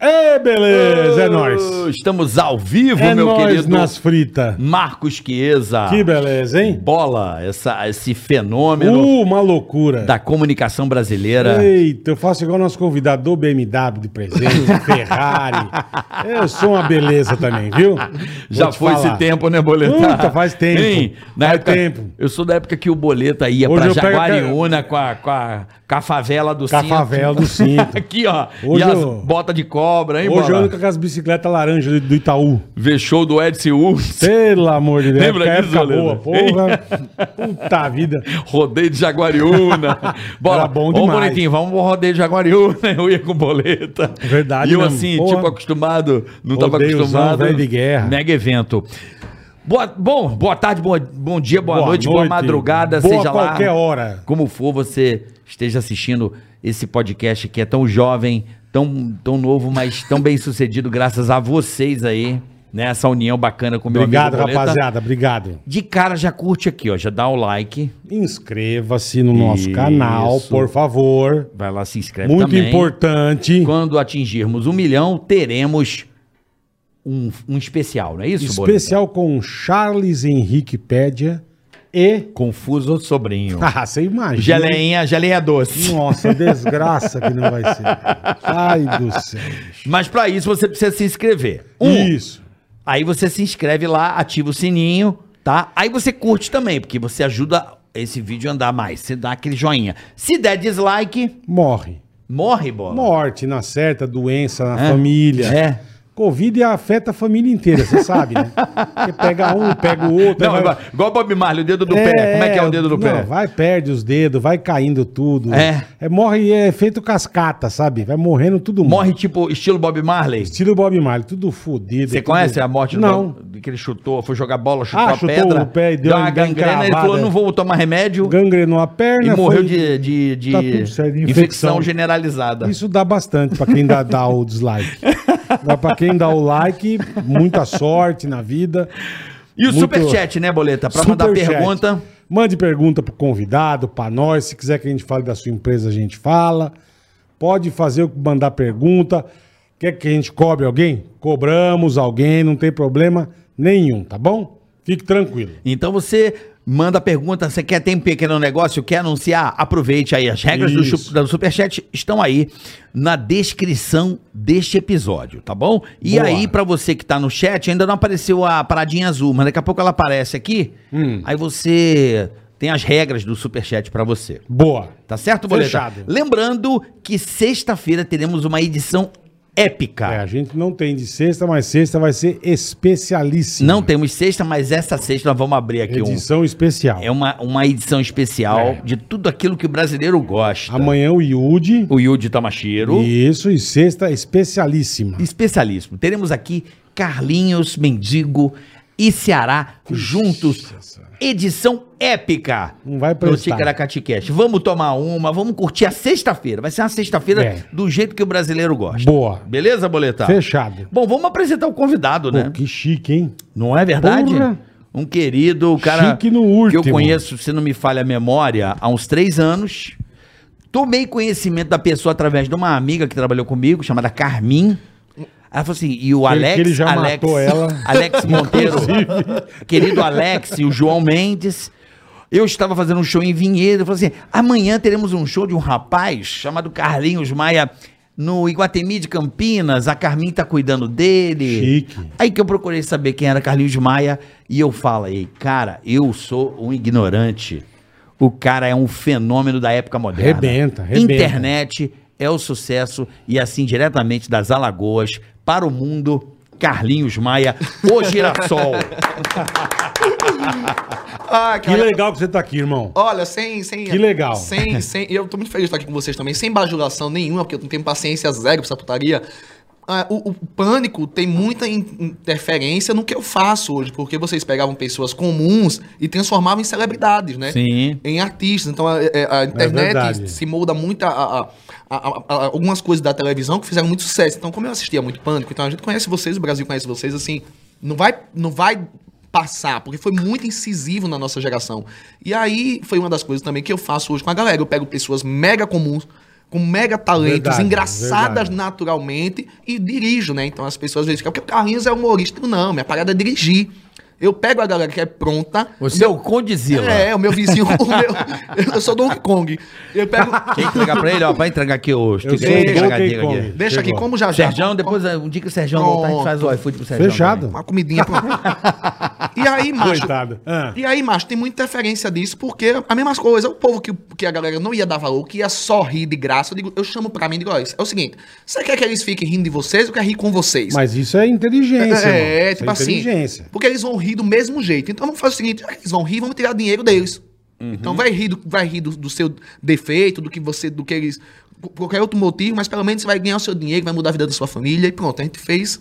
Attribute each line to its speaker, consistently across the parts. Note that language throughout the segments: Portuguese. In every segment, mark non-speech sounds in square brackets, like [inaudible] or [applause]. Speaker 1: É, beleza, é nóis.
Speaker 2: Estamos ao vivo,
Speaker 1: É
Speaker 2: meu
Speaker 1: nóis
Speaker 2: querido Ah,
Speaker 1: nas fritas.
Speaker 2: Marcos Chiesa.
Speaker 1: Que beleza, hein?
Speaker 2: bola, essa, esse fenômeno
Speaker 1: Uh, uma loucura.
Speaker 2: da comunicação brasileira.
Speaker 1: Eita, eu faço igual nosso convidado do BMW de
Speaker 2: [laughs]
Speaker 1: presente, Ferrari. Eu sou uma beleza também, viu?
Speaker 2: Já
Speaker 1: Vou te
Speaker 2: foi
Speaker 1: falar.
Speaker 2: esse tempo, né, Boletar?
Speaker 1: Puta, faz
Speaker 2: [laughs]
Speaker 1: tempo.
Speaker 2: Hein? Na
Speaker 1: Faz
Speaker 2: época,
Speaker 1: tempo.
Speaker 2: Eu sou da época que o Boleta ia
Speaker 1: Hoje
Speaker 2: pra
Speaker 1: eu pego a-
Speaker 2: Jaguariúna com, a, com, a, com a favela do
Speaker 1: Com a
Speaker 2: cinto.
Speaker 1: favela do cinto.
Speaker 2: [laughs] Aqui, ó.
Speaker 1: Hoje
Speaker 2: e as
Speaker 1: eu-
Speaker 2: botas de cobra, hein,
Speaker 1: Hoje eu
Speaker 2: Bola?
Speaker 1: ando com aquelas bicicletas laranja do- do Itaú.
Speaker 2: Vê-show do Edson Urso.
Speaker 1: Pelo amor de Deus,
Speaker 2: Lembra
Speaker 1: época,
Speaker 2: disso,
Speaker 1: época boa,
Speaker 2: [laughs]
Speaker 1: porra.
Speaker 2: Leda?
Speaker 1: Puta vida.
Speaker 2: Rodeio
Speaker 1: [laughs]
Speaker 2: de Jaguariúna. Bora.
Speaker 1: Era bom
Speaker 2: Ô,
Speaker 1: demais.
Speaker 2: Boletinho, vamos pro rodeio de Jaguariúna. [laughs] Eu ia com boleta.
Speaker 1: Verdade
Speaker 2: E eu,
Speaker 1: mesmo,
Speaker 2: assim,
Speaker 1: porra.
Speaker 2: tipo, acostumado. Não tava
Speaker 1: Rodeiozão,
Speaker 2: acostumado.
Speaker 1: velho de guerra.
Speaker 2: Mega evento. Boa- bom, boa tarde, boa- bom dia, boa, noite, boa madrugada,
Speaker 1: boa
Speaker 2: seja lá.
Speaker 1: qualquer hora.
Speaker 2: Como for, você esteja assistindo esse podcast que é tão jovem, tão, tão novo, mas tão bem sucedido, graças a vocês aí, né? Essa união bacana com o meu
Speaker 1: Obrigado,
Speaker 2: amigo tá Boleta.
Speaker 1: rapaziada, obrigado.
Speaker 2: De cara, já curte aqui, ó. Já dá o like.
Speaker 1: Inscreva-se no nosso
Speaker 2: Isso.
Speaker 1: canal, por favor.
Speaker 2: Vai lá, se inscreve
Speaker 1: Muito
Speaker 2: também.
Speaker 1: importante.
Speaker 2: Quando atingirmos um milhão, teremos um, um especial, não é isso, Boleta?
Speaker 1: Especial com Charles Henrique Pédia e.
Speaker 2: Confuso sobrinho.
Speaker 1: Ah, você imagina.
Speaker 2: [laughs] geleinha, geleinha doce.
Speaker 1: Nossa, desgraça que não vai ser. Ai do céu. bicho.
Speaker 2: Mas pra isso você precisa se inscrever. Um,
Speaker 1: Isso.
Speaker 2: aí você se inscreve lá, ativa o sininho, tá? Aí você curte também, porque você ajuda esse vídeo a andar mais. Você dá aquele joinha. Se der dislike,
Speaker 1: Morre.
Speaker 2: morre, bola.
Speaker 1: Morte na certa, doença na
Speaker 2: É?
Speaker 1: família.
Speaker 2: É.
Speaker 1: Covid afeta a família inteira, você sabe, né? Porque pega um, pega o outro.
Speaker 2: Não,
Speaker 1: aí vai-
Speaker 2: igual, igual Bob Marley, o dedo do pé. Como é que é o dedo do
Speaker 1: não,
Speaker 2: pé?
Speaker 1: Vai, perde os dedos, vai caindo tudo.
Speaker 2: É.
Speaker 1: morre, é feito cascata, sabe? Vai morrendo tudo.
Speaker 2: Morre tipo estilo Bob Marley?
Speaker 1: Estilo Bob Marley, tudo fodido.
Speaker 2: Você
Speaker 1: tudo-
Speaker 2: conhece a morte do
Speaker 1: Não.
Speaker 2: do que ele chutou, foi jogar bola, chutou
Speaker 1: Ah,
Speaker 2: a
Speaker 1: chutou
Speaker 2: pedra,
Speaker 1: o pé e deu
Speaker 2: deu uma
Speaker 1: uma- deu uma
Speaker 2: gangrena, ele
Speaker 1: encravada.
Speaker 2: falou, não vou tomar remédio,
Speaker 1: Gangrenou a
Speaker 2: e
Speaker 1: perna.
Speaker 2: morreu
Speaker 1: foi-
Speaker 2: de, de, de
Speaker 1: Tá tudo certo, infecção.
Speaker 2: infecção. generalizada.
Speaker 1: Isso dá bastante pra quem dá, dá o
Speaker 2: [laughs]
Speaker 1: dislike. Dá pra quem dá o like, muita sorte na vida.
Speaker 2: E o
Speaker 1: Muito-
Speaker 2: superchat, né, Boleta? Pra mandar
Speaker 1: Superchat.
Speaker 2: pergunta,
Speaker 1: Mande pergunta pro convidado, pra nós. Se quiser que a gente fale da sua empresa, a gente fala. Pode fazer, mandar pergunta. Quer que a gente cobre alguém? Cobramos alguém, não tem problema nenhum, tá bom? Fique tranquilo.
Speaker 2: então você... Manda pergunta, você quer tem pequeno negócio, quer anunciar? Aproveite aí. As regras do,
Speaker 1: Isso.
Speaker 2: chu- do Superchat estão aí na descrição deste episódio, tá bom? E
Speaker 1: Boa.
Speaker 2: aí, pra você que tá no chat, ainda não apareceu a paradinha azul, mas daqui a pouco ela aparece aqui.
Speaker 1: Hum.
Speaker 2: Aí você tem as regras do Superchat pra você.
Speaker 1: Boa.
Speaker 2: Tá certo, Boleta?
Speaker 1: Fechado.
Speaker 2: Lembrando que sexta-feira teremos uma edição épica.
Speaker 1: É, a gente não tem de sexta, mas sexta vai ser especialíssima.
Speaker 2: Não temos sexta, mas essa sexta nós vamos abrir aqui um.
Speaker 1: Edição especial.
Speaker 2: É uma, uma edição especial
Speaker 1: É.
Speaker 2: de tudo aquilo que o brasileiro gosta.
Speaker 1: Amanhã o Yudi.
Speaker 2: O Yudi Tamashiro,
Speaker 1: Isso, e sexta especialíssima.
Speaker 2: especialíssimo. Teremos aqui Carlinhos, Mendigo e Ceará juntos. Edição épica.
Speaker 1: Não vai
Speaker 2: No
Speaker 1: prestar.
Speaker 2: Ticaracatecast. Vamos tomar uma, vamos curtir a sexta-feira. Vai ser uma sexta-feira
Speaker 1: É.
Speaker 2: do jeito que o brasileiro gosta.
Speaker 1: Boa.
Speaker 2: Beleza, Boletar?
Speaker 1: Fechado.
Speaker 2: Bom, vamos apresentar o convidado,
Speaker 1: Pô,
Speaker 2: Tá. né?
Speaker 1: que chique, hein?
Speaker 2: Não é verdade?
Speaker 1: Porra.
Speaker 2: Um querido, o cara
Speaker 1: Chique no último.
Speaker 2: que eu conheço, se não me falha a memória, há uns três anos. Tomei conhecimento da pessoa através de uma amiga que trabalhou comigo, chamada Carmin. Ela falou assim, e o Alex,
Speaker 1: que ele já
Speaker 2: Alex,
Speaker 1: matou ela.
Speaker 2: [laughs] Alex Monteiro,
Speaker 1: Inclusive.
Speaker 2: querido Alex e o João Mendes. Eu estava fazendo um show em Vinhedo, eu falei assim, amanhã teremos um show de um rapaz chamado Carlinhos Maia no Iguatemi de Campinas, a Carmin tá cuidando dele.
Speaker 1: Chique.
Speaker 2: Aí que eu procurei saber quem era Carlinhos Maia e eu falei, cara, eu sou um ignorante. O cara é um fenômeno da época moderna.
Speaker 1: Rebenta, rebenta.
Speaker 2: Internet é o sucesso e assim diretamente das Alagoas para o mundo, Carlinhos Maia,
Speaker 1: [laughs]
Speaker 2: o girassol.
Speaker 3: Ah, cara.
Speaker 1: Que legal que você tá aqui, irmão.
Speaker 3: Olha, sem, sem.
Speaker 1: Que legal.
Speaker 3: Sem, sem. E eu tô muito feliz de estar aqui com vocês também, sem bajulação nenhuma, porque eu não tenho paciência zero pra essa putaria. ah, o, o pânico tem muita in- interferência no que eu faço hoje, porque vocês pegavam pessoas comuns e transformavam em celebridades, né?
Speaker 2: Sim.
Speaker 3: Em artistas. Então a, a- a internet
Speaker 1: É verdade.
Speaker 3: se molda muito a, a- a- a- a- algumas coisas da televisão que fizeram muito sucesso. Então, como eu assistia muito pânico, então a gente conhece vocês, o Brasil conhece vocês, assim, não vai, não vai passar, porque foi muito incisivo na nossa geração. E aí foi uma das coisas também que eu faço hoje com a galera. Eu pego pessoas mega comuns, com mega talentos,
Speaker 1: Verdade,
Speaker 3: engraçadas
Speaker 1: verdade.
Speaker 3: naturalmente e dirijo, né? Então as pessoas às vezes ficam, porque o Carlinhos é humorista. Eu, Não, minha parada é dirigir. Eu pego a galera que é pronta.
Speaker 2: Você é o Condizila.
Speaker 3: É, o meu vizinho, [laughs] o meu- eu sou Donkey Kong. Eu pego.
Speaker 2: Quem entregar pra ele, ó, vai entregar aqui o
Speaker 1: Eu
Speaker 2: estúdio.
Speaker 1: sou
Speaker 3: Deixa,
Speaker 1: o
Speaker 2: Entregadinho aqui.
Speaker 1: Kong.
Speaker 3: Deixa aqui,
Speaker 1: Chegou.
Speaker 3: como já já.
Speaker 2: Serjão, depois, um dia que o Serjão voltar, a gente
Speaker 3: Pronto.
Speaker 2: faz o iFood pro Serjão.
Speaker 1: Fechado.
Speaker 3: Uma comidinha pronta. E aí, macho.
Speaker 1: Coitado. Ah.
Speaker 3: E aí, macho, tem muita interferência disso, porque a mesma coisa, o povo que, que a galera não ia dar valor, que ia só rir de graça, eu, digo, eu chamo pra mim e digo, ó, é o seguinte, você quer que eles fiquem rindo de vocês ou quer rir com vocês?
Speaker 1: Mas isso é inteligência, irmão.
Speaker 3: É,
Speaker 1: Isso
Speaker 3: tipo assim.
Speaker 1: inteligência.
Speaker 3: Porque eles vão rir do mesmo jeito. Então vamos fazer o seguinte: já que eles vão rir, vamos tirar dinheiro deles.
Speaker 1: Uhum.
Speaker 3: Então vai rir, do, vai rir do, do seu defeito, do que você, do que eles. Qualquer outro motivo, mas pelo menos você vai ganhar o seu dinheiro, vai mudar a vida da sua família e pronto. A gente fez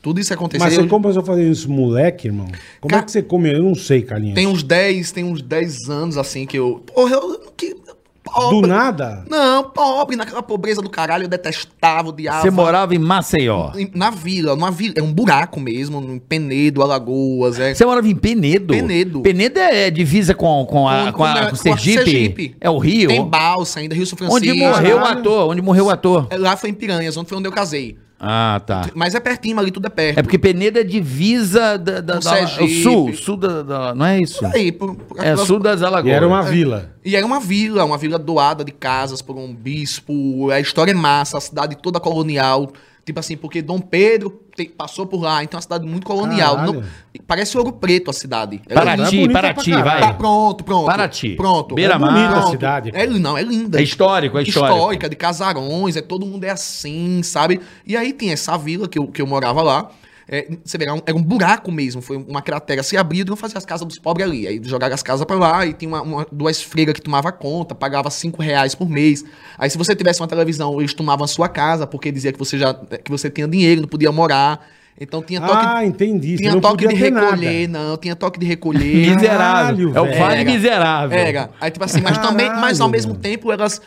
Speaker 3: tudo isso acontecer.
Speaker 1: Mas você
Speaker 3: Eu-
Speaker 1: começou a fazer isso, moleque, irmão? Como
Speaker 3: um
Speaker 1: é
Speaker 3: Ca-
Speaker 1: que você come? Eu não sei, Carlinhos.
Speaker 3: Tem uns 10, tem uns 10 anos assim que eu. Porra, eu. Que,
Speaker 1: Do
Speaker 3: pobre.
Speaker 1: nada?
Speaker 3: Não, pobre, naquela pobreza do caralho, eu detestava o diabo.
Speaker 2: Você morava em Maceió.
Speaker 3: Em- Na vila, numa vila. É um buraco mesmo, em Penedo, Alagoas. É.
Speaker 2: Você morava em Penedo.
Speaker 3: Penedo.
Speaker 2: Penedo é, é divisa com, com, a, com, a- com
Speaker 3: a
Speaker 2: Sergipe. É o Rio.
Speaker 3: Tem é balsa ainda, Rio São Francisco.
Speaker 2: onde morreu o
Speaker 1: Caralho.
Speaker 2: ator. Onde morreu o ator.
Speaker 3: É, Lá foi em Piranhas, onde foi onde eu casei.
Speaker 2: Ah, tá.
Speaker 3: Mas é pertinho ali, tudo é perto.
Speaker 2: É porque Penedo é divisa da, da,
Speaker 3: Com
Speaker 2: da- é o
Speaker 3: Sergipe.
Speaker 2: sul. Sul da, da- Não é isso?
Speaker 3: Aí, por- por-
Speaker 2: É sul das
Speaker 1: E
Speaker 2: Alagoas.
Speaker 1: era uma vila.
Speaker 3: E era uma vila, uma vila doada de casas por um bispo. A história é massa, a cidade toda colonial. Tipo assim, porque Dom Pedro te- passou por lá, então é uma cidade muito colonial.
Speaker 1: Caralho.
Speaker 3: Não- parece ouro preto a cidade. Ela é
Speaker 1: Não é
Speaker 2: Paraty,
Speaker 1: bonita pra
Speaker 2: Paraty,
Speaker 3: Tá
Speaker 1: caralho.
Speaker 2: vai.
Speaker 3: pronto, pronto.
Speaker 2: Paraty.
Speaker 3: Pronto. É
Speaker 2: Beira-mar.
Speaker 3: Pronto.
Speaker 1: Bonita a cidade, cara.
Speaker 3: É, não, é linda.
Speaker 2: É histórico, é histórico.
Speaker 3: de casarões, é todo mundo é assim, sabe? E aí tem essa vila que eu, que eu morava lá. É, você vê, era um, era um buraco mesmo, foi uma cratera se abria, não fazer as casas dos pobres ali. Aí jogaram as casas pra lá e tinha uma, uma- duas freiras que tomava conta, pagava cinco reais por mês. Aí se você tivesse uma televisão, eles tomavam a sua casa, porque dizia que você já é, que você tinha dinheiro, não podia morar. Então tinha toque,
Speaker 1: Ah, entendi. Você
Speaker 3: tinha
Speaker 1: não
Speaker 3: toque de
Speaker 1: podia ter nada.
Speaker 3: recolher, não, tinha toque de recolher.
Speaker 2: Miserável.
Speaker 1: Caralho,
Speaker 2: é o
Speaker 1: velho.
Speaker 2: Vale Miserável.
Speaker 3: Era. Aí, tipo assim, mas também, mas ao
Speaker 1: Caralho,
Speaker 3: mesmo
Speaker 1: meu.
Speaker 3: tempo, elas.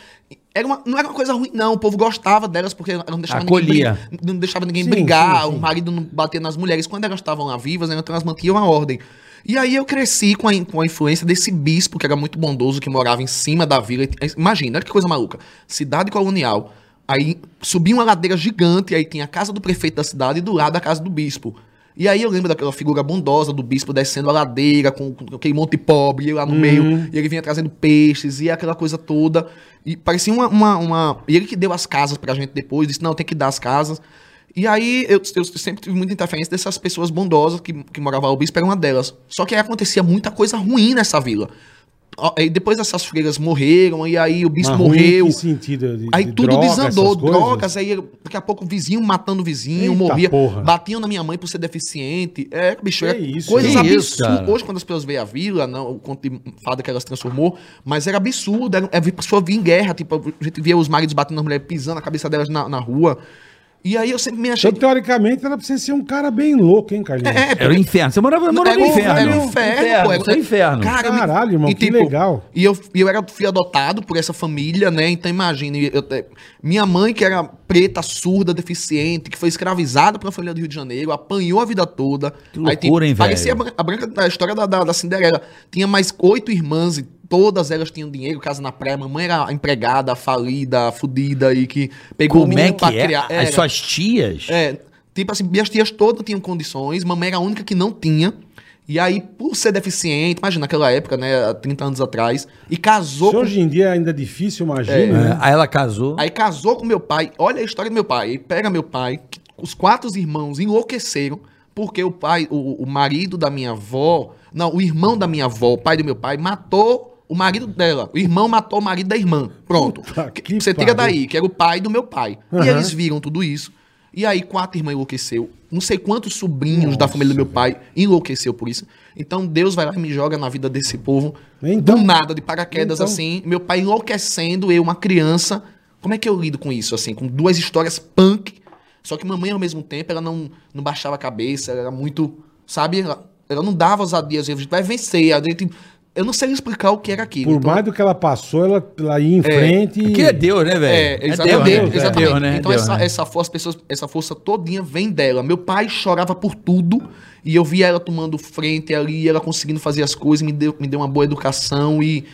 Speaker 3: Era uma- não era uma coisa ruim, não. O povo gostava delas porque elas não deixavam
Speaker 2: Acolhia.
Speaker 3: ninguém. brin- Não deixava ninguém
Speaker 1: Sim,
Speaker 3: brigar,
Speaker 1: sim, sim.
Speaker 3: o marido não bater nas mulheres. Quando elas estavam lá vivas, né, então elas mantinham a ordem. E aí eu cresci com a, in- com a influência desse bispo, que era muito bondoso, que morava em cima da vila. Imagina, olha que coisa maluca. Cidade colonial. Aí subia uma ladeira gigante, aí tinha a casa do prefeito da cidade e do lado a casa do bispo. E aí eu lembro daquela figura bondosa do bispo descendo a ladeira com, com aquele monte de pobre, eu lá no meio, e ele vinha trazendo peixes e aquela coisa toda. E parecia uma, uma, uma- E ele que deu as casas pra gente depois, disse, não, tem que dar as casas. E aí eu, eu sempre tive muita interferência dessas pessoas bondosas que, que morava lá, o bispo era uma delas. Só que aí acontecia muita coisa ruim nessa vila. Ó, E depois essas freiras morreram, e aí o bispo
Speaker 1: Mas ruim em
Speaker 3: morreu.
Speaker 1: que sentido? De-
Speaker 3: Aí
Speaker 1: de
Speaker 3: tudo
Speaker 1: droga,
Speaker 3: desandou,
Speaker 1: essas coisas?
Speaker 3: drogas, aí daqui a pouco o vizinho matando o vizinho,
Speaker 1: Eita
Speaker 3: morria,
Speaker 1: porra.
Speaker 3: batiam na minha mãe por ser deficiente. É, bicho, é
Speaker 1: Que isso,
Speaker 3: coisas
Speaker 2: que isso,
Speaker 3: absurdas.
Speaker 2: cara.
Speaker 3: Hoje, quando as pessoas veem a vila, não, o conto de fada que elas transformou, mas era absurdo, era, é, a pessoa via em guerra, tipo, a gente via os maridos batendo nas mulheres, pisando a cabeça delas na, na rua. E aí eu sempre me achei...
Speaker 1: Então, teoricamente, era pra você ser um cara bem louco, hein, Carlinhos?
Speaker 3: É,
Speaker 2: Era o inferno. Você morava, morava
Speaker 3: Era
Speaker 2: no
Speaker 3: um
Speaker 2: inferno.
Speaker 3: inferno, inferno, pô,
Speaker 2: Isso é inferno.
Speaker 3: Cara, eu me-
Speaker 1: Caralho, irmão,
Speaker 3: e,
Speaker 1: que
Speaker 3: tipo,
Speaker 1: legal.
Speaker 3: E eu, e eu era fui adotado por essa família, né? Então imagina, eu- eu- minha mãe que era preta, surda, deficiente, que foi escravizada pela família do Rio de Janeiro, apanhou a vida toda.
Speaker 2: Que loucura, hein, velho?
Speaker 3: Parecia a bran- a, branca, a história da, da, da Cinderela. Tinha mais oito irmãs e todas elas tinham dinheiro, casa na praia. Mamãe era empregada, falida, fudida e que pegou o
Speaker 2: Como é
Speaker 3: menino
Speaker 2: que
Speaker 3: pra
Speaker 2: é?
Speaker 3: criar. Era.
Speaker 2: As suas tias?
Speaker 3: É, tipo assim, minhas tias todas tinham condições, mamãe era a única que não tinha. E aí, por ser deficiente, imagina naquela época, né, há 30 anos atrás, e casou
Speaker 1: Se
Speaker 3: com-
Speaker 1: hoje em dia ainda é difícil, imagina.
Speaker 2: É,
Speaker 1: né?
Speaker 2: Aí ela casou.
Speaker 3: Aí casou com meu pai. Olha a história do meu pai. Aí pega meu pai, que os quatro irmãos enlouqueceram porque o pai, o, o marido da minha avó, não, o irmão da minha avó, o pai do meu pai, matou o marido dela. O irmão matou o marido da irmã. Pronto.
Speaker 1: Puta
Speaker 3: Que-
Speaker 1: que
Speaker 3: Você tira
Speaker 1: pariu.
Speaker 3: daí, que era o pai do meu pai.
Speaker 1: Aham.
Speaker 3: E eles viram tudo isso. E aí quatro irmãs enlouqueceu. Não sei quantos sobrinhos da
Speaker 1: Nossa,
Speaker 3: família do meu pai enlouqueceu por isso. Então Deus vai lá e me joga na vida desse povo
Speaker 1: Então-
Speaker 3: do nada, de paraquedas
Speaker 1: então-
Speaker 3: assim, meu pai enlouquecendo, eu, uma criança. Como é que eu lido com isso, assim? Com duas histórias punk Só que mamãe, ao mesmo tempo, ela não, não baixava a cabeça, ela era muito. Sabe? Ela, ela não dava ousadia, às vezes, a gente vai vencer. A gente, eu não sei explicar o que era aquilo.
Speaker 1: Por
Speaker 3: então-
Speaker 1: mais do que ela passou, ela, ela ia em frente. e-
Speaker 2: Que é Deus, né, velho?
Speaker 3: É, exatamente.
Speaker 1: Deus, né?
Speaker 3: exatamente.
Speaker 2: É Deus, né?
Speaker 3: Então
Speaker 2: Deus,
Speaker 3: essa,
Speaker 2: né?
Speaker 3: essa força, as pessoas, essa força todinha vem dela. Meu pai chorava por tudo e eu via ela tomando frente ali, ela conseguindo fazer as coisas, me deu, me deu uma boa educação e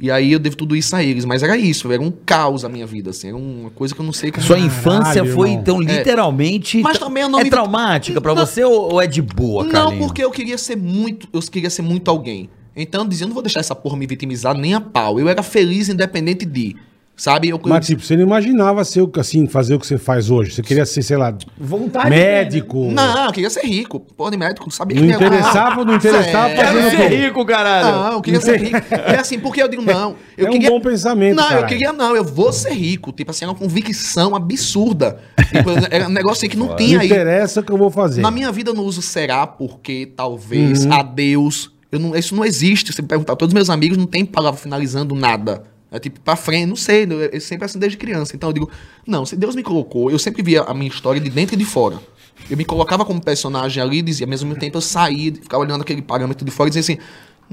Speaker 3: e aí eu devo tudo isso a eles. Mas era isso, era um caos a minha vida, assim, era uma coisa que eu não sei como. é.
Speaker 2: Sua infância foi,
Speaker 1: irmão.
Speaker 2: então, literalmente.
Speaker 3: Mas também eu não
Speaker 2: É
Speaker 3: me-
Speaker 2: traumática pra
Speaker 3: Não.
Speaker 2: você ou, ou é de boa, cara?
Speaker 3: Não, porque eu queria ser muito, eu queria ser muito alguém. Então eu dizia, eu não vou deixar essa porra me vitimizar nem a pau. Eu era feliz independente de, sabe? Eu,
Speaker 1: Mas, tipo, você não imaginava ser, o- assim, fazer o que você faz hoje. Você queria ser, sei lá,
Speaker 4: Vontade.
Speaker 1: médico.
Speaker 3: Tá não, eu queria ser rico. Pô, de médico, sabe?
Speaker 1: Não interessava, não interessava
Speaker 3: Sério?
Speaker 1: fazendo tudo.
Speaker 2: rico, caralho.
Speaker 3: Não, eu queria ser rico. É assim, porque eu digo, não. Eu
Speaker 1: [laughs] É um
Speaker 3: queria...
Speaker 1: bom pensamento,
Speaker 3: Não,
Speaker 1: caralho.
Speaker 3: eu queria, não, eu vou ser rico. Tipo assim, é uma convicção absurda.
Speaker 1: [laughs]
Speaker 3: Tipo, era um negócio aí que não tinha
Speaker 1: Não
Speaker 3: aí.
Speaker 1: interessa o que eu vou fazer.
Speaker 3: Na minha vida eu não uso será, porque, talvez,
Speaker 1: Uhum.
Speaker 3: adeus. Eu não, isso não existe. Se você perguntar a todos os meus amigos, não tem palavra finalizando nada. É tipo, pra frente, não sei. Eu, eu sempre assim desde criança. Então eu digo, não, se Deus me colocou, eu sempre via a minha história de dentro e de fora. Eu me colocava como personagem ali e dizia, ao mesmo tempo eu saía, ficava olhando aquele parâmetro de fora e dizia assim,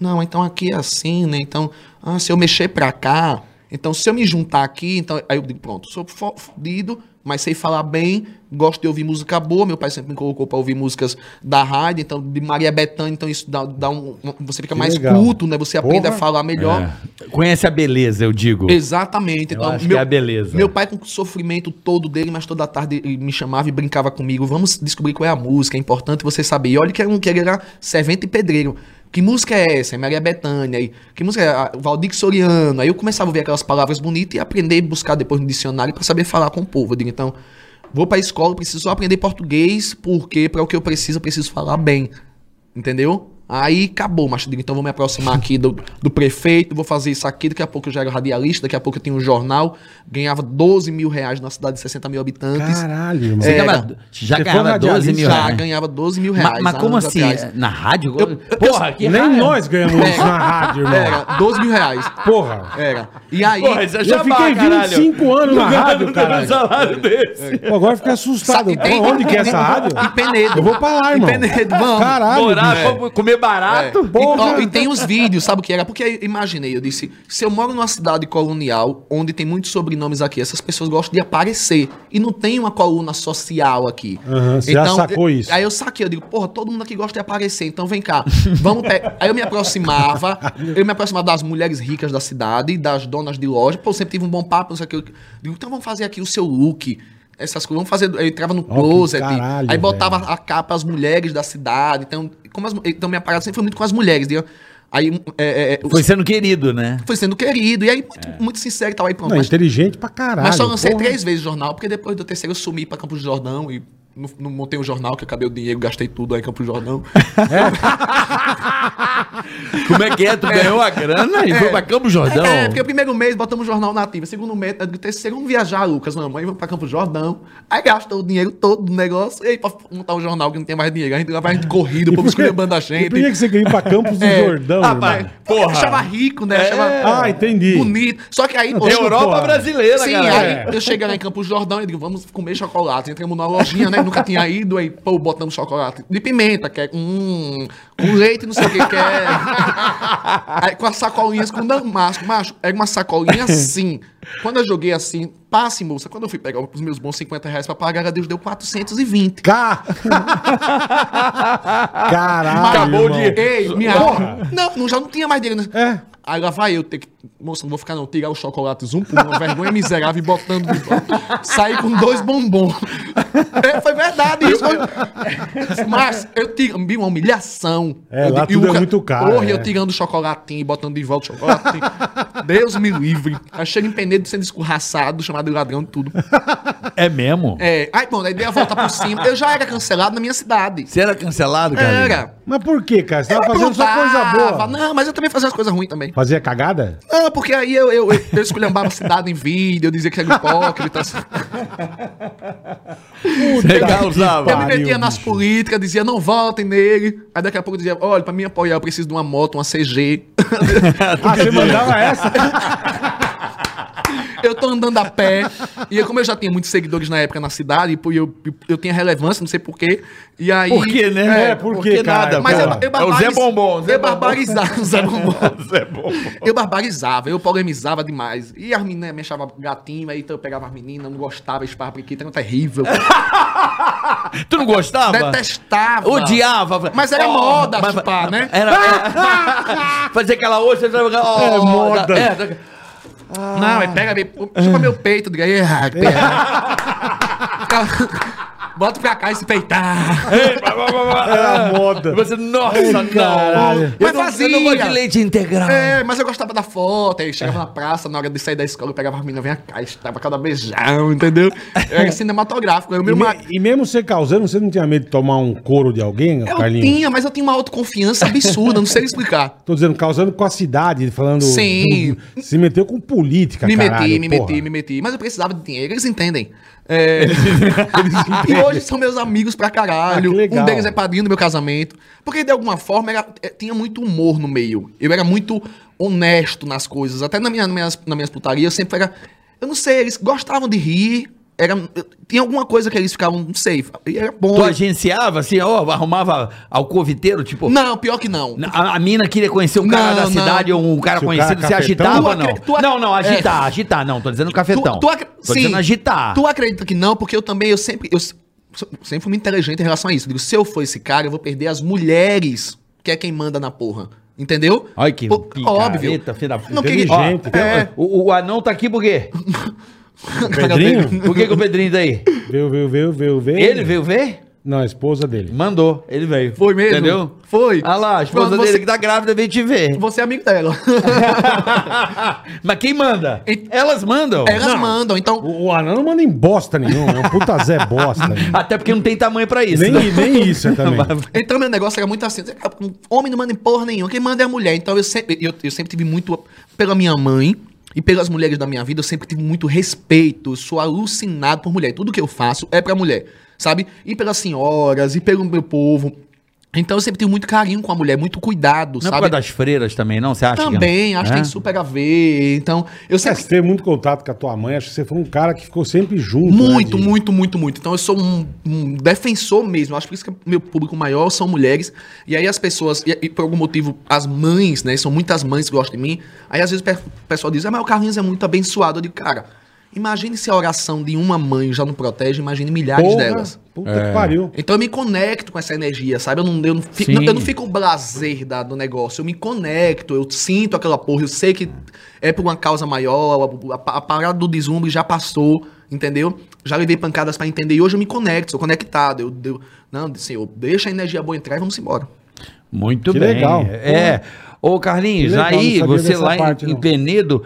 Speaker 3: não, então aqui é assim, né? Então, ah, se eu mexer pra cá, então se eu me juntar aqui, então aí eu digo, pronto, sou fo- fudido, mas sei falar bem, gosto de ouvir música boa, meu pai sempre me colocou pra ouvir músicas da rádio, então de Maria Bethânia, então isso dá, dá um, um- você fica
Speaker 1: Que
Speaker 3: mais
Speaker 1: legal.
Speaker 3: culto, né? Você aprende
Speaker 1: Porra.
Speaker 3: a falar melhor.
Speaker 2: É. Conhece a beleza, eu digo.
Speaker 3: Exatamente. Então,
Speaker 2: Eu acho que é a beleza.
Speaker 3: Meu pai com o sofrimento todo dele, mas toda tarde ele me chamava e brincava comigo. Vamos descobrir qual é a música, é importante você saber. E olha que era um que ele era servente e pedreiro. Que música é essa? É Maria Bethânia. Aí, que música é? Ah, Valdir Soriano. Aí eu começava a ver aquelas palavras bonitas e aprender e buscar depois no dicionário pra saber falar com o povo. Eu digo, então, vou pra escola, preciso só aprender português, porque para o que eu preciso, eu preciso falar bem. Entendeu? Aí acabou, mas eu digo, então vou me aproximar aqui do, do prefeito, vou fazer isso aqui, daqui a pouco eu já era radialista, daqui a pouco eu tinha um jornal, ganhava 12 mil reais numa cidade de 60 mil habitantes.
Speaker 1: Caralho, irmão.
Speaker 2: Você
Speaker 3: É,
Speaker 2: ganhava- já
Speaker 1: Você
Speaker 2: ganhava
Speaker 1: foi
Speaker 2: 12 mil
Speaker 3: já
Speaker 2: reais.
Speaker 3: ganhava 12 mil
Speaker 2: Ma-
Speaker 3: reais.
Speaker 2: Mas,
Speaker 3: há
Speaker 2: como
Speaker 3: anos
Speaker 2: assim?
Speaker 3: atrás.
Speaker 2: Na rádio?
Speaker 1: Porra, que Nem nós ganhamos
Speaker 3: É.
Speaker 1: isso na rádio,
Speaker 2: É.
Speaker 1: irmão.
Speaker 3: Era, 12 mil reais.
Speaker 1: Porra.
Speaker 3: Era. E aí.
Speaker 2: Porra, isso é
Speaker 1: Eu fiquei 25 anos na rádio,
Speaker 2: cara.
Speaker 1: caralho.
Speaker 2: salário desse.
Speaker 1: Pô, agora eu fiquei assustado.
Speaker 3: Sa-
Speaker 1: Pô, onde que é essa rádio?
Speaker 3: Em Penedo.
Speaker 1: Eu vou pra lá,
Speaker 3: Em
Speaker 1: irmão.
Speaker 3: Penedo, vamos.
Speaker 1: Caralho.
Speaker 2: Morar,
Speaker 1: bicho.
Speaker 2: co- comer barato.
Speaker 3: É. E,
Speaker 1: Porra.
Speaker 3: ó, e tem os vídeos, sabe o que era? Porque eu imaginei, eu disse, se eu moro numa cidade colonial, onde tem muitos sobrenomes aqui, essas pessoas gostam de aparecer. E não tem uma coluna social aqui.
Speaker 1: Aham, você já sacou isso.
Speaker 3: Aí eu saquei, eu digo, porra, todo mundo aqui gosta de aparecer, então vem cá. Vamos pe- [laughs] Aí eu me aproximava, eu me aproximava das mulheres ricas da cidade, das donas de loja. Pô, eu sempre tive um bom papo, não sei o que. Eu digo, então vamos fazer aqui o seu look. Essas coisas, vamos fazer. Eu entrava no
Speaker 1: que
Speaker 3: closet,
Speaker 1: caralho,
Speaker 3: aí botava
Speaker 1: velho.
Speaker 3: a capa as mulheres da cidade. Então, como as, mu- então minha parada sempre foi muito com as mulheres. entendeu? Aí é,
Speaker 1: Então,
Speaker 3: é,
Speaker 2: Foi sendo querido, né?
Speaker 3: foi sendo querido. E aí, muito, muito sincero e tal. Aí, pronto,
Speaker 1: Não,
Speaker 3: mas,
Speaker 1: inteligente pra caralho.
Speaker 3: mas só lancei
Speaker 1: porra.
Speaker 3: três vezes o jornal, porque depois do terceiro eu sumi pra Campos do Jordão e não, não montei o jornal, que eu acabei o dinheiro, gastei tudo aí em Campos do Jordão.
Speaker 2: Como é que é? Tu ganhou a grana e foi pra Campo Jordão?
Speaker 3: É, porque primeiro mês botamos o jornal nativo, segundo mês, eh, terceiro vamos viajar, Lucas, mamãe, vamos pra Campo do Jordão. Aí gasta o dinheiro todo do negócio, e aí pra montar o jornal que não tem mais dinheiro, a gente vai de corrido, o povo esculhambando a
Speaker 1: E por que
Speaker 3: gente.
Speaker 1: que você queria ir pra Campos do
Speaker 3: É.
Speaker 1: Jordão,
Speaker 2: Ah,
Speaker 1: irmão?
Speaker 2: pai.
Speaker 3: Porra.
Speaker 2: Porra.
Speaker 3: Achava rico, né? Achava
Speaker 1: Ah, entendi.
Speaker 3: bonito. Só que aí,
Speaker 1: tem
Speaker 3: poxa,
Speaker 1: Europa porra.
Speaker 2: brasileira,
Speaker 3: Sim,
Speaker 2: cara.
Speaker 3: aí eu cheguei lá em Campos do Jordão e digo, vamos comer chocolate. Entramos numa lojinha, né? Nunca tinha ido, aí, pô, botamos chocolate de pimenta, que é hum, com leite, não sei o que
Speaker 2: [laughs]
Speaker 3: que é. Aí com as sacolinhas com damasco, macho, era uma sacolinha assim. Quando eu joguei assim, passe, moça, quando eu fui pegar os meus bons 50 reais pra pagar, Deus deu 420.
Speaker 1: Ca- Caralho.
Speaker 2: Acabou
Speaker 1: irmão.
Speaker 2: de-
Speaker 3: Ei, minha porra! Não, não, já não tinha mais dele, né?
Speaker 1: É.
Speaker 3: Aí lá vai eu ter que. Moça, não vou ficar não. Tirar os chocolates um por um, uma vergonha miserável e botando. Sair com dois bombons. É, foi verdade isso. Foi... Mas eu tive uma humilhação.
Speaker 1: É,
Speaker 3: Eu
Speaker 1: lá
Speaker 3: digo,
Speaker 1: tudo
Speaker 3: e o
Speaker 1: é
Speaker 3: ca-
Speaker 1: muito caro,
Speaker 3: Porra,
Speaker 1: é.
Speaker 3: eu tirando o chocolatinho e botando de volta o chocolatinho. Deus me livre. Aí chega em Penedo sendo escorraçado, chamado de ladrão e tudo.
Speaker 2: É mesmo?
Speaker 3: É, aí pronto, aí dei a volta por cima. Eu já era cancelado na minha cidade.
Speaker 2: Você era cancelado, cara?
Speaker 3: Era.
Speaker 1: Mas por que, cara? Você tava
Speaker 3: Eu
Speaker 1: fazendo só coisa
Speaker 3: aprontava.
Speaker 1: boa.
Speaker 3: Não, mas eu também fazia as coisas ruins também.
Speaker 1: Fazia cagada?
Speaker 3: Não, porque aí eu, eu, eu, eu esculhambava a cidade em vídeo, eu dizia que era hipócrita. assim.
Speaker 2: Legal,
Speaker 3: eu me
Speaker 2: Zava.
Speaker 1: pariu,
Speaker 3: metia nas
Speaker 1: bicho.
Speaker 3: políticas, dizia, não votem nele. Aí daqui a pouco eu dizia, olha, pra me apoiar eu preciso de
Speaker 1: É
Speaker 3: uma moto, uma CG.
Speaker 1: Ah, você mandava essa?
Speaker 3: [laughs] eu tô andando a pé. E como eu já tinha muitos seguidores na época na cidade, e pô, eu, eu, tinha relevância, não sei porquê. E aí.
Speaker 2: Por quê, né?
Speaker 1: É, por quê, cara?
Speaker 3: Mas eu,
Speaker 2: é
Speaker 3: eu
Speaker 2: o Zé
Speaker 3: barbariz-
Speaker 2: Bombom. Zé
Speaker 3: eu
Speaker 2: Bombom.
Speaker 3: barbarizava. Zé Bombom.
Speaker 2: [laughs] Zé Bombom.
Speaker 3: Eu barbarizava, eu polemizava demais. E as meninas né, me achavam gatinho, aí então eu pegava as meninas, não gostava, esparra periquita,
Speaker 1: [laughs]
Speaker 3: era terrível.
Speaker 2: Tu não gostava?
Speaker 3: Detestava.
Speaker 2: Odiava.
Speaker 3: Mas era
Speaker 2: Ó,
Speaker 3: moda
Speaker 2: mas-
Speaker 3: chupar, né?
Speaker 2: Era,
Speaker 3: [laughs]
Speaker 2: era- fazer aquela ostra.
Speaker 1: É moda.
Speaker 2: É,
Speaker 3: Não, aí pega, meu- chupa meu peito, diga aí. ah,
Speaker 1: É.
Speaker 3: pega. Fica- [laughs] Bota pra cá e se peitar.
Speaker 1: [laughs] Era a moda.
Speaker 2: É, [laughs] você, nossa, não.
Speaker 1: caralho.
Speaker 2: Eu
Speaker 3: Mas
Speaker 2: não, Eu não
Speaker 3: fazia.
Speaker 2: gosto de leite integral.
Speaker 3: É, mas eu gostava da foto, aí chegava na praça, na hora de sair da escola, eu pegava as meninas, vinha cá, estava cada beijão, entendeu?
Speaker 1: [laughs]
Speaker 3: Era cinematográfico. Aí o
Speaker 1: E,
Speaker 3: meu
Speaker 1: me-
Speaker 3: ma-
Speaker 1: e mesmo você causando, você não tinha medo de tomar um couro de alguém,
Speaker 3: Eu
Speaker 1: Carlinhos?
Speaker 3: tinha, mas eu tinha uma autoconfiança absurda, não sei explicar.
Speaker 1: Tô dizendo, causando com a cidade, falando.
Speaker 3: Sim.
Speaker 1: Se meteu com política,
Speaker 3: Me
Speaker 1: caralho,
Speaker 3: meti, me
Speaker 1: porra.
Speaker 3: meti,
Speaker 1: [laughs]
Speaker 3: me meti. Mas eu precisava de dinheiro, eles entendem. É... e hoje são meus amigos pra
Speaker 1: Ah,
Speaker 3: caralho.
Speaker 1: que legal.
Speaker 3: um deles é padrinho do meu casamento. Porque de alguma forma era- eh, tinha muito humor no meio. Eu era muito honesto nas coisas. Até na minha, na minhas, nas minhas putarias eu sempre era. Eu não sei, eles gostavam de rir. Era, eu- tinha alguma coisa que eles ficavam, não sei. E era bom.
Speaker 2: Tu agenciava assim, ó, arrumava alcoviteiro, tipo.
Speaker 3: Não, pior que não.
Speaker 2: A, a mina queria conhecer um cara
Speaker 3: Não,
Speaker 2: da
Speaker 3: não.
Speaker 2: cidade ou um cara
Speaker 1: Se o cara é
Speaker 2: conhecido, você
Speaker 1: cafetão?
Speaker 2: agitava,
Speaker 3: Tu acre-
Speaker 2: não?
Speaker 3: tu acre-
Speaker 2: Não, não, agitar, agitar, não, tô dizendo cafetão.
Speaker 3: Tu, tu acre-
Speaker 2: Tô
Speaker 3: sim.
Speaker 2: dizendo agitar.
Speaker 3: Tu acredita que não? Porque eu também, eu sempre, eu s- sempre fui muito inteligente em relação a isso. Eu digo, se eu for esse cara, eu vou perder as mulheres, que é quem manda na porra. Entendeu?
Speaker 2: Olha que
Speaker 3: Pô,
Speaker 2: picareta,
Speaker 3: óbvio.
Speaker 2: filho da puta.
Speaker 3: Não queria-
Speaker 1: Inteligente.
Speaker 2: Ó, é, o, o anão tá aqui por quê?
Speaker 1: O Pedrinho?
Speaker 2: Por que, que o Pedrinho tá aí?
Speaker 1: Veio, veio, veio, veio, veio.
Speaker 2: Ele veio ver?
Speaker 1: Não, a esposa dele.
Speaker 2: Mandou, ele veio.
Speaker 3: Foi mesmo?
Speaker 2: Entendeu?
Speaker 3: Foi.
Speaker 2: Ah lá, a esposa
Speaker 3: Foi, você-
Speaker 2: dele que tá grávida veio te ver. [laughs]
Speaker 3: [laughs] Você é amigo dela.
Speaker 2: Mas quem manda?
Speaker 3: E-
Speaker 2: Elas mandam.
Speaker 3: [laughs] Elas
Speaker 1: Não.
Speaker 3: mandam, então.
Speaker 1: O, o Anão não manda em bosta nenhuma, é um puta Zé bosta. né?
Speaker 2: Até porque não tem tamanho pra isso.
Speaker 1: nem,
Speaker 2: né? [laughs]
Speaker 1: nem isso é também.
Speaker 3: Então meu negócio era muito assim, homem não manda em porra nenhuma, quem manda é a mulher. Então eu sempre, eu, eu sempre tive muito, pela minha mãe e pelas mulheres da minha vida, eu sempre tive muito respeito, eu sou alucinado por mulher. Tudo que eu faço é pra mulher, sabe? E pelas senhoras, e pelo meu povo. Então eu sempre tive muito carinho com a mulher, muito
Speaker 2: Não
Speaker 3: cuidado,
Speaker 2: é por causa
Speaker 3: sabe?
Speaker 2: das freiras também, não? Você acha que-
Speaker 3: Também, acho que
Speaker 2: É?
Speaker 3: tem super a ver. Então, eu
Speaker 1: Você
Speaker 3: sempre...
Speaker 1: teve muito contato com a tua mãe, acho que você foi um cara que ficou sempre junto.
Speaker 3: Muito,
Speaker 1: né, de-
Speaker 3: muito, muito, muito. Então eu sou um, um defensor mesmo. Eu Acho por isso que meu público maior são mulheres. E aí as pessoas, e, e por algum motivo, as mães, né? São muitas mães que gostam de mim. Aí às vezes o pe- o pessoal diz, ah, mas o Carlinhos é muito abençoado. Eu digo, cara, imagine se a oração de uma mãe já não protege, imagine milhares
Speaker 1: Porra,
Speaker 3: delas.
Speaker 1: Puta que pariu.
Speaker 3: Então eu me conecto com essa energia, sabe? Eu não, eu não, fico,
Speaker 2: Sim.
Speaker 3: não- eu não fico o blazer da- do negócio. Eu me conecto, eu sinto aquela porra, eu sei que é por uma causa maior, a, a- a parada do deslumbre já passou, entendeu? Já levei pancadas pra entender e hoje eu me conecto, sou conectado. Eu, eu, não, senhor, deixa a energia boa entrar e vamos embora.
Speaker 2: Muito
Speaker 1: Que
Speaker 2: bem.
Speaker 1: legal.
Speaker 2: É. Ô, Carlinhos,
Speaker 1: Que legal,
Speaker 2: aí
Speaker 1: não sabia
Speaker 2: você
Speaker 1: dessa
Speaker 2: lá em-
Speaker 1: parte,
Speaker 2: em,
Speaker 1: não.
Speaker 2: Penedo,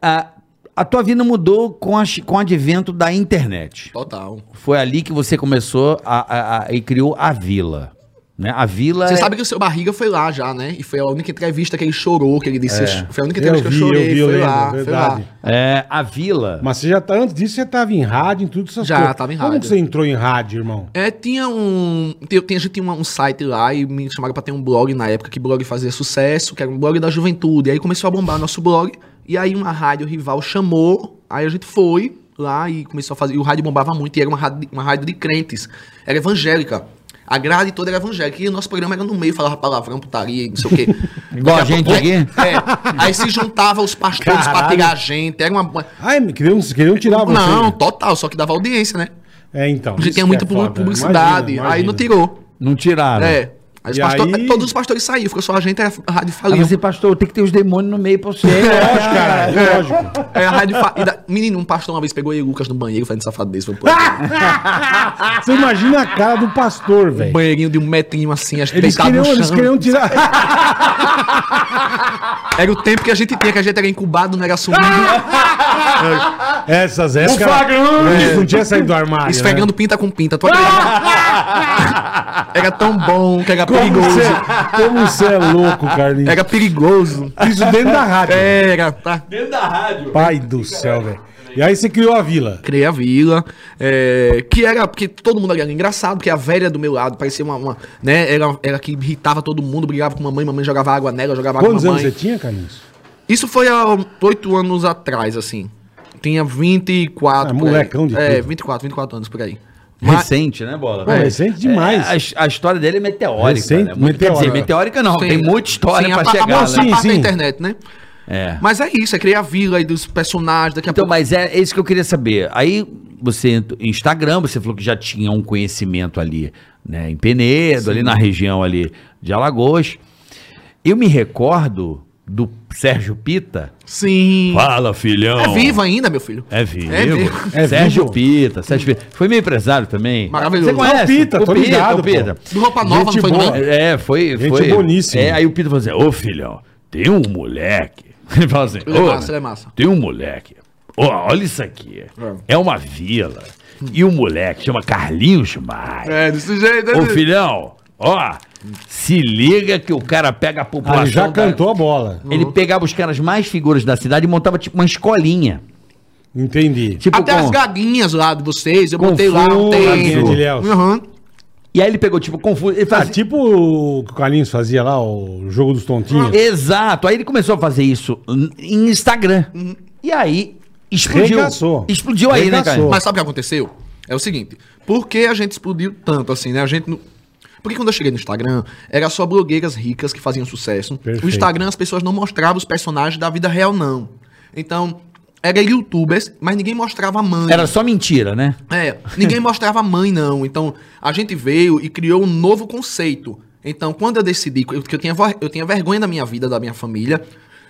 Speaker 2: a, a tua vida mudou com, a, chi- com o advento da internet.
Speaker 3: Total.
Speaker 2: Foi ali que você começou a, a- a- e criou a Vila. Né? A Vila.
Speaker 3: Você
Speaker 2: é-
Speaker 3: sabe que o seu barriga foi lá já, né? E foi a única entrevista que ele chorou, que ele disse. Foi a única
Speaker 1: É. Eu vi,
Speaker 3: entrevista que eu
Speaker 1: eu
Speaker 3: chorei,
Speaker 1: vi, eu
Speaker 3: foi,
Speaker 1: lembro,
Speaker 3: lá, foi lá.
Speaker 1: verdade.
Speaker 2: É, a Vila.
Speaker 1: Mas você já tá, antes disso, você tava em rádio, em tudo essas
Speaker 3: Já, tava em
Speaker 1: Como
Speaker 3: rádio.
Speaker 1: que você entrou em rádio, irmão?
Speaker 3: É, tinha um. tem- tem- a gente tinha um, um site lá e me chamaram pra ter um blog na época que blog fazia sucesso, que era um blog da juventude. Aí começou a bombar nosso blog. E aí uma rádio rival chamou, aí a gente foi lá e começou a fazer. E o rádio bombava muito, e era uma rádio, uma rádio de crentes. Era evangélica. A grade toda era evangélica. E o nosso programa era no meio, falava palavrão, putaria, não sei o quê.
Speaker 2: [laughs] Igual a
Speaker 3: Daqui
Speaker 2: gente
Speaker 3: pouco-
Speaker 2: aqui?
Speaker 3: É. Aí se juntava os pastores
Speaker 1: Caralho.
Speaker 3: pra tirar a gente. Era uma.
Speaker 1: Ai, me- queriam, queriam tirar você. né?
Speaker 3: Não, total, só que dava audiência, né?
Speaker 1: É, então.
Speaker 3: A gente
Speaker 1: isso
Speaker 3: tinha
Speaker 1: que
Speaker 3: muita
Speaker 1: é foda.
Speaker 3: publicidade.
Speaker 1: Imagina,
Speaker 3: Aí
Speaker 1: imagina.
Speaker 3: não tirou.
Speaker 2: Não tiraram.
Speaker 3: É. Aí os
Speaker 1: E
Speaker 3: pasto-
Speaker 1: aí-
Speaker 3: Todos os pastores saíram, ficou só a gente, a rádio
Speaker 2: Aí
Speaker 3: faliu.
Speaker 2: você, pastor, tem que ter os demônios no meio
Speaker 1: [laughs]
Speaker 2: pra você. É
Speaker 1: É Lógico, cara, é lógico.
Speaker 3: [laughs] Aí É, a rádio fa... e da- Menino, um pastor uma vez pegou eu e o Lucas no banheiro fazendo safadez. Foi pro
Speaker 1: Você imagina a cara do pastor,
Speaker 3: um
Speaker 1: velho.
Speaker 3: banheirinho de um metrinho assim, acho que
Speaker 1: Eles
Speaker 3: deitado
Speaker 1: queriam,
Speaker 3: no
Speaker 1: eles
Speaker 3: chão.
Speaker 1: queriam
Speaker 3: [laughs]
Speaker 1: tirar.
Speaker 3: Era o tempo que a gente tinha, que a gente era incubado, não
Speaker 1: [laughs]
Speaker 3: era assumido,
Speaker 1: Essas, essas. cara, Eles não tinham saído do armário. né?
Speaker 3: esfregando pinta com pinta. Tu acredita? era tão bom que era
Speaker 1: Né? Como,
Speaker 3: perigoso.
Speaker 1: você, como você é louco, Carlinhos.
Speaker 3: Era perigoso.
Speaker 1: Isso dentro da rádio.
Speaker 3: Era, tá?
Speaker 2: Dentro da rádio.
Speaker 1: É. Pai do céu, velho. E aí você criou a vila.
Speaker 3: Criei a vila, é, que era, porque todo mundo ali era engraçado, porque a velha do meu lado parecia uma, uma, né, era, era que irritava todo mundo, brigava com mamãe, mamãe jogava água nela, jogava água
Speaker 1: Quantos
Speaker 3: com
Speaker 1: anos você
Speaker 3: mamãe.
Speaker 1: tinha, Carlinhos?
Speaker 3: Isso foi há oito anos atrás, assim. tinha 24.
Speaker 1: Ah,
Speaker 3: por aí.
Speaker 1: molecão de
Speaker 3: É,
Speaker 1: tudo.
Speaker 3: 24, 24 anos por aí. Mas,
Speaker 2: Recente, né, Bola?
Speaker 1: Pô, recente demais.
Speaker 2: É, a his- a, história dele é meteórica.
Speaker 1: Recente,
Speaker 2: né? Muito- Quer
Speaker 1: meteórica.
Speaker 2: dizer, meteórica não,
Speaker 3: Sim.
Speaker 2: tem muita história
Speaker 3: assim, Sim,
Speaker 2: pra
Speaker 3: a, pa-
Speaker 2: chegar.
Speaker 3: a,
Speaker 1: Sim,
Speaker 2: né?
Speaker 3: sim,
Speaker 1: sim.
Speaker 3: da internet, né?
Speaker 2: É.
Speaker 3: Mas é isso, é criar a vila aí dos personagens, daqui a
Speaker 2: Então,
Speaker 3: pouco.
Speaker 2: mas é, é isso que eu queria saber. Aí você entra em Instagram, você falou que já tinha um conhecimento ali, né? Em Penedo, ali na região ali de Alagoas. Eu me recordo do Sérgio Pita.
Speaker 3: Sim.
Speaker 2: Fala, filhão.
Speaker 3: É vivo ainda, meu filho.
Speaker 2: É vivo.
Speaker 3: É vivo.
Speaker 1: É
Speaker 2: Sérgio
Speaker 1: vivo.
Speaker 2: Pita, Sérgio Pita. Foi meu empresário também.
Speaker 3: Maravilhoso.
Speaker 2: Você conhece?
Speaker 1: É o Pita, tô ligado,
Speaker 2: o Pita.
Speaker 1: pô.
Speaker 3: Do Roupa Nova,
Speaker 1: Gente
Speaker 3: não foi
Speaker 1: boa.
Speaker 3: não?
Speaker 2: É, foi.
Speaker 1: Gente
Speaker 2: foi
Speaker 1: boníssima.
Speaker 2: É, aí o Pita falou assim: Ô filhão, tem um moleque. [laughs] Ele fala assim:
Speaker 3: Ele é
Speaker 2: "Ô,
Speaker 3: massa, ele é massa."
Speaker 2: Tem um moleque. Ó, olha isso aqui. É uma vila. E o moleque chama Carlinhos Maia.
Speaker 3: É, desse jeito. né?
Speaker 2: Ô filhão, ó, se liga que o cara pega a
Speaker 1: Ah,
Speaker 2: população.
Speaker 1: ele já
Speaker 3: um
Speaker 2: da-
Speaker 1: cantou a bola.
Speaker 3: Uhum.
Speaker 2: Ele pegava os caras mais figuras da cidade e montava tipo uma escolinha.
Speaker 1: Entendi.
Speaker 2: Tipo,
Speaker 3: Até
Speaker 2: com-
Speaker 3: as gaguinhas lá de vocês, eu botei lá
Speaker 2: Confuso,
Speaker 3: um
Speaker 1: Gaguinha de
Speaker 3: tempo.
Speaker 1: Léo.
Speaker 3: Uhum.
Speaker 2: E aí ele pegou, tipo, confuso. Ele
Speaker 1: Ah,
Speaker 3: assim-
Speaker 2: fazia...
Speaker 1: tipo o que o Carlinhos fazia lá, o jogo dos
Speaker 3: Ah,
Speaker 1: tontinhos.
Speaker 2: Exato. Aí ele começou a fazer isso n- em Instagram. E aí explodiu.
Speaker 1: Regaçou.
Speaker 2: Explodiu aí,
Speaker 1: Regaçou.
Speaker 2: né, cara?
Speaker 3: Mas sabe o que aconteceu? É o seguinte, por que a gente explodiu tanto assim, né? A gente não... Porque quando eu cheguei no Instagram, era só blogueiras ricas que faziam sucesso.
Speaker 1: Perfeito.
Speaker 3: No Instagram as pessoas não mostravam os personagens da vida real, não. Então, era youtubers, mas ninguém mostrava a mãe.
Speaker 2: Era só mentira, né?
Speaker 3: É, ninguém [laughs] mostrava a mãe, não. Então, a gente veio e criou um novo conceito. Então, quando eu decidi, que eu- que eu tinha, vo- eu tinha vergonha da minha vida, da minha família,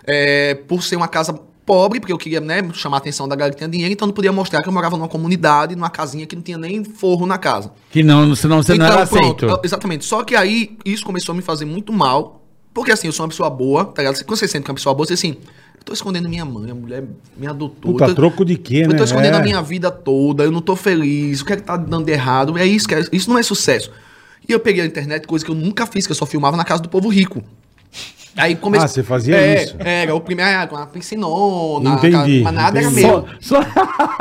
Speaker 3: é, por ser uma casa pobre, porque eu queria né, chamar a atenção da galera que tinha dinheiro, então eu não podia mostrar que eu morava numa comunidade, numa casinha que não tinha nem forro na casa.
Speaker 2: Que não, senão você não era
Speaker 3: Então, pronto,
Speaker 2: aceito.
Speaker 3: eu- Exatamente. Só que aí, isso começou a me fazer muito mal, porque assim, eu sou uma pessoa boa, tá ligado? Quando você sente que é uma pessoa boa, você assim, eu tô escondendo minha mãe, a mulher me adotou.
Speaker 1: Puta,
Speaker 3: eu tô-
Speaker 1: troco de quê, né?
Speaker 3: eu tô escondendo
Speaker 1: É.
Speaker 3: a minha vida toda, eu não tô feliz, o que é que tá dando de errado? É isso, que é- isso não é sucesso. E eu peguei a internet, coisa que eu nunca fiz, que eu só filmava na casa do povo rico. Aí comecei.
Speaker 1: Ah, você fazia
Speaker 3: É,
Speaker 1: isso.
Speaker 3: Era o primeiro, ah, com a piscinona,
Speaker 1: Entendi,
Speaker 3: cara, mas nada
Speaker 1: entendi.
Speaker 3: era meu.
Speaker 2: Só...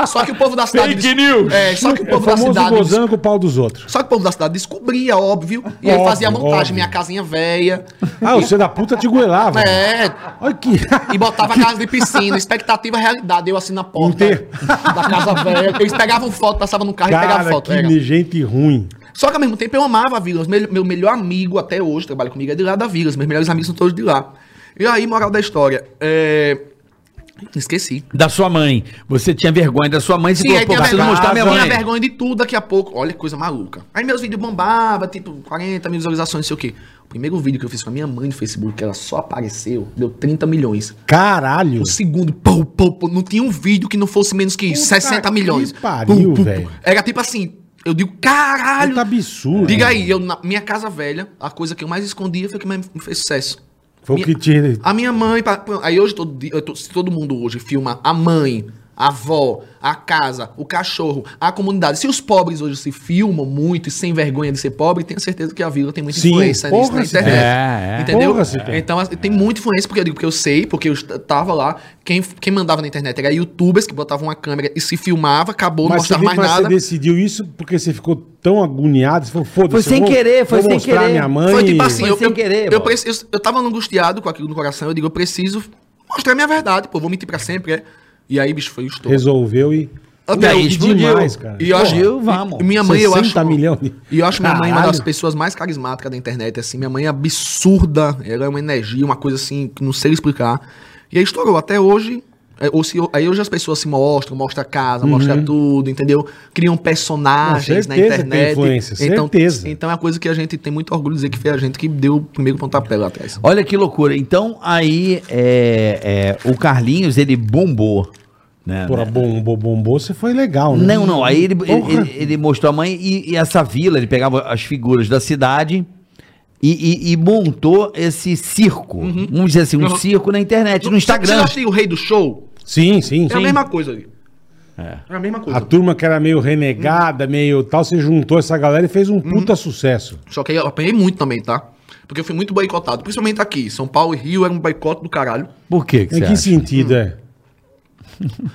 Speaker 3: Só que o povo da cidade.
Speaker 2: Fake news!
Speaker 3: É, só que o
Speaker 1: É o
Speaker 3: povo da
Speaker 1: famoso
Speaker 3: cidade.
Speaker 1: gozando com o pau dos outros.
Speaker 3: Só que o povo da cidade descobria, óbvio. E aí
Speaker 1: Óbvio,
Speaker 3: fazia a montagem,
Speaker 1: óbvio.
Speaker 3: minha casinha velha.
Speaker 1: Ah, você da puta te goelava.
Speaker 3: É.
Speaker 1: Olha que...
Speaker 3: E botava a casa de piscina, expectativa realidade. Eu assim na porta
Speaker 1: Entendi.
Speaker 3: da casa velha. Eles pegavam foto, passavam no carro e pegavam
Speaker 1: [laughs] Cara,
Speaker 3: foto.
Speaker 1: que
Speaker 3: era.
Speaker 1: ni- gente ruim.
Speaker 3: Só que ao mesmo tempo eu amava a Vilas. Meu, meu melhor amigo até hoje, trabalha comigo, é de lá da Vilas. Meus melhores amigos são todos de lá. E aí, moral da história. É... Esqueci.
Speaker 2: Da sua mãe. Você tinha vergonha da sua mãe, você
Speaker 3: Sim, aí
Speaker 2: pô,
Speaker 3: tinha
Speaker 2: preciso
Speaker 3: vergonha,
Speaker 2: mostrar minha
Speaker 3: tinha
Speaker 2: mãe.
Speaker 3: vergonha de tudo daqui a pouco. Olha que coisa maluca. Aí meus vídeos bombavam, tipo 40 mil visualizações, não sei o quê. O primeiro vídeo que eu fiz com a minha mãe no Facebook, que ela só apareceu, deu 30 milhões.
Speaker 1: Caralho.
Speaker 3: O segundo, pô, pô, pô, não tinha um vídeo que não fosse menos que isso,
Speaker 1: Puta
Speaker 3: 60
Speaker 1: que
Speaker 3: milhões.
Speaker 1: pariu,
Speaker 3: Pum, pum, pum.
Speaker 1: velho.
Speaker 3: Era tipo assim, eu digo, caralho,
Speaker 1: Puta absurdo.
Speaker 3: Diga aí, eu, na minha casa velha, a coisa que eu mais escondia foi o que mais me fez sucesso.
Speaker 1: Foi o
Speaker 3: Minha-
Speaker 1: que te...
Speaker 3: A minha mãe. pa- pa- Aí hoje, todo, dia- eu tô- se todo mundo hoje filma a mãe, a avó, a casa, o cachorro, a comunidade. Se os pobres hoje se filmam muito e sem vergonha de ser pobre, tenho certeza que a vila tem muita
Speaker 1: Sim,
Speaker 3: influência nisso
Speaker 1: porra,
Speaker 3: na
Speaker 1: se
Speaker 3: internet.
Speaker 2: tem. É, é.
Speaker 3: Entendeu?
Speaker 1: Porra, se tem.
Speaker 3: então assim, tem muita influência, porque eu digo, porque eu sei, porque eu est- tava lá. Quem, quem mandava na internet era youtubers que botavam uma câmera e se filmava, acabou, não
Speaker 1: Mas, você,
Speaker 3: mostrava mais
Speaker 1: mas você
Speaker 3: nada.
Speaker 1: decidiu isso porque você ficou tão agoniado? Você falou, foda-se,
Speaker 2: Foi sem
Speaker 1: eu
Speaker 2: querer, foi sem
Speaker 1: mostrar
Speaker 2: querer.
Speaker 1: minha mãe.
Speaker 3: Foi tipo assim,
Speaker 2: Foi
Speaker 3: eu,
Speaker 2: sem
Speaker 3: eu,
Speaker 2: querer,
Speaker 3: eu,
Speaker 2: Bola.
Speaker 3: preci- eu, eu tava angustiado com aquilo no coração, eu digo, eu preciso mostrar minha verdade, pô, vou mentir pra sempre, é. E aí, bicho, foi estou.
Speaker 1: Resolveu e...
Speaker 3: Até
Speaker 1: Pô,
Speaker 3: aí,
Speaker 1: que
Speaker 2: explodiu.
Speaker 1: demais, cara.
Speaker 3: E eu acho,
Speaker 2: Porra, vamos.
Speaker 3: e minha mãe, eu acho.
Speaker 1: 60 milhões de-
Speaker 3: E eu acho minha mãe uma
Speaker 1: Caralho.
Speaker 3: das pessoas mais carismáticas da internet, assim, minha mãe é absurda, ela é uma energia, uma coisa assim, que não sei explicar. E aí estourou, até hoje, é, ou se, aí hoje as pessoas se mostram, mostram a casa, mostram tudo, entendeu? Criam personagens
Speaker 1: Uhum. Com
Speaker 3: na
Speaker 1: certeza tem
Speaker 3: internet.
Speaker 1: influência,
Speaker 3: então,
Speaker 1: certeza.
Speaker 3: Então é uma coisa que a gente tem muito orgulho de dizer que foi a gente que deu o primeiro pontapé lá atrás.
Speaker 2: Olha que loucura. Então, aí é, é, o Carlinhos, ele bombou. Né?
Speaker 1: Porra, bombou, bombou, você foi legal, né?
Speaker 2: Não, não. Aí ele, ele-
Speaker 1: Porra.
Speaker 2: ele- ele mostrou a mãe e, e essa vila, ele pegava as figuras da cidade e, e- e montou esse circo. Vamos dizer assim, um
Speaker 3: Uhum.
Speaker 2: circo na internet, no
Speaker 3: Você
Speaker 2: Instagram.
Speaker 3: já assistiu o Rei do Show?
Speaker 1: Sim, sim.
Speaker 3: É a mesma coisa ali.
Speaker 2: É.
Speaker 3: É a mesma coisa.
Speaker 1: A turma que era meio renegada, meio tal, você juntou essa galera e fez um
Speaker 3: Hum.
Speaker 1: puta sucesso.
Speaker 3: Só que aí eu apanhei muito também, tá? Porque eu fui muito boicotado, principalmente aqui. São Paulo e Rio era um boicote do caralho.
Speaker 2: Por quê? que
Speaker 1: Em
Speaker 2: você
Speaker 1: que
Speaker 2: acha?
Speaker 3: Hum.
Speaker 1: sentido é?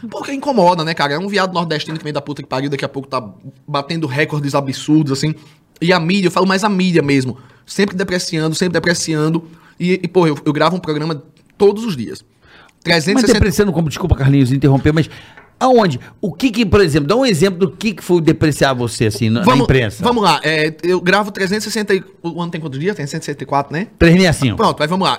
Speaker 3: Porque incomoda, né, cara? É um viado nordestino que vem da puta que pariu, daqui a pouco tá batendo recordes absurdos, assim. E a mídia, eu falo mais a mídia mesmo. Sempre depreciando, sempre depreciando. E, e porra, eu, eu gravo um programa todos os dias.
Speaker 2: Mas
Speaker 3: 360
Speaker 2: depreciando como, desculpa, Carlinhos, interromper, mas Aonde? O que que, por exemplo, dá um exemplo do que que foi depreciar você, assim, na, na
Speaker 3: Vamos,
Speaker 2: imprensa.
Speaker 3: vamos lá, é, eu gravo 360. e- O ano tem quantos dias? Tem 164, né?
Speaker 2: 365.
Speaker 3: Pronto, mas vamos lá.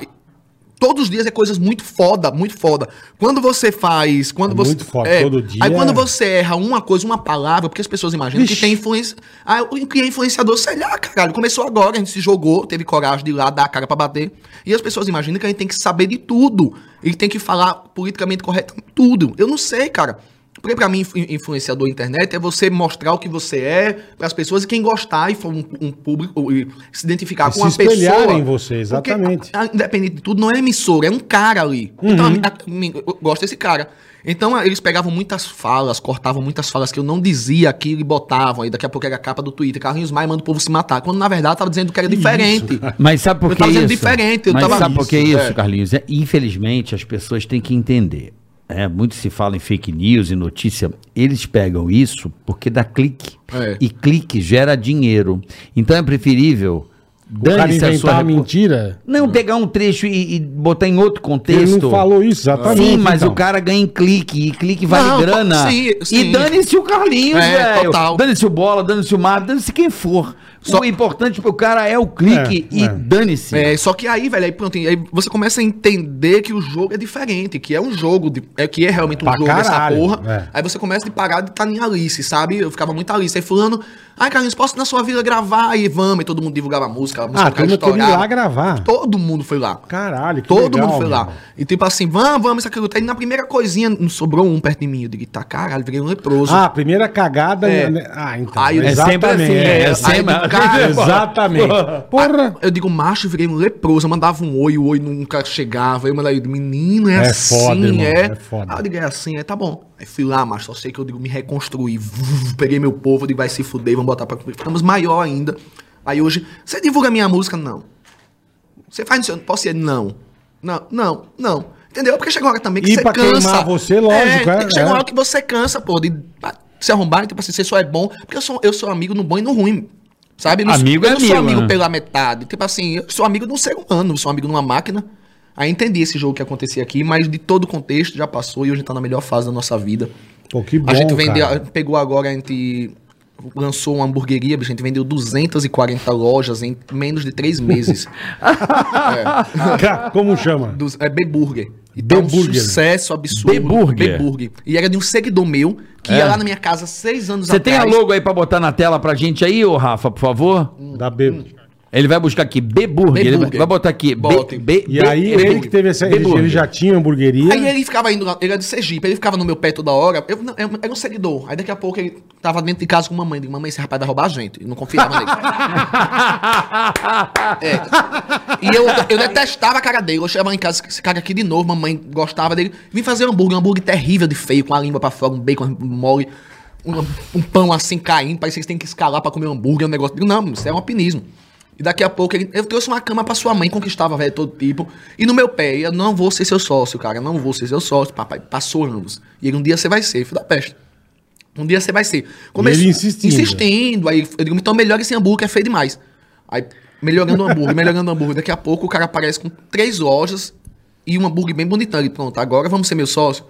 Speaker 3: Todos os dias é coisas muito foda, muito foda. Quando você faz. Quando
Speaker 1: É
Speaker 3: você,
Speaker 1: muito foda, todo dia. é.
Speaker 3: Aí quando você erra uma coisa, uma palavra, porque as pessoas imaginam
Speaker 2: Vixe.
Speaker 3: que tem influência. Ah, o que é influenciador, sei lá, caralho. Começou agora, a gente se jogou, teve coragem de ir lá dar a cara pra bater. E as pessoas imaginam que a gente tem que saber de tudo. E tem que falar politicamente correto em tudo. Eu não sei, cara. Porque pra mim, influ- influenciador internet é você mostrar o que você é pras pessoas e quem gostar e for um, um público e se identificar
Speaker 1: E
Speaker 3: Ah, com
Speaker 1: É se
Speaker 3: uma
Speaker 1: espelhar
Speaker 3: pessoa.
Speaker 1: em você,
Speaker 3: Porque
Speaker 1: exatamente.
Speaker 3: a- independente de tudo, não é emissora, é um cara ali. Então, a mi- a- mi- eu gosto desse cara. Então, a- eles pegavam muitas falas, cortavam muitas falas que eu não dizia aqui e botavam. Aí daqui a pouco era a capa do Twitter, Carlinhos Maia manda o povo se matar. Quando, na verdade, eu tava dizendo que era diferente.
Speaker 2: Mas sabe por
Speaker 3: Eu
Speaker 2: que
Speaker 3: tava
Speaker 2: isso?
Speaker 3: sendo diferente, eu
Speaker 2: Mas
Speaker 3: tava-
Speaker 2: sabe por que
Speaker 3: Isso,
Speaker 2: isso,
Speaker 3: é.
Speaker 2: Carlinhos? É, infelizmente, as pessoas têm que entender. É, muito se fala em fake news e notícia. Eles pegam isso porque dá clique.
Speaker 3: É.
Speaker 2: E clique gera dinheiro. Então é preferível
Speaker 1: O cara
Speaker 2: dane-se a sua...
Speaker 1: inventar uma
Speaker 2: repo-
Speaker 1: mentira.
Speaker 2: Não pegar um trecho e, e botar em outro contexto.
Speaker 1: Ele não falou isso, exatamente.
Speaker 2: Sim, mas
Speaker 1: então.
Speaker 2: o cara ganha em clique, e clique vale
Speaker 3: Não,
Speaker 2: grana.
Speaker 3: sim,
Speaker 2: E
Speaker 3: sim.
Speaker 2: dane-se o Carlinhos,
Speaker 3: É,
Speaker 2: velho.
Speaker 3: total.
Speaker 2: Dane-se o Bola, dane-se o Mar, dane-se quem for.
Speaker 3: Só-
Speaker 2: O importante pro cara é o clique
Speaker 1: É,
Speaker 2: e
Speaker 1: é.
Speaker 2: dane-se.
Speaker 3: É, só que aí, velho, aí, pronto, aí você começa a entender que o jogo é diferente, que é um jogo, de- é, que é realmente um
Speaker 1: Pra
Speaker 3: jogo
Speaker 1: caralho,
Speaker 3: dessa porra.
Speaker 1: é.
Speaker 3: Aí você começa de parar de estar em Alice, sabe? Eu ficava muito Alice. Aí fulano, ai, Carlinhos, posso ir na sua vila gravar? E vamos, e todo mundo divulgava a música, a música
Speaker 1: Ah, a turma teve
Speaker 3: estourava.
Speaker 1: lá gravar.
Speaker 3: Todo mundo foi lá.
Speaker 1: Caralho, que
Speaker 3: Todo
Speaker 1: legal,
Speaker 3: mundo foi lá.
Speaker 1: meu.
Speaker 3: E tipo assim, vamos, vamos, isso, aquilo. Aí na primeira coisinha, não sobrou um perto de mim. Eu digo, tá, caralho, virei um leproso.
Speaker 1: Ah, a primeira cagada.
Speaker 3: É.
Speaker 1: né? Ah, então.
Speaker 3: Aí- É
Speaker 2: sempre assim,
Speaker 1: é.
Speaker 2: é,
Speaker 3: Aí,
Speaker 2: sempre-
Speaker 3: cara,
Speaker 1: [laughs] Exatamente. [laughs] Porra.
Speaker 3: Eu digo, macho, eu virei um leproso. Eu mandava um oi, o oi nunca chegava. Aí eu mandava, menino, é,
Speaker 1: É
Speaker 3: assim,
Speaker 1: foda, irmão,
Speaker 3: é.
Speaker 1: é foda.
Speaker 3: Aí eu digo, é assim, é, tá bom. Aí fui lá, macho, só sei que eu digo, me reconstruí. [laughs] Vuf, Peguei meu povo, eu digo, vai se fuder, vamos botar pra... Ficamos maior ainda. Aí hoje, você divulga minha música? Não. Você faz no seu... Posso ir? Não. Não, não, não. Entendeu? É Porque chega uma hora também que
Speaker 1: E
Speaker 3: você
Speaker 1: pra
Speaker 3: cansa.
Speaker 1: queimar você, lógico, é,
Speaker 3: Chega
Speaker 1: é.
Speaker 3: uma hora que você cansa, pô, de ah, se arrombar. Então, assim, você só é bom... Porque eu sou, eu sou amigo no bom e no ruim. Sabe? Eu não-
Speaker 2: Amigo
Speaker 3: eu
Speaker 2: é
Speaker 3: não sou
Speaker 2: amigo,
Speaker 3: amigo
Speaker 2: né?
Speaker 3: pela pela metade. Tipo assim, eu sou amigo de um ser humano, eu sou amigo de uma máquina. Aí entendi esse jogo que acontecia aqui, mas de todo o contexto já passou e hoje tá na melhor fase da nossa vida.
Speaker 1: Pô, que bom,
Speaker 3: a gente vendeu,
Speaker 1: cara.
Speaker 3: pegou agora, a gente lançou uma hamburgueria, bicho, a gente vendeu 240 lojas em menos de três meses.
Speaker 2: [laughs]
Speaker 3: É.
Speaker 1: Ca- [laughs] Como chama?
Speaker 3: Dos- é B-Burger. E tá um
Speaker 1: B-Burger.
Speaker 3: sucesso absurdo.
Speaker 2: B-Burger.
Speaker 3: B-Burger. E era de um seguidor meu que ia lá na minha casa seis
Speaker 2: [laughs]
Speaker 3: anos
Speaker 2: É. Você tem a
Speaker 3: atrás.
Speaker 2: logo aí pra botar na tela pra gente aí, ô Rafa, por favor?
Speaker 1: Da
Speaker 3: Hum.
Speaker 1: B.
Speaker 2: Ele vai buscar aqui B-Burger. Ele vai,
Speaker 3: B-Burger.
Speaker 2: vai botar aqui
Speaker 3: Botem.
Speaker 1: E aí, ele que teve essa. Ele,
Speaker 2: B-Burger.
Speaker 1: ele já tinha hamburgueria.
Speaker 3: Aí ele ficava indo, lá- ele era de Sergipe, ele ficava no meu pé toda hora. Eu, não, eu- era um seguidor. Aí daqui a pouco ele tava dentro de casa com mamãe. Digo, mamãe, esse rapaz vai roubar a gente. Eu não confiava
Speaker 2: [laughs]
Speaker 3: nele. É. E eu, eu detestava a cara dele. Eu chegava em casa, esse cara aqui de novo, mamãe gostava dele. Vim fazer um hambúrguer, um hambúrguer terrível de feio, com a língua pra fora, um bacon mole, um, um pão assim caindo, parece que vocês têm que escalar pra comer hambúrguer, é um negócio. Digo, não, isso é um alpinismo. E daqui a pouco ele, eu trouxe uma cama pra sua mãe, conquistava velho todo tipo. E no meu pé, eu não vou ser seu sócio, cara, não vou ser seu sócio, papai. Passou anos. E ele, um dia você vai ser, filho da peste. Um dia você vai ser. Comece-
Speaker 1: ele insistindo.
Speaker 3: Insistindo. Aí eu digo, então melhora esse hambúrguer, é feio demais. Aí, melhorando o hambúrguer, melhorando o hambúrguer. Daqui a pouco o cara aparece com três lojas e um hambúrguer bem bonitão. Ele, pronto, agora vamos ser meu sócio.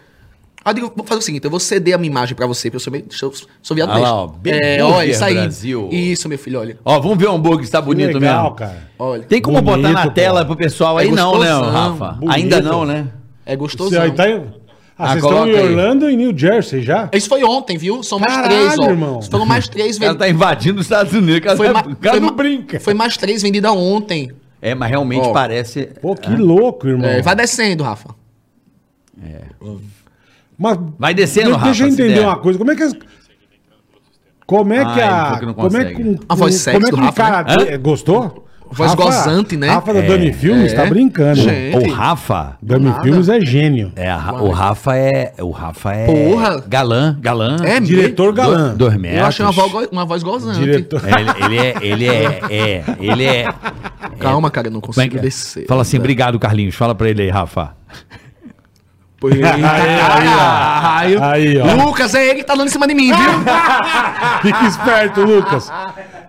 Speaker 3: Aí eu digo, vou fazer o seguinte, eu vou ceder a minha imagem pra você, porque eu sou meio... Sou, sou viado
Speaker 2: Ah lá, ó,
Speaker 3: besta. É,
Speaker 2: Big
Speaker 3: olha,
Speaker 2: Burger
Speaker 3: isso aí.
Speaker 2: Brasil.
Speaker 3: Isso, meu filho, olha.
Speaker 2: Ó, vamos ver o hambúrguer se tá
Speaker 3: é
Speaker 1: Que
Speaker 2: bonito
Speaker 1: legal,
Speaker 2: mesmo.
Speaker 1: cara.
Speaker 3: Olha,
Speaker 2: Tem como
Speaker 1: Bonito,
Speaker 2: botar na
Speaker 1: pô.
Speaker 2: tela pro pessoal
Speaker 3: É
Speaker 2: aí? não, né,
Speaker 3: gostosão,
Speaker 2: Rafa?
Speaker 1: bonito.
Speaker 2: Ainda não, né?
Speaker 3: é
Speaker 1: Você,
Speaker 3: gostosão.
Speaker 1: aí tá... ah,
Speaker 2: Ah,
Speaker 1: vocês estão
Speaker 2: coloca
Speaker 1: em
Speaker 2: aí.
Speaker 1: Orlando e New Jersey já?
Speaker 3: Isso foi ontem, viu? São mais
Speaker 1: Caralho,
Speaker 3: três, ó.
Speaker 1: irmão.
Speaker 3: Foram mais três
Speaker 2: O cara
Speaker 3: vendidas.
Speaker 2: tá invadindo os Estados Unidos. [laughs] O cara,
Speaker 3: Foi,
Speaker 2: tá-
Speaker 3: ma-
Speaker 2: o cara
Speaker 3: foi
Speaker 2: não
Speaker 3: ma-
Speaker 2: brinca.
Speaker 3: foi mais três vendidas ontem.
Speaker 2: É, mas realmente
Speaker 3: Ó.
Speaker 2: parece...
Speaker 1: Pô, que louco, irmão.
Speaker 3: É, vai descendo, Rafa.
Speaker 1: Mas
Speaker 2: Vai descendo,
Speaker 1: deixa, Deixa eu
Speaker 2: Rafa, se
Speaker 1: entender
Speaker 2: der.
Speaker 1: uma coisa. Como é que as... Como é
Speaker 2: Ah,
Speaker 1: que
Speaker 2: ele
Speaker 1: a.
Speaker 2: falou que não
Speaker 1: como é
Speaker 2: consegue.
Speaker 1: que um,
Speaker 3: A
Speaker 1: um,
Speaker 3: voz
Speaker 1: como
Speaker 3: sexy
Speaker 1: é que
Speaker 3: do
Speaker 1: um
Speaker 3: Rafa,
Speaker 1: cara
Speaker 2: né?
Speaker 1: de- Gostou?
Speaker 3: Voz gozante, né?
Speaker 1: Rafa
Speaker 2: É,
Speaker 1: da Dani Filmes tá brincando.
Speaker 3: Gente.
Speaker 2: O Rafa...
Speaker 1: Dani
Speaker 3: nada.
Speaker 1: Filmes é gênio.
Speaker 2: É, a Ra- o Rafa é... O Rafa é...
Speaker 3: Porra.
Speaker 2: Galã, galã.
Speaker 3: É
Speaker 1: Diretor
Speaker 2: Do-
Speaker 1: galã.
Speaker 2: Dois
Speaker 3: Eu achei uma
Speaker 2: metros.
Speaker 3: voz, go- uma voz gozante.
Speaker 1: É, Diretor.
Speaker 2: É, Ele, ele é, ele é, é, ele é.
Speaker 3: Calma, cara, eu não
Speaker 2: Como é
Speaker 3: consigo
Speaker 2: que é?
Speaker 3: descer. né?
Speaker 2: Fala assim, obrigado, Carlinhos. Fala pra ele aí, Rafa.
Speaker 1: [laughs]
Speaker 3: Pois- Ah,
Speaker 1: Aí,
Speaker 2: [laughs]
Speaker 1: ó. Aí, ó. Ah,
Speaker 3: Lucas, é ele que tá dando em cima de mim, viu?
Speaker 1: Fica esperto, Lucas.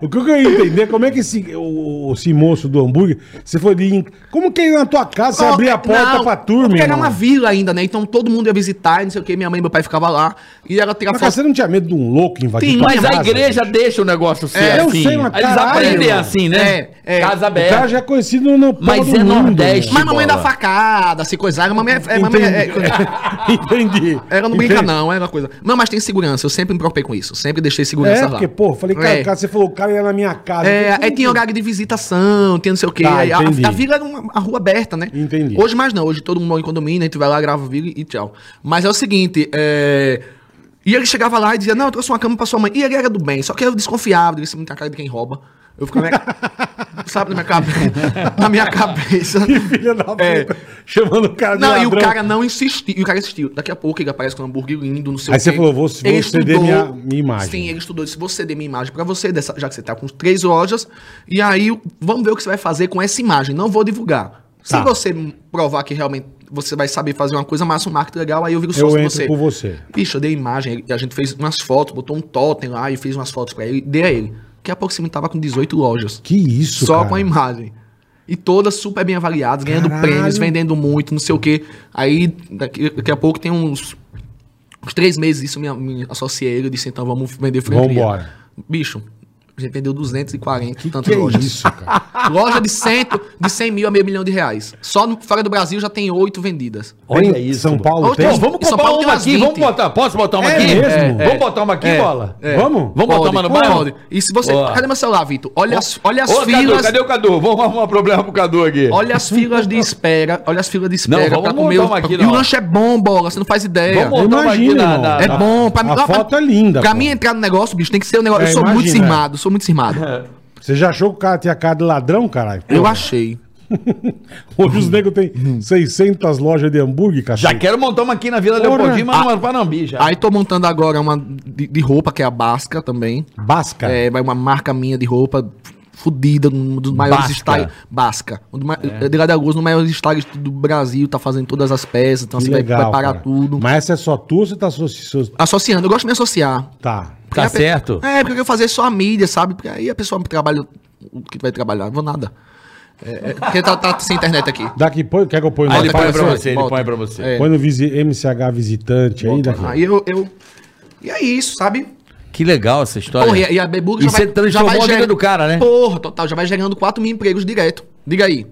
Speaker 1: O que eu queria entender, como é que esse, o, esse moço do hambúrguer, você foi de. in- Como que ele na tua casa, você
Speaker 3: Oh,
Speaker 1: abria a porta
Speaker 3: não,
Speaker 1: pra turma,
Speaker 3: Porque era
Speaker 1: irmão?
Speaker 3: uma vila ainda, né? Então todo mundo ia visitar, e não sei o que. Minha mãe e meu pai ficavam lá. E ela tira
Speaker 1: Mas cara,
Speaker 3: foto.
Speaker 1: você não tinha medo de um louco invadir
Speaker 3: Tinha,
Speaker 1: tua
Speaker 2: Mas a
Speaker 1: casa?
Speaker 2: igreja deixa o negócio ser
Speaker 1: eu
Speaker 2: assim.
Speaker 1: sei, mas
Speaker 2: Eles
Speaker 1: caralho,
Speaker 2: aprendem
Speaker 1: mano.
Speaker 2: assim, né?
Speaker 3: É, é.
Speaker 2: Casa
Speaker 3: O
Speaker 1: O cara
Speaker 2: aberta.
Speaker 1: já é conhecido no pau
Speaker 2: Mas
Speaker 1: do
Speaker 2: é
Speaker 1: mundo,
Speaker 2: Nordeste.
Speaker 1: irmão.
Speaker 3: Mas mamãe
Speaker 2: bola.
Speaker 3: da facada, se coisar. Mamãe é, é, mamãe é, é- [laughs]
Speaker 1: Entendi.
Speaker 3: ela não brinca,
Speaker 1: Entendi.
Speaker 3: não, era coisa. Não, mas tem segurança. Eu sempre me preocupei com isso. Sempre deixei segurança
Speaker 1: É,
Speaker 3: lá.
Speaker 1: porque, pô, falei, cara,
Speaker 3: É.
Speaker 1: cara, você falou, o cara ia na minha casa.
Speaker 3: É,
Speaker 1: Eu falei,
Speaker 3: aí tinha horário de visitação, tinha não sei o quê.
Speaker 1: Tá,
Speaker 3: Aí a,
Speaker 1: entendi.
Speaker 3: a vila era uma a rua aberta, né?
Speaker 1: Entendi.
Speaker 3: Hoje mais não, hoje todo mundo mora em condomínio, aí tu vai lá, grava o vídeo e tchau. Mas é o seguinte, é... E ele chegava lá e dizia, não, eu trouxe uma cama pra sua mãe. E ele era do bem, só que eu desconfiava, devia ser muita cara de quem rouba. Eu ficava,
Speaker 1: [laughs]
Speaker 3: né, sabe, na minha cabeça. [laughs] Na minha cabeça.
Speaker 1: Que [laughs] filha da puta.
Speaker 3: É.
Speaker 1: Chamando o cara de
Speaker 3: Não, e o
Speaker 1: ladrão.
Speaker 3: cara não insistiu. E o cara insistiu. Daqui a pouco ele aparece com um hambúrguer lindo, não sei
Speaker 1: Aí
Speaker 3: o
Speaker 1: você
Speaker 3: quê.
Speaker 1: falou, vou- vou
Speaker 3: Ele
Speaker 1: ceder minha- minha imagem.
Speaker 3: Sim, ele estudou. Se você der minha imagem pra você, dessa- já que você tá com três lojas, e aí vamos ver o que você vai fazer com essa imagem. Não vou divulgar.
Speaker 1: Tá.
Speaker 3: Se você provar que realmente você vai saber fazer uma coisa massa, um marketing legal, aí eu viro
Speaker 1: Eu
Speaker 3: sócio de
Speaker 1: entro
Speaker 3: você.
Speaker 1: por você.
Speaker 3: Bicho, eu dei imagem, a gente fez umas fotos, botou um totem lá e fez umas fotos pra ele, dei a ele. Daqui a pouco você me tava com 18 lojas.
Speaker 1: Que isso,
Speaker 3: Só
Speaker 1: cara.
Speaker 3: com a imagem. E todas super bem avaliadas, ganhando
Speaker 1: Caralho.
Speaker 3: prêmios, vendendo muito, não sei o quê. Aí, daqui, daqui a pouco tem uns, uns três meses, isso me, me associei ele, disse, então vamos vender franquia.
Speaker 1: Vambora.
Speaker 3: Bicho, a gente vendeu 240 e
Speaker 1: Que,
Speaker 3: tantas
Speaker 1: que é
Speaker 3: lojas.
Speaker 1: isso, cara?
Speaker 3: [laughs] Loja de 100, de 100 mil a meio milhão de reais. Só no, fora do Brasil já tem oito vendidas.
Speaker 1: [laughs] Olha isso. São Paulo
Speaker 3: Olha
Speaker 1: tem?
Speaker 2: Pô,
Speaker 3: isso.
Speaker 1: Vamos?
Speaker 2: vamos
Speaker 3: Em São
Speaker 2: comprar
Speaker 3: Paulo tem
Speaker 2: uma
Speaker 3: umas
Speaker 2: aqui.
Speaker 3: 20.
Speaker 2: Vamos botar. Posso botar uma
Speaker 1: É
Speaker 2: aqui?
Speaker 1: mesmo?
Speaker 2: Vamos botar uma aqui,
Speaker 3: É.
Speaker 2: bola?
Speaker 1: Vamos?
Speaker 2: Vamos botar uma no banco?
Speaker 3: Pode. E se você... Cadê meu celular, Vitor? Olha as, olha as
Speaker 2: Ô, Cadu,
Speaker 3: filas...
Speaker 2: cadê o Cadu? Vamos arrumar um problema pro Cadu aqui.
Speaker 3: Olha as filas de espera, olha as filas de
Speaker 2: Não,
Speaker 3: espera
Speaker 2: vamos
Speaker 3: pra
Speaker 2: montar
Speaker 3: comer.
Speaker 2: uma aqui,
Speaker 3: o- e
Speaker 2: não.
Speaker 3: o lanche é bom, bola, você não faz ideia.
Speaker 2: Vamos montar uma aqui
Speaker 1: Imagina,
Speaker 2: na-
Speaker 1: irmão.
Speaker 2: na-
Speaker 3: É
Speaker 2: na-
Speaker 3: bom, pra mim.
Speaker 1: Tá. A
Speaker 3: lá, pra-
Speaker 1: foto é linda,
Speaker 3: Pra
Speaker 1: pô.
Speaker 3: mim entrar no negócio, bicho, tem que ser um negócio.
Speaker 1: É,
Speaker 3: eu sou muito
Speaker 1: imagina, É,
Speaker 3: cirmado, sou muito cirmado.
Speaker 1: Você já achou que o cara tinha cara de ladrão, caralho?
Speaker 3: Eu Hum. achei.
Speaker 1: Hoje os negros têm 600 lojas de hambúrguer,
Speaker 2: Já
Speaker 1: cacete.
Speaker 2: quero montar uma aqui na Vila
Speaker 1: Porra.
Speaker 2: Leopoldina, mas no Panambi já.
Speaker 3: Ah. Aí tô montando agora uma de, de roupa, que é a Basca também.
Speaker 1: Basca.
Speaker 3: É, vai uma marca minha de roupa fudida, um dos maiores
Speaker 2: Basca.
Speaker 3: styles. Basca. Um dos ma-
Speaker 1: É.
Speaker 3: De Gadagoz, um dos maiores styles do Brasil, tá fazendo todas as peças, então
Speaker 1: Que
Speaker 3: você vai preparar
Speaker 1: cara.
Speaker 3: tudo.
Speaker 1: Mas essa é só tua ou você tá associando?
Speaker 3: Associando, eu gosto de me associar.
Speaker 1: Tá.
Speaker 2: Tá
Speaker 3: Porque a pe-
Speaker 2: certo?
Speaker 3: É, porque eu quero fazer só a mídia, sabe? Porque aí a pessoa trabalha o que vai trabalhar, não vou nada. É, é, porque tá, tá sem internet aqui.
Speaker 1: Daqui põe, quer que eu ponha
Speaker 2: Aí ele
Speaker 1: no...
Speaker 3: Bota
Speaker 2: põe
Speaker 3: pra
Speaker 2: pra
Speaker 3: você,
Speaker 2: você, ele
Speaker 3: bota.
Speaker 2: põe pra você.
Speaker 3: É.
Speaker 1: Põe no visi- MCH visitante aí, daqui.
Speaker 3: Aí eu, eu. E é isso, sabe?
Speaker 2: Que legal essa história.
Speaker 3: Porra, e a- e a Bebuga
Speaker 2: E você transformou a vida
Speaker 3: gerando-
Speaker 2: do cara, né?
Speaker 3: Porra, total, já vai gerando 4 mil empregos direto. Diga aí.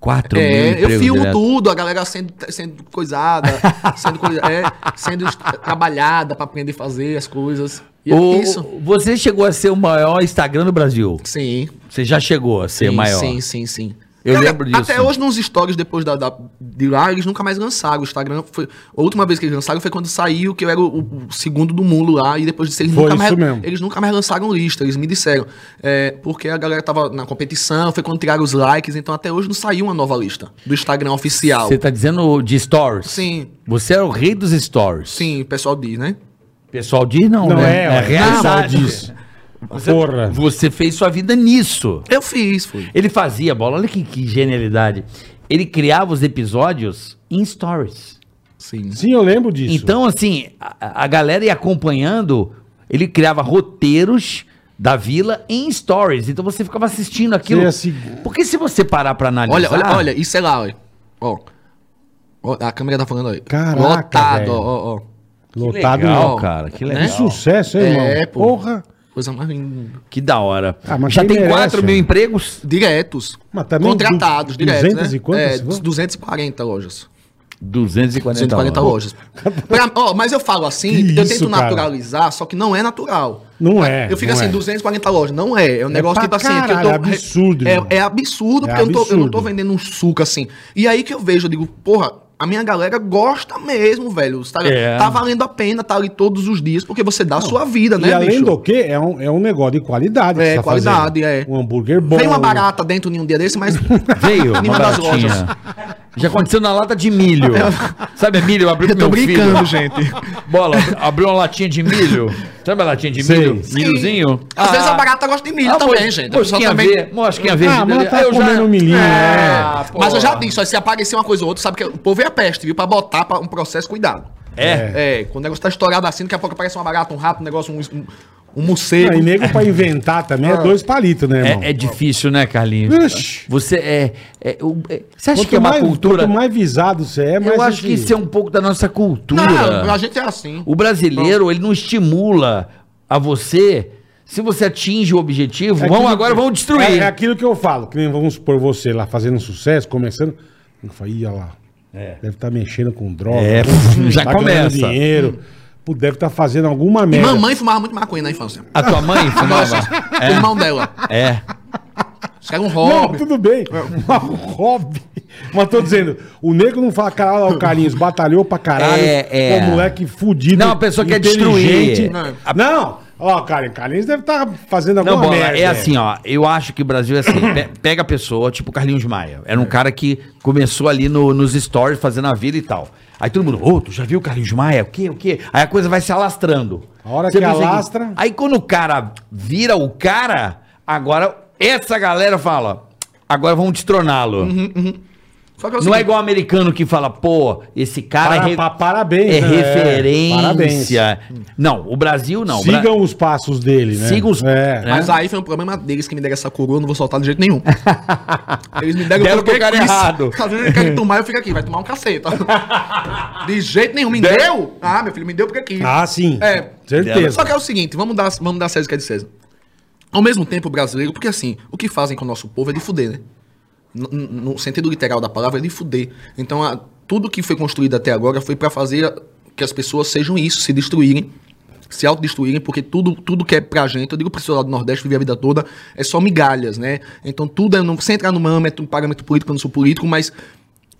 Speaker 2: 4
Speaker 3: É, eu filmo tudo, a galera sendo, sendo
Speaker 2: [laughs]
Speaker 3: coisada, sendo, coisa- é, sendo est- trabalhada pra aprender a fazer as coisas. E é isso.
Speaker 2: Você chegou a ser o maior Instagram do Brasil.
Speaker 3: Sim.
Speaker 2: Você já chegou a ser
Speaker 3: sim,
Speaker 2: maior.
Speaker 3: Sim, sim, sim.
Speaker 2: Eu
Speaker 3: Cara,
Speaker 2: lembro disso.
Speaker 3: Até hoje, nos stories depois da, da- de lá, eles nunca mais lançaram. O Instagram foi. A última vez que eles lançaram foi quando saiu, que eu era o, o segundo do mundo lá. E depois disso, eles,
Speaker 1: Foi
Speaker 3: nunca mais,
Speaker 1: isso mesmo.
Speaker 3: eles nunca mais lançaram lista. Eles me disseram. É, porque a galera tava na competição, foi quando tiraram os likes. Então, até hoje não saiu uma nova lista do Instagram oficial.
Speaker 2: Você tá dizendo de stories?
Speaker 3: Sim.
Speaker 2: Você era o rei dos stories.
Speaker 3: Sim, o pessoal diz, né?
Speaker 2: Pessoal diz não,
Speaker 1: Não é,
Speaker 2: né?
Speaker 1: é real
Speaker 2: realidade.
Speaker 1: disso. Porra.
Speaker 2: Você fez sua vida nisso.
Speaker 3: Eu fiz, foi.
Speaker 2: Ele fazia bola, olha que, que genialidade. Ele criava os episódios em stories.
Speaker 3: Sim.
Speaker 1: Sim, eu lembro disso.
Speaker 2: Então, assim, a, a galera ia acompanhando, ele criava roteiros da vila em stories. Então você ficava assistindo aquilo.
Speaker 1: Você ia se-
Speaker 2: Porque se você parar pra analisar.
Speaker 3: Olha, olha, olha, isso é lá, olha. ó. Ó, a câmera tá falando aí.
Speaker 1: Caraca,
Speaker 3: Lotado,
Speaker 1: velho.
Speaker 3: ó, ó, ó.
Speaker 1: Lotado
Speaker 2: legal,
Speaker 1: não.
Speaker 2: cara, que
Speaker 3: Né?
Speaker 1: Que
Speaker 2: legal.
Speaker 1: sucesso, hein, irmão?
Speaker 3: É, pô.
Speaker 1: Porra.
Speaker 3: Coisa mais linda.
Speaker 2: Que da hora.
Speaker 1: Ah, mas
Speaker 2: Já
Speaker 1: quem
Speaker 2: tem
Speaker 1: merece,
Speaker 2: 4 mil
Speaker 1: né?
Speaker 2: empregos?
Speaker 3: Diretos.
Speaker 1: Mas também
Speaker 3: contratados,
Speaker 1: du-
Speaker 3: diretos.
Speaker 1: 200
Speaker 3: né?
Speaker 1: e quantas,
Speaker 3: É,
Speaker 1: se for?
Speaker 3: 240 lojas.
Speaker 1: Ah,
Speaker 2: 240,
Speaker 3: 240
Speaker 2: horas.
Speaker 3: lojas. Pra- ó, mas eu falo assim,
Speaker 1: é Que
Speaker 3: eu
Speaker 1: isso,
Speaker 3: tento
Speaker 1: cara.
Speaker 3: naturalizar, só que não é natural.
Speaker 1: Não é.
Speaker 3: Eu fico
Speaker 1: não
Speaker 3: assim,
Speaker 1: é.
Speaker 3: 240 lojas. Não é. É um negócio
Speaker 1: pra
Speaker 3: tipo assim. que
Speaker 1: caralho, é absurdo, irmão.
Speaker 3: É, é absurdo,
Speaker 1: É
Speaker 3: porque eu não tô- Eu, não tô
Speaker 1: absurdo.
Speaker 3: vendendo um suco assim. E aí que eu vejo, eu digo, porra, a minha galera gosta mesmo, velho. Tá,
Speaker 2: É.
Speaker 3: tá valendo a pena estar ali todos os dias, porque você dá a sua vida, né,
Speaker 1: E além do que, é um, é um negócio de qualidade. que
Speaker 3: É,
Speaker 1: você tá
Speaker 3: qualidade,
Speaker 1: fazendo.
Speaker 3: é.
Speaker 1: Um hambúrguer bom.
Speaker 3: Veio uma barata dentro de um dia
Speaker 1: [laughs]
Speaker 3: desse, mas.
Speaker 2: Veio,
Speaker 3: [laughs] Em
Speaker 2: uma
Speaker 3: uma das
Speaker 2: baratinha. Já aconteceu na lata de milho.
Speaker 3: [laughs]
Speaker 2: Sabe, é milho, abriu
Speaker 3: Eu
Speaker 2: pro
Speaker 3: tô
Speaker 2: meu filho. [laughs]
Speaker 3: brincando, gente. [laughs]
Speaker 2: Bola, abriu uma latinha de milho. Sabe a latinha de
Speaker 1: Sei.
Speaker 2: milho? Milhozinho?
Speaker 3: Às vezes a
Speaker 2: barata
Speaker 3: barata gosta de milho também, gente. A pessoa
Speaker 2: Mosquinha
Speaker 3: também.
Speaker 2: verde, mosquinha verde.
Speaker 1: Ah, mas
Speaker 2: dele.
Speaker 1: tá
Speaker 2: Aí eu já-
Speaker 1: comendo milhinho, né?
Speaker 2: Ah, pô.
Speaker 3: Mas eu já disse, ó, se aparecer uma coisa ou outra, sabe que o povo é a peste, viu? Pra botar pra um processo, cuidado.
Speaker 2: É.
Speaker 3: É, quando o negócio tá estourado assim, daqui a pouco aparece uma barata, um rato, um negócio, um, um, um
Speaker 1: Aí,
Speaker 3: morcego.
Speaker 1: nego, pra inventar também
Speaker 3: Ah.
Speaker 1: é dois palitos, né, irmão?
Speaker 2: É, é difícil, né, Carlinhos?
Speaker 1: Ixi.
Speaker 2: Você é. é, o- é- você acha
Speaker 1: Quanto
Speaker 2: que é uma
Speaker 1: mais-
Speaker 2: cultura.
Speaker 1: Quanto mais visado você é, mais.
Speaker 2: eu acho que
Speaker 1: assim,
Speaker 2: isso é um pouco da nossa cultura.
Speaker 3: Não, a gente é assim.
Speaker 2: O brasileiro, ele não estimula a você. Se você atinge o objetivo,
Speaker 1: é
Speaker 2: vamos
Speaker 1: aquilo-
Speaker 2: agora, vamos
Speaker 1: É,
Speaker 2: destruir.
Speaker 1: é aquilo que eu falo, que nem vamos supor você lá fazendo sucesso, começando. Eu falo, Ih, olha lá. Deve estar mexendo com droga.
Speaker 2: É,
Speaker 1: com-
Speaker 2: já
Speaker 1: tá ganhando
Speaker 2: começa.
Speaker 1: dinheiro. Pô, deve estar fazendo alguma
Speaker 3: E
Speaker 2: é.
Speaker 1: merda.
Speaker 3: mamãe fumava muito maconha na infância.
Speaker 2: A
Speaker 1: [laughs]
Speaker 2: tua mãe fumava?
Speaker 3: O irmão dela.
Speaker 2: é.
Speaker 3: Isso era um
Speaker 1: Não,
Speaker 3: hobby.
Speaker 1: tudo bem. [laughs] Mas hobby. Mas tô dizendo, o nego não fala, caralho, olha lá o Carlinhos batalhou pra caralho.
Speaker 2: É, é.
Speaker 1: Pô, moleque fudido.
Speaker 2: Não, a pessoa quer
Speaker 1: inteligente.
Speaker 2: destruir.
Speaker 1: Não, Não. ó, Carlinhos, Carlinhos deve estar fazendo
Speaker 2: Não,
Speaker 1: alguma
Speaker 2: bola,
Speaker 1: merda.
Speaker 2: é assim, ó. Eu acho que o Brasil
Speaker 1: [coughs]
Speaker 2: é assim. pe- pega a pessoa, tipo o Carlinhos Maia. Era um cara que começou ali no- nos stories fazendo a vida e tal. Aí todo mundo, ô, tu já viu o Carlinhos Maia? O quê? O quê? Aí a coisa vai se alastrando.
Speaker 1: A hora que
Speaker 2: pensa
Speaker 1: alastra-
Speaker 2: Aí quando o cara vira o cara, agora essa galera fala, agora vamos destroná-lo.
Speaker 1: Uhum.
Speaker 3: Só que eu
Speaker 2: Não é igual o americano que fala, pô, esse cara
Speaker 1: Para-
Speaker 2: é, re-
Speaker 1: pa- parabéns,
Speaker 2: é
Speaker 1: né?
Speaker 2: referência.
Speaker 1: Parabéns.
Speaker 2: Não, o Brasil não. O Bra-
Speaker 1: Sigam os passos dele, né?
Speaker 2: Sigam os-
Speaker 1: É.
Speaker 2: né?
Speaker 3: Mas aí foi um problema deles que me deram essa coroa, eu não vou soltar de jeito nenhum. Eles me deram,
Speaker 2: Deram
Speaker 3: porque
Speaker 2: pro cara
Speaker 3: quis.
Speaker 2: errado.
Speaker 3: Às vezes Eles querem tomar, eu fico aqui, vai tomar um caceta. De jeito nenhum, me deu? Ah, meu filho, me deu porque quis.
Speaker 1: Ah, sim.
Speaker 3: É.
Speaker 1: Certeza.
Speaker 3: Só que é o seguinte, vamos dar, vamos dar César que é de César. Ao mesmo tempo, o brasileiro, porque assim, o que fazem com o nosso povo é de fuder, né? No, no- no sentido literal da palavra, é de fuder. Então, a- tudo que foi construído até agora foi pra fazer que as pessoas sejam isso, se destruírem, se autodestruírem, porque tudo, tudo que é pra gente, eu digo pro pessoal lá do Nordeste, viver a vida toda, é só migalhas, né? Então, tudo é, não, sem entrar num âmbito, parâmetro político, eu não sou político, mas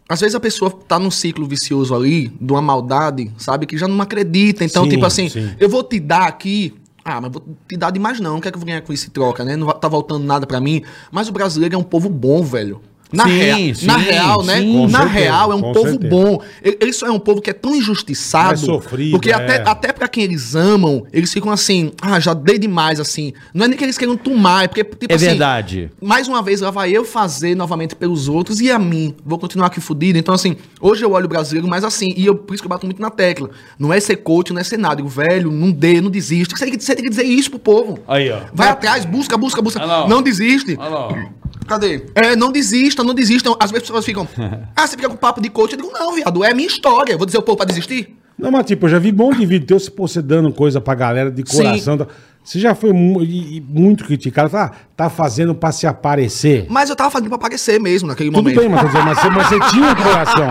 Speaker 3: às vezes a pessoa tá num ciclo vicioso ali, de uma maldade, sabe? Que já não acredita. Então,
Speaker 1: Sim,
Speaker 3: tipo assim,
Speaker 1: sim.
Speaker 3: eu vou te dar aqui. Ah, mas vou te dar demais não. O que é que eu vou ganhar com isso em troca, né? Não va- tá voltando nada pra mim. Mas o brasileiro é um povo bom, velho. Na,
Speaker 2: Sim,
Speaker 3: rea-
Speaker 2: sim,
Speaker 3: na real, né?
Speaker 2: sim.
Speaker 1: Com
Speaker 3: na
Speaker 1: certeza,
Speaker 3: real, é um
Speaker 1: com
Speaker 3: povo
Speaker 1: certeza.
Speaker 3: bom. Ele, ele só é um povo que é tão injustiçado.
Speaker 1: Mais sofrido,
Speaker 3: porque
Speaker 1: é.
Speaker 3: até, até pra quem eles amam, eles ficam assim, ah, já dei demais, assim. Não é nem que eles queiram tomar, é porque, tipo
Speaker 2: É
Speaker 3: assim,
Speaker 2: verdade.
Speaker 3: mais uma vez, lá vai eu fazer novamente pelos outros e a mim. Vou continuar aqui fudido. Então, assim, hoje eu olho o brasileiro, mas assim, e eu, por isso que eu bato muito na tecla. Não é ser coach, não é ser nada. Eu, velho, não dê, não desiste. Você tem, que, você tem que dizer isso pro povo.
Speaker 2: Aí, ó.
Speaker 3: Vai atrás, busca, busca, busca.
Speaker 2: Olha lá, ó.
Speaker 3: não desiste.
Speaker 2: Olha lá, ó.
Speaker 3: Cadê? É, não desista, não desistam. Às vezes as pessoas ficam, ah, você fica com papo de coach. Eu digo, não, viado, é a minha história. Eu vou dizer o povo pra desistir?
Speaker 1: Não, mas tipo, eu já vi bom de vídeo teu se pô, você dando coisa pra galera de
Speaker 3: Sim.
Speaker 1: coração. tá? Você já foi mu- e- e muito criticado. Tá, tá fazendo pra se aparecer.
Speaker 3: Mas eu tava fazendo pra aparecer mesmo naquele
Speaker 1: Tudo
Speaker 3: momento.
Speaker 1: bem, mas, mas, você, mas você tinha um coração.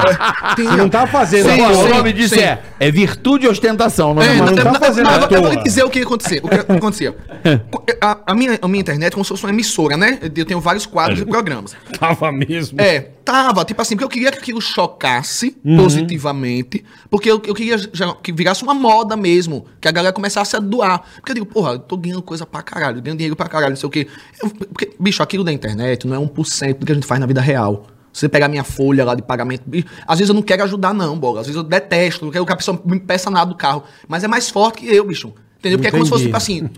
Speaker 1: Você não tá fazendo.
Speaker 3: Sim,
Speaker 1: Agora,
Speaker 2: Agora,
Speaker 3: sim.
Speaker 2: o nome disso
Speaker 3: sim.
Speaker 2: é, é virtude e ostentação, não
Speaker 3: É,
Speaker 2: é?
Speaker 1: mas não tá fazendo
Speaker 3: mas
Speaker 1: à
Speaker 3: eu vou- eu vou
Speaker 1: toa.
Speaker 3: lhe dizer o que aconteceu. O que acontecia. A, a minha, a minha internet é como se fosse uma emissora, né? Eu tenho vários quadros e programas.
Speaker 1: Tava mesmo.
Speaker 3: É, tava, tipo assim, porque eu queria que aquilo chocasse
Speaker 2: Uhum.
Speaker 3: positivamente, porque eu, eu queria já- que virasse uma moda mesmo, que a galera começasse a doar. Porque eu digo, porra, eu tô ganhando coisa pra caralho, ganhando dinheiro pra caralho, não sei o quê. Eu- porque, bicho, aquilo da internet não é 1% do que a gente faz na vida real. Se Você pegar minha folha lá de pagamento. bicho, Às vezes eu não quero ajudar, não, bola. Às vezes eu detesto, não quero que a pessoa me peça nada do carro. Mas é mais forte que eu, bicho. Entendeu? Porque é como se fosse, tipo assim,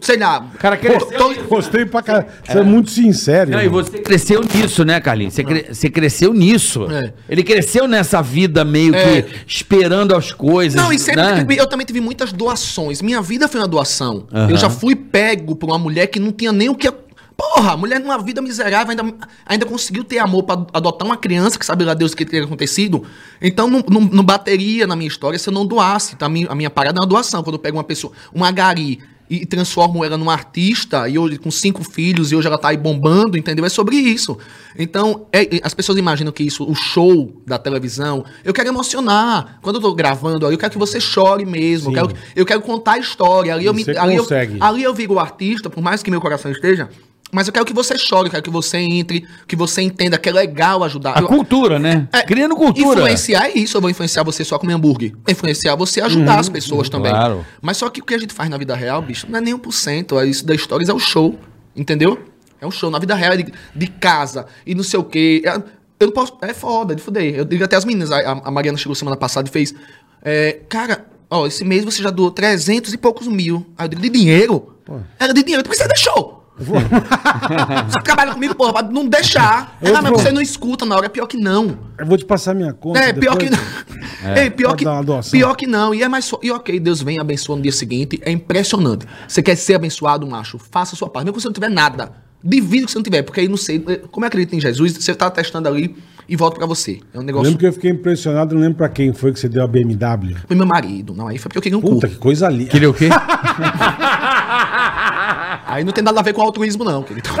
Speaker 3: sei lá.
Speaker 2: cara cresceu
Speaker 3: tô- tô-
Speaker 1: Gostei pra caralho. Você é muito sincero.
Speaker 2: Não, e
Speaker 1: irmão.
Speaker 2: você cresceu nisso, né, Carlinhos? Você, cre- você cresceu nisso.
Speaker 3: É.
Speaker 2: Ele cresceu nessa vida meio
Speaker 3: É.
Speaker 2: que esperando as coisas.
Speaker 3: Não, e sempre
Speaker 2: né?
Speaker 3: tive- eu também tive muitas doações. Minha vida foi uma doação.
Speaker 2: Aham.
Speaker 3: Eu já fui pego por uma mulher que não tinha nem o que. Porra, a mulher numa vida miserável ainda, ainda conseguiu ter amor pra adotar uma criança que sabe lá Deus o que teria acontecido. Então não, não, não bateria na minha história se eu não doasse. Tá? A minha, a minha parada é uma doação. Quando eu pego uma pessoa, uma gari, e transformo ela numa artista, e hoje com cinco filhos, e hoje ela tá aí bombando, entendeu? É sobre isso. Então, é- é- as pessoas imaginam que isso, o show da televisão, eu quero emocionar. Quando eu tô gravando ali, eu quero que você chore mesmo. Eu quero, eu quero contar a história. Ali eu, me,
Speaker 1: Você
Speaker 3: ali, eu,
Speaker 1: consegue.
Speaker 3: ali eu viro o artista, por mais que meu coração esteja. Mas eu quero que você chore, eu quero que você entre, que você entenda que é legal ajudar.
Speaker 2: A
Speaker 3: Eu-
Speaker 2: cultura, né?
Speaker 3: é,
Speaker 2: Criando cultura.
Speaker 3: Influenciar é isso. Eu vou influenciar você só comer hambúrguer. Influenciar você é ajudar as pessoas também.
Speaker 2: Uhum. claro.
Speaker 3: Mas só que o que a gente faz na vida real, bicho, não é nem 1%. é Isso da Stories é um show. Entendeu? É um show. Na vida real é de, de casa e não sei o quê. É- eu não posso. É foda, é de fuder. Eu digo até as meninas. A, a- a Mariana chegou semana passada e fez. é, cara, ó, esse mês você já doou 300 e poucos mil. Aí eu digo, de dinheiro? Era de dinheiro. Por que você deixou? [laughs] você trabalha comigo, porra, pra não deixar.
Speaker 1: Eu
Speaker 3: Ah, mas
Speaker 1: vou-
Speaker 3: você não escuta na hora. é Pior que não.
Speaker 1: Eu vou te passar minha conta.
Speaker 3: É, pior que
Speaker 1: depois.
Speaker 3: não. Ei, pior,
Speaker 1: Pode
Speaker 3: que,
Speaker 1: dar uma doação.
Speaker 3: pior que não. E é mais. so- E ok, Deus vem e abençoa no dia seguinte. É impressionante. Você quer ser abençoado, macho? Faça a sua parte. Mesmo que você não tiver nada. Divide o que você não tiver. Porque aí não sei. eh, Como eu acredito em Jesus, você tá testando ali e volta pra você. É um
Speaker 1: Eu
Speaker 3: negócio.
Speaker 1: lembro que eu fiquei impressionado, não lembro pra quem foi que você deu a BMW.
Speaker 3: Foi meu marido. Não, aí foi porque eu queria um
Speaker 1: Puta,
Speaker 3: cu.
Speaker 1: que coisa linda.
Speaker 2: Queria o quê?
Speaker 3: Tá Aí não tem nada a ver com altruísmo, não,
Speaker 1: [laughs]
Speaker 3: querido.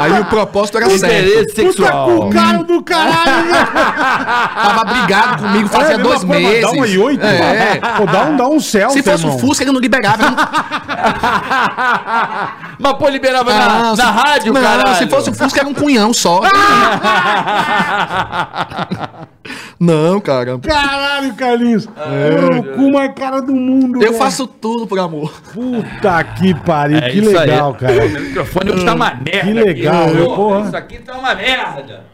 Speaker 3: aí o propósito era sério.
Speaker 2: Interesse sexual.
Speaker 1: caro do caralho, velho.
Speaker 3: Tava brigado comigo
Speaker 1: É,
Speaker 3: fazia
Speaker 1: mesma
Speaker 3: dois
Speaker 1: forma,
Speaker 3: meses.
Speaker 1: Dá uma e oito.
Speaker 3: É.
Speaker 1: Pô, dá um, dá um Celta,
Speaker 3: Se fosse um
Speaker 1: irmão.
Speaker 3: Fusca, ele não liberava. ele não-
Speaker 2: Mas pô, liberava na,
Speaker 3: Não,
Speaker 2: na
Speaker 3: Ah, se-
Speaker 2: rádio,
Speaker 3: não,
Speaker 2: cara.
Speaker 3: se fosse o Fusca, era um cunhão
Speaker 2: [laughs]
Speaker 3: só. não, cara.
Speaker 1: Caralho, Carlinhos. É. O cu mais cara do mundo.
Speaker 3: Eu
Speaker 1: velho.
Speaker 3: faço tudo por amor.
Speaker 1: Puta que pariu.
Speaker 2: É
Speaker 1: que
Speaker 2: isso aí.
Speaker 1: legal,
Speaker 2: O
Speaker 1: cara.
Speaker 2: microfone hoje tá uma merda. aqui,
Speaker 1: legal,
Speaker 2: porra.
Speaker 1: eu, porra.
Speaker 2: Isso aqui tá uma merda.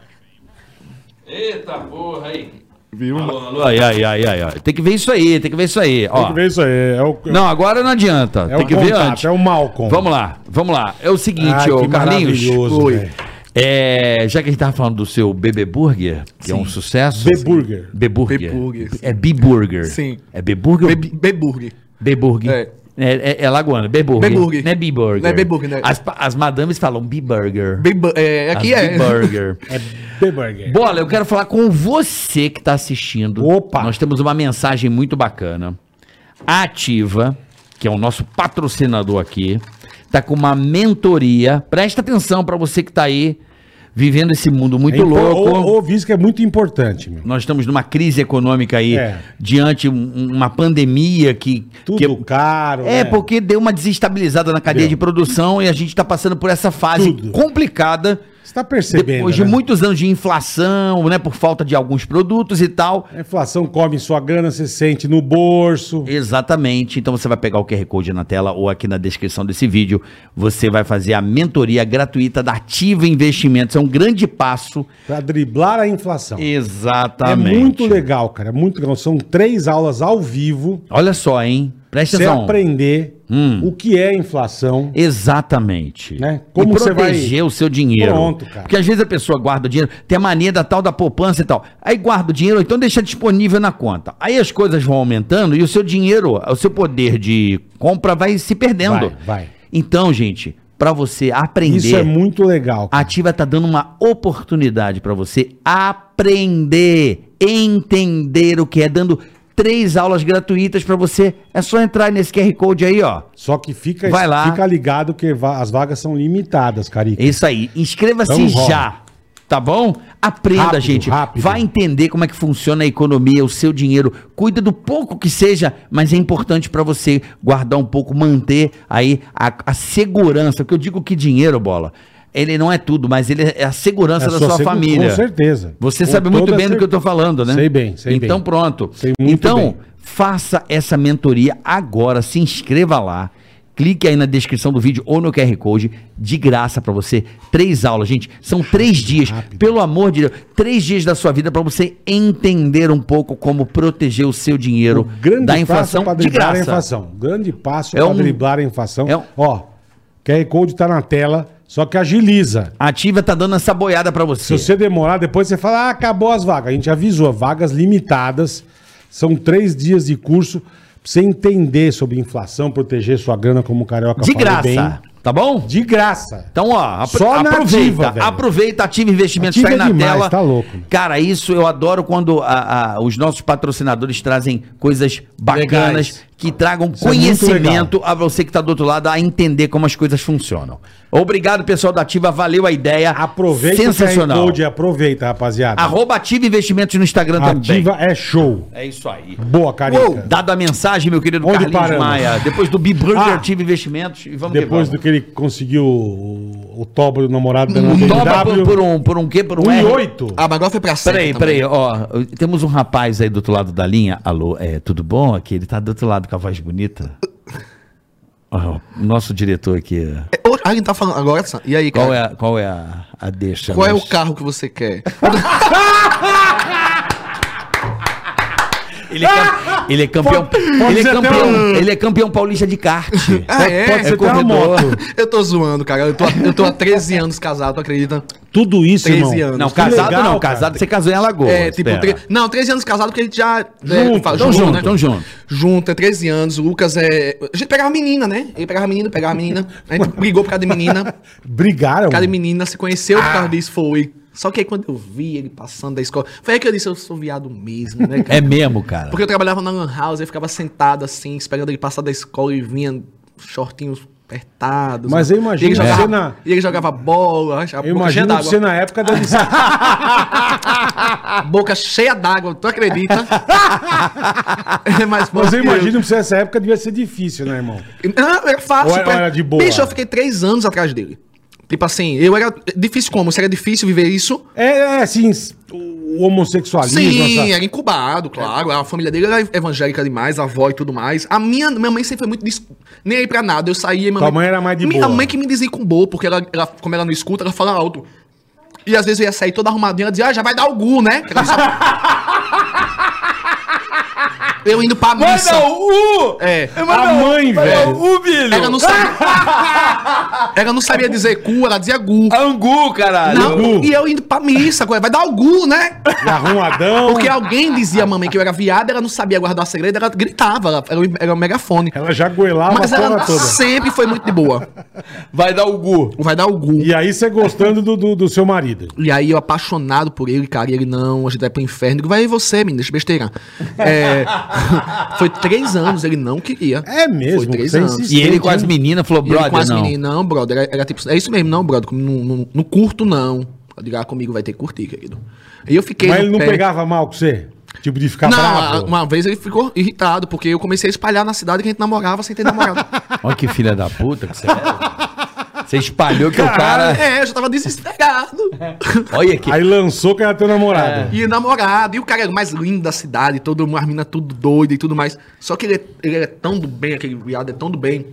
Speaker 2: Eita porra aí.
Speaker 3: Viu?
Speaker 2: Alô, alô, Ai, ai, ai, ai, ai. Tem que ver isso aí, tem que ver isso aí. Ó.
Speaker 1: Tem que ver isso aí. É o,
Speaker 2: Não, agora não adianta.
Speaker 1: é
Speaker 2: tem
Speaker 1: o
Speaker 2: que ver
Speaker 1: contato,
Speaker 2: antes.
Speaker 1: É o Malcolm.
Speaker 2: Vamos lá, vamos lá. É o seguinte,
Speaker 1: Ai,
Speaker 2: ô
Speaker 1: que
Speaker 2: Carlinhos.
Speaker 1: maravilhoso,
Speaker 3: Oi.
Speaker 1: velho.
Speaker 2: É, já que a gente tava falando do seu Bebê Burger, que é um sucesso.
Speaker 1: B-Burger.
Speaker 2: Beburger.
Speaker 3: Beburger.
Speaker 2: É Biburger.
Speaker 3: Sim.
Speaker 2: É Beburger ou
Speaker 3: Beburg.
Speaker 2: Beburg.
Speaker 3: É.
Speaker 2: É. É, é, Lagoana, Beburg.
Speaker 3: Beburg.
Speaker 2: Não é Biburger.
Speaker 3: Não é Beburg, né?
Speaker 2: As, pa- as madames falam Biburger.
Speaker 3: É, aqui
Speaker 2: As
Speaker 3: é.
Speaker 2: Biburger.
Speaker 1: É B-Burger.
Speaker 2: Bola, eu quero falar com você que está assistindo.
Speaker 1: Opa!
Speaker 2: Nós temos uma mensagem muito bacana. A Ativa, que é o nosso patrocinador aqui, tá com uma mentoria. Presta atenção para você que tá aí vivendo esse mundo muito
Speaker 1: É impo-
Speaker 2: louco.
Speaker 1: ou- Ouvi isso que é muito importante, meu.
Speaker 2: Nós estamos numa crise econômica aí,
Speaker 1: É.
Speaker 2: diante um- uma pandemia que
Speaker 1: Tudo
Speaker 2: que
Speaker 1: caro. né?
Speaker 2: é, porque deu uma desestabilizada na cadeia
Speaker 1: Deu.
Speaker 2: de produção e a gente está passando por essa fase
Speaker 1: Tudo.
Speaker 2: complicada.
Speaker 1: Você tá percebendo.
Speaker 2: Depois de
Speaker 1: né?
Speaker 2: muitos anos de inflação, né? Por falta de alguns produtos e tal.
Speaker 1: A inflação come sua grana, você sente no bolso.
Speaker 2: É. Exatamente. Então você vai pegar o QR Code na tela ou aqui na descrição desse vídeo. Você vai fazer a mentoria gratuita da Ativa Investimentos. É um grande passo.
Speaker 1: Pra driblar a inflação.
Speaker 2: Exatamente.
Speaker 1: É muito legal, cara. É muito legal. São três aulas ao vivo.
Speaker 2: Olha só, hein? Presta
Speaker 1: Você
Speaker 2: atenção.
Speaker 1: aprender
Speaker 2: Hum.
Speaker 1: o que é inflação.
Speaker 2: Exatamente.
Speaker 1: Né? Como
Speaker 2: e
Speaker 1: você vai-
Speaker 2: proteger o seu dinheiro.
Speaker 1: Pronto, cara.
Speaker 2: Porque às vezes a pessoa guarda o dinheiro, tem a mania da tal da poupança e tal. Aí guarda o dinheiro, ou então deixa disponível na conta. Aí as coisas vão aumentando e o seu dinheiro, o seu poder de compra vai se perdendo.
Speaker 1: Vai, vai.
Speaker 2: Então, gente, para você aprender,
Speaker 1: Isso é muito legal.
Speaker 2: a
Speaker 1: cara.
Speaker 2: Ativa tá dando uma oportunidade para você aprender, entender o que é dando Três aulas gratuitas para você. É só entrar nesse QR Code aí, ó.
Speaker 1: Só que fica,
Speaker 2: Vai lá.
Speaker 1: fica ligado que va- as vagas são limitadas, Carica.
Speaker 2: É isso aí. Inscreva-se
Speaker 1: Então rola.
Speaker 2: já. Tá bom? Aprenda,
Speaker 1: Rápido,
Speaker 2: gente.
Speaker 1: rápido.
Speaker 2: Vai entender como é que funciona a economia, o seu dinheiro. Cuida do pouco que seja, mas é importante pra você guardar um pouco, manter aí a, a segurança. Porque eu digo que dinheiro, bola, ele não é tudo, mas ele é a segurança
Speaker 1: É
Speaker 2: da
Speaker 1: sua
Speaker 2: sua,
Speaker 1: segu-
Speaker 2: família.
Speaker 1: com certeza.
Speaker 2: Você
Speaker 1: Com
Speaker 2: sabe muito
Speaker 1: toda
Speaker 2: bem do que eu tô
Speaker 1: certeza.
Speaker 2: falando, né?
Speaker 1: Sei bem, sei
Speaker 2: então,
Speaker 1: bem.
Speaker 2: pronto.
Speaker 1: Sei muito
Speaker 2: então,
Speaker 1: bem.
Speaker 2: faça essa mentoria agora, se inscreva lá. Clique aí na descrição do vídeo ou no QR Code, de graça pra você. Três aulas, gente. São três dias.
Speaker 1: rápido.
Speaker 2: Pelo amor de Deus, três dias da sua vida pra você entender um pouco como proteger o seu dinheiro
Speaker 1: O grande
Speaker 2: da
Speaker 1: passo é
Speaker 2: inflação
Speaker 1: pra
Speaker 2: de
Speaker 1: driblar a
Speaker 2: graça.
Speaker 1: inflação. O grande passo
Speaker 2: É
Speaker 1: para
Speaker 2: um-
Speaker 1: driblar a inflação.
Speaker 2: é um-
Speaker 1: Ó, QR Code tá na tela, só que agiliza.
Speaker 2: A Ativa tá dando essa boiada pra você.
Speaker 1: Se você demorar, depois você fala, ah, acabou as vagas. A gente avisou, vagas limitadas. São três dias de curso pra você entender sobre inflação, proteger sua grana como o Carioca
Speaker 2: De
Speaker 1: falou
Speaker 2: graça,
Speaker 1: bem.
Speaker 2: tá bom?
Speaker 1: De graça.
Speaker 2: Então, ó, apro-
Speaker 1: Só na
Speaker 2: aproveita,
Speaker 1: Ativa, velho.
Speaker 2: aproveita, ativa investimentos,
Speaker 1: Ativa
Speaker 2: sai
Speaker 1: é
Speaker 2: na
Speaker 1: demais,
Speaker 2: tela.
Speaker 1: tá louco, meu.
Speaker 2: Cara, isso eu adoro quando a- a- os nossos patrocinadores trazem coisas bacanas
Speaker 1: Legais.
Speaker 2: que tragam
Speaker 1: é muito
Speaker 2: conhecimento a você que tá do outro lado a entender como as coisas funcionam. Obrigado, pessoal da Ativa, valeu a ideia.
Speaker 1: Aproveita o
Speaker 2: Sensacional.
Speaker 1: QR Code, aproveita, rapaziada.
Speaker 2: Arroba Ativa Investimentos no Instagram também.
Speaker 1: Ativa é show.
Speaker 2: É isso aí.
Speaker 1: Boa, Carica.
Speaker 2: Uou, dado a mensagem, meu querido
Speaker 1: Onde
Speaker 2: Carlinhos
Speaker 1: paramos?
Speaker 2: Maia. Depois do Biburger
Speaker 1: Ah.
Speaker 2: Ativa Investimentos. E vamos que
Speaker 1: Depois
Speaker 2: vamos.
Speaker 1: do que ele conseguiu o, o toba do namorado da BMW.
Speaker 2: Toma por, por um, por um quê? Por um,
Speaker 1: um e
Speaker 2: R?
Speaker 1: oito.
Speaker 3: [laughs] Ah, mas agora foi pra
Speaker 2: Peraí,
Speaker 3: seca também.
Speaker 2: peraí, ó. Temos um rapaz aí do outro lado da linha. Alô, é, tudo bom aqui? Ele tá do outro lado com a voz bonita. Ó, o nosso diretor aqui.
Speaker 3: É, hoje- ah, a gente tá falando agora. Sam. E aí, cara?
Speaker 2: Qual é, a- qual é a, a deixa?
Speaker 3: Qual é
Speaker 2: Mas-
Speaker 3: o carro que você quer?
Speaker 2: Ele é, cam- ele é campeão.
Speaker 1: Pode- pode
Speaker 2: ele, é
Speaker 1: ser até
Speaker 2: campeão
Speaker 1: um-
Speaker 2: ele é campeão paulista de kart.
Speaker 3: Ah, é?
Speaker 1: Pode ser até uma
Speaker 2: corredor.
Speaker 1: moto.
Speaker 3: [laughs] Eu tô zoando, cara. Eu tô, eu tô há 13 anos casado, tu acredita?
Speaker 1: Tudo isso,
Speaker 3: 13
Speaker 1: irmão.
Speaker 3: anos.
Speaker 2: Não,
Speaker 1: Que
Speaker 2: casado
Speaker 1: legal,
Speaker 2: não.
Speaker 1: cara.
Speaker 2: Casado você casou em Alagoas.
Speaker 3: É, tipo,
Speaker 2: pera.
Speaker 3: tre- não, 13 anos casado porque a gente já.
Speaker 1: Junto,
Speaker 3: é, fala-
Speaker 2: tão junto, tão junto.
Speaker 3: Junto, é 13 anos. O Lucas é. A gente pegava menina, né? Ele pegava menino, pegava menina. A
Speaker 1: [laughs]
Speaker 3: gente brigou por causa de menina.
Speaker 1: Brigaram.
Speaker 3: Por causa de menina, se conheceu por
Speaker 1: Ah.
Speaker 3: causa disso, foi. Só que aí quando eu vi ele passando da escola. Foi aí que eu disse, eu sou viado mesmo, né, cara?
Speaker 2: É mesmo, cara.
Speaker 3: Porque eu trabalhava na Lan House, eu ficava sentado assim, esperando ele passar da escola e vinha shortinhos apertados. né?
Speaker 1: Mas eu imagino
Speaker 3: E ele
Speaker 1: você
Speaker 3: jogava,
Speaker 1: na-
Speaker 3: e ele jogava bola, a
Speaker 1: Eu
Speaker 3: boca cheia
Speaker 1: imagino que
Speaker 3: d'água.
Speaker 1: você na época deve ser.
Speaker 3: A boca cheia d'água,
Speaker 1: [laughs]
Speaker 3: tu acredita? É
Speaker 1: Mas
Speaker 3: mais forte
Speaker 1: eu
Speaker 3: que eu.
Speaker 1: imagino que você nessa época devia ser difícil, né, irmão?
Speaker 3: Não, era fácil.
Speaker 1: Ou era-
Speaker 3: pra-
Speaker 1: ou era de boa?
Speaker 3: Bicho, eu fiquei três anos atrás dele. Tipo assim, eu era. Difícil como? Seria difícil viver isso?
Speaker 1: É, é assim, o homossexualismo.
Speaker 3: Sim, é
Speaker 1: essa-
Speaker 3: era incubado, claro. A família dele era evangélica demais, a avó e tudo mais. A minha, minha mãe sempre foi muito. dis- Nem aí pra nada. Eu saía. e Minha
Speaker 1: Tua mãe era mais de
Speaker 3: minha
Speaker 1: boa.
Speaker 3: mãe que me desincumbou, porque ela, ela- como ela não escuta, ela fala alto. E às vezes eu ia sair toda arrumadinha, ela dizia, ah, já vai dar o gu, né? Ela
Speaker 1: [laughs]
Speaker 3: só- eu indo pra missa.
Speaker 2: o U!
Speaker 3: É.
Speaker 1: A mãe, velho.
Speaker 2: o U, filho!
Speaker 3: Ela
Speaker 1: [laughs]
Speaker 3: não sabia. ela não sabia dizer cu, ela dizia gu.
Speaker 2: Angu, caralho!
Speaker 3: Não,
Speaker 1: gu.
Speaker 3: e eu indo pra missa, agora, vai dar o gu, né?
Speaker 1: E arrumadão.
Speaker 3: Porque alguém dizia à mamãe que eu era viado, ela não sabia guardar segredo, ela gritava, ela era, um- era um megafone.
Speaker 1: Ela já goelava
Speaker 3: Mas
Speaker 1: a porra
Speaker 3: ela
Speaker 1: toda.
Speaker 3: sempre foi muito de boa.
Speaker 2: Vai dar o Gu.
Speaker 3: Vai dar o gu.
Speaker 1: E aí você gostando do, do, do seu marido.
Speaker 3: E aí eu apaixonado por ele, cara, e ele não, a gente vai pro inferno. Eu digo, vai você, menino,
Speaker 1: [laughs]
Speaker 3: deixa besteira. É, [laughs] foi três anos, ele não queria.
Speaker 1: É mesmo,
Speaker 3: Foi três
Speaker 1: você
Speaker 3: anos.
Speaker 1: insiste.
Speaker 2: E ele com as meninas falou,
Speaker 3: E ele
Speaker 2: brother,
Speaker 3: com as
Speaker 2: não.
Speaker 3: meninas, não, brother, era, era tipo, é isso mesmo, não, brother, não, não, não curto não. Eu digo, ah, comigo vai ter que curtir, querido. E eu fiquei
Speaker 1: Mas
Speaker 3: no
Speaker 1: ele não
Speaker 3: pé.
Speaker 1: pegava mal com você? Tipo, de ficar
Speaker 3: Não, a-
Speaker 1: bravo?
Speaker 3: uma vez ele ficou irritado, porque eu comecei a espalhar na cidade que a gente namorava sem ter namorado.
Speaker 2: Olha que filha da puta que você é. Você espalhou que o cara...
Speaker 3: É, eu já tava desesperado.
Speaker 2: Olha aqui.
Speaker 1: Aí lançou que era teu namorado.
Speaker 3: E namorado, e o cara era o mais lindo da cidade, todo mundo, as minas tudo doido e tudo mais. Só que ele, é- ele é tão do bem, aquele viado é tão do bem.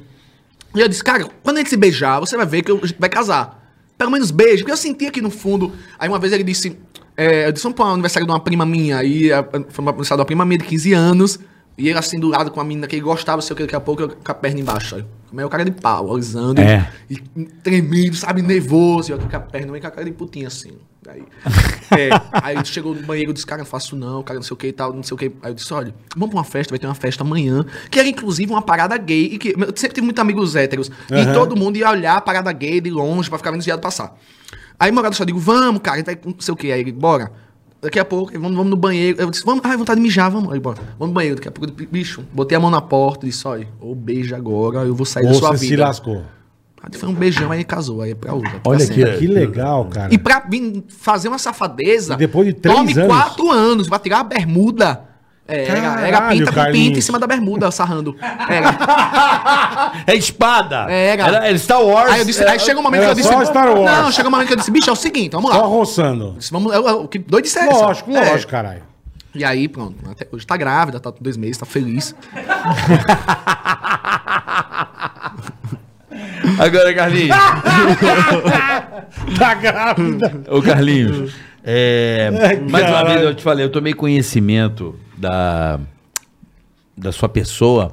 Speaker 3: E eu disse, cara, quando a gente se beijar, você vai ver que eu- a gente vai casar. Pelo menos beijo, porque eu sentia aqui no fundo. Aí uma vez ele disse, é, eu disse, vamos para o aniversário de uma prima minha. Aí a- foi o aniversário de uma prima minha de 15 anos. E ele assim do lado com a menina que ele gostava, sei o que, daqui a pouco eu com a perna embaixo. Aí, como é o cara de pau, alisando.
Speaker 2: É.
Speaker 3: E tremido, sabe, nervoso. E eu com a perna, e com a cara de putinha assim. Aí, [laughs] é, aí ele chegou no banheiro, eu disse, cara, não faço não, cara, não sei o que e tal, não sei o que. Aí eu disse, olha, vamos pra uma festa, vai ter uma festa amanhã, que era inclusive uma parada gay, e que eu sempre tive muitos amigos héteros, e todo mundo ia olhar a parada gay de longe pra ficar vendo os viados passar. Aí morado só digo, vamos, cara, a gente vai com não sei o que, aí ele, bora. Daqui a pouco, vamos, vamos no banheiro. Eu disse, vamos, ai, vontade de mijar, vamos. Aí, bora. Vamos no banheiro. Daqui a pouco, eu disse, bicho, botei a mão na porta e disse, olha, ou beija agora, eu vou sair
Speaker 1: Ou
Speaker 3: da sua
Speaker 1: você se
Speaker 3: vida.
Speaker 1: lascou?
Speaker 3: Aí foi um beijão, aí casou, aí é pra outra. pra
Speaker 1: Olha
Speaker 3: sempre.
Speaker 1: que, que legal, cara.
Speaker 3: E pra vir fazer uma safadeza.
Speaker 1: E depois de três
Speaker 3: tome
Speaker 1: anos?
Speaker 3: quatro anos pra tirar a bermuda. É, era, era
Speaker 1: Caralho,
Speaker 3: pinta com
Speaker 1: Carlinhos.
Speaker 3: pinta em cima da bermuda, sarrando. Era.
Speaker 1: [laughs]
Speaker 2: É espada.
Speaker 3: É, cara.
Speaker 2: Era, era Star Wars.
Speaker 3: Aí, eu disse, aí chega um momento
Speaker 1: era
Speaker 3: que eu disse.
Speaker 1: É, só Star Wars.
Speaker 3: Não, chega um momento que eu disse, bicho, é o seguinte, vamos lá.
Speaker 1: Só roçando.
Speaker 3: Eu disse, vamos, eu- eu- que doido de sexo.
Speaker 1: Lógico,
Speaker 3: É.
Speaker 1: lógico, caralho.
Speaker 3: E aí, pronto, até hoje tá grávida, tá com dois meses, tá feliz.
Speaker 2: Agora,
Speaker 3: [laughs]
Speaker 2: Carlinhos.
Speaker 1: Tá grávida.
Speaker 2: Ô, Carlinhos. É,
Speaker 1: Ai,
Speaker 2: mais uma
Speaker 1: caralho.
Speaker 2: vez eu te falei, eu tomei conhecimento da, da sua pessoa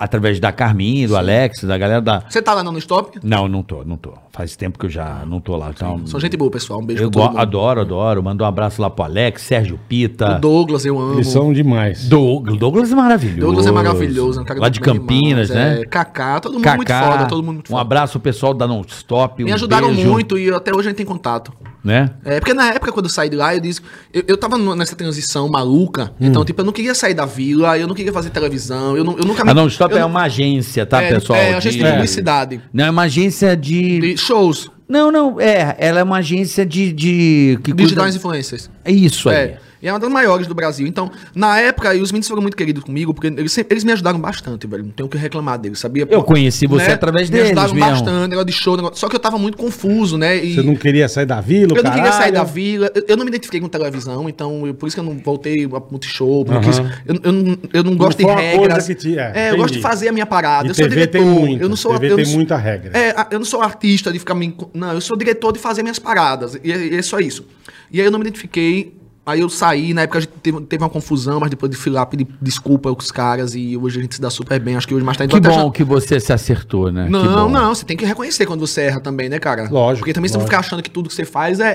Speaker 2: através da Carminha, do Alex, da galera da.
Speaker 3: Você tá lá no stop?
Speaker 2: Não, não tô, não tô. Faz tempo que eu já não tô lá. Então,
Speaker 3: São gente boa, pessoal. Um beijo
Speaker 2: eu
Speaker 3: pra todo
Speaker 2: go-
Speaker 3: mundo.
Speaker 2: adoro, adoro. Mando um abraço lá pro Alex, Sérgio
Speaker 3: O
Speaker 2: Pita.
Speaker 3: Douglas, eu amo.
Speaker 1: Eles são demais.
Speaker 2: Doug- Douglas é maravilhoso.
Speaker 3: Douglas é maravilhoso. é um cara
Speaker 2: Lá de
Speaker 3: bem
Speaker 2: Campinas,
Speaker 3: demais,
Speaker 2: né?
Speaker 3: É, Kaká, todo mundo
Speaker 2: Cacá,
Speaker 3: muito foda, todo mundo muito
Speaker 2: um
Speaker 3: foda.
Speaker 2: abraço ao pessoal da Nonstop.
Speaker 3: Me
Speaker 2: um
Speaker 3: ajudaram
Speaker 2: beijo,
Speaker 3: muito e até hoje a gente tem contato.
Speaker 2: Né?
Speaker 3: É, porque na época, quando eu saí de lá, eu disse. Eu, eu tava numa- nessa transição maluca.
Speaker 2: Hum.
Speaker 3: Então, tipo, eu não queria sair da vila, eu não queria fazer televisão, eu, não, eu nunca
Speaker 2: A Nonstop
Speaker 3: Tá eu
Speaker 2: é
Speaker 3: não-
Speaker 2: uma agência, tá,
Speaker 3: é,
Speaker 2: pessoal?
Speaker 3: É, a gente tem
Speaker 1: de-
Speaker 3: publicidade.
Speaker 2: Não, é uma agência de...
Speaker 3: De shows,
Speaker 2: Não, não, é. Ela é uma agência de. de que
Speaker 3: digitais
Speaker 2: cuida-
Speaker 3: influencers.
Speaker 2: É isso aí.
Speaker 3: É. E é uma das maiores do Brasil. Então, na época, e os meninos foram muito queridos comigo, porque eles, sempre- eles me ajudaram bastante, velho. Não tenho o que reclamar deles, sabia? né?
Speaker 2: Eu conheci você através deles
Speaker 3: Me ajudaram
Speaker 2: mesmo.
Speaker 3: bastante, negócio de show, negócio... Só que eu tava muito confuso, né? E-
Speaker 1: Você não queria sair da vila,
Speaker 3: Eu não queria sair
Speaker 1: caralho?
Speaker 3: da vila, eu, eu não me identifiquei com televisão, então eu- por isso que eu não voltei a multishow, porque eu,
Speaker 1: Aham.
Speaker 3: quis- eu, eu não, eu não gosto
Speaker 1: foi
Speaker 3: de
Speaker 1: uma
Speaker 3: regras.
Speaker 1: coisa que te- é,
Speaker 3: é, eu
Speaker 1: entendi.
Speaker 3: gosto de fazer a minha parada.
Speaker 1: E
Speaker 3: eu sou
Speaker 1: TV
Speaker 3: diretor,
Speaker 1: tem muito,
Speaker 3: eu não sou
Speaker 1: TV
Speaker 3: eu
Speaker 1: tem
Speaker 3: não-
Speaker 1: muita regra.
Speaker 3: É, a- eu não sou artista de ficar me enco- não, eu sou diretor de fazer minhas paradas, e é, e é só isso. E aí eu não me identifiquei Aí eu saí, na época a gente teve, teve uma confusão, mas depois de fui lá pedir desculpa com os caras e hoje a gente se dá super bem. Acho que hoje mais tá tarde
Speaker 2: Que
Speaker 3: eu até já-
Speaker 2: bom que você se acertou, né? Que
Speaker 3: Não,
Speaker 2: bom.
Speaker 3: não, você tem que reconhecer quando você erra também, né, cara?
Speaker 1: É, Lógico,
Speaker 3: Porque também você não
Speaker 1: lógico.
Speaker 3: fica achando que tudo que você faz é,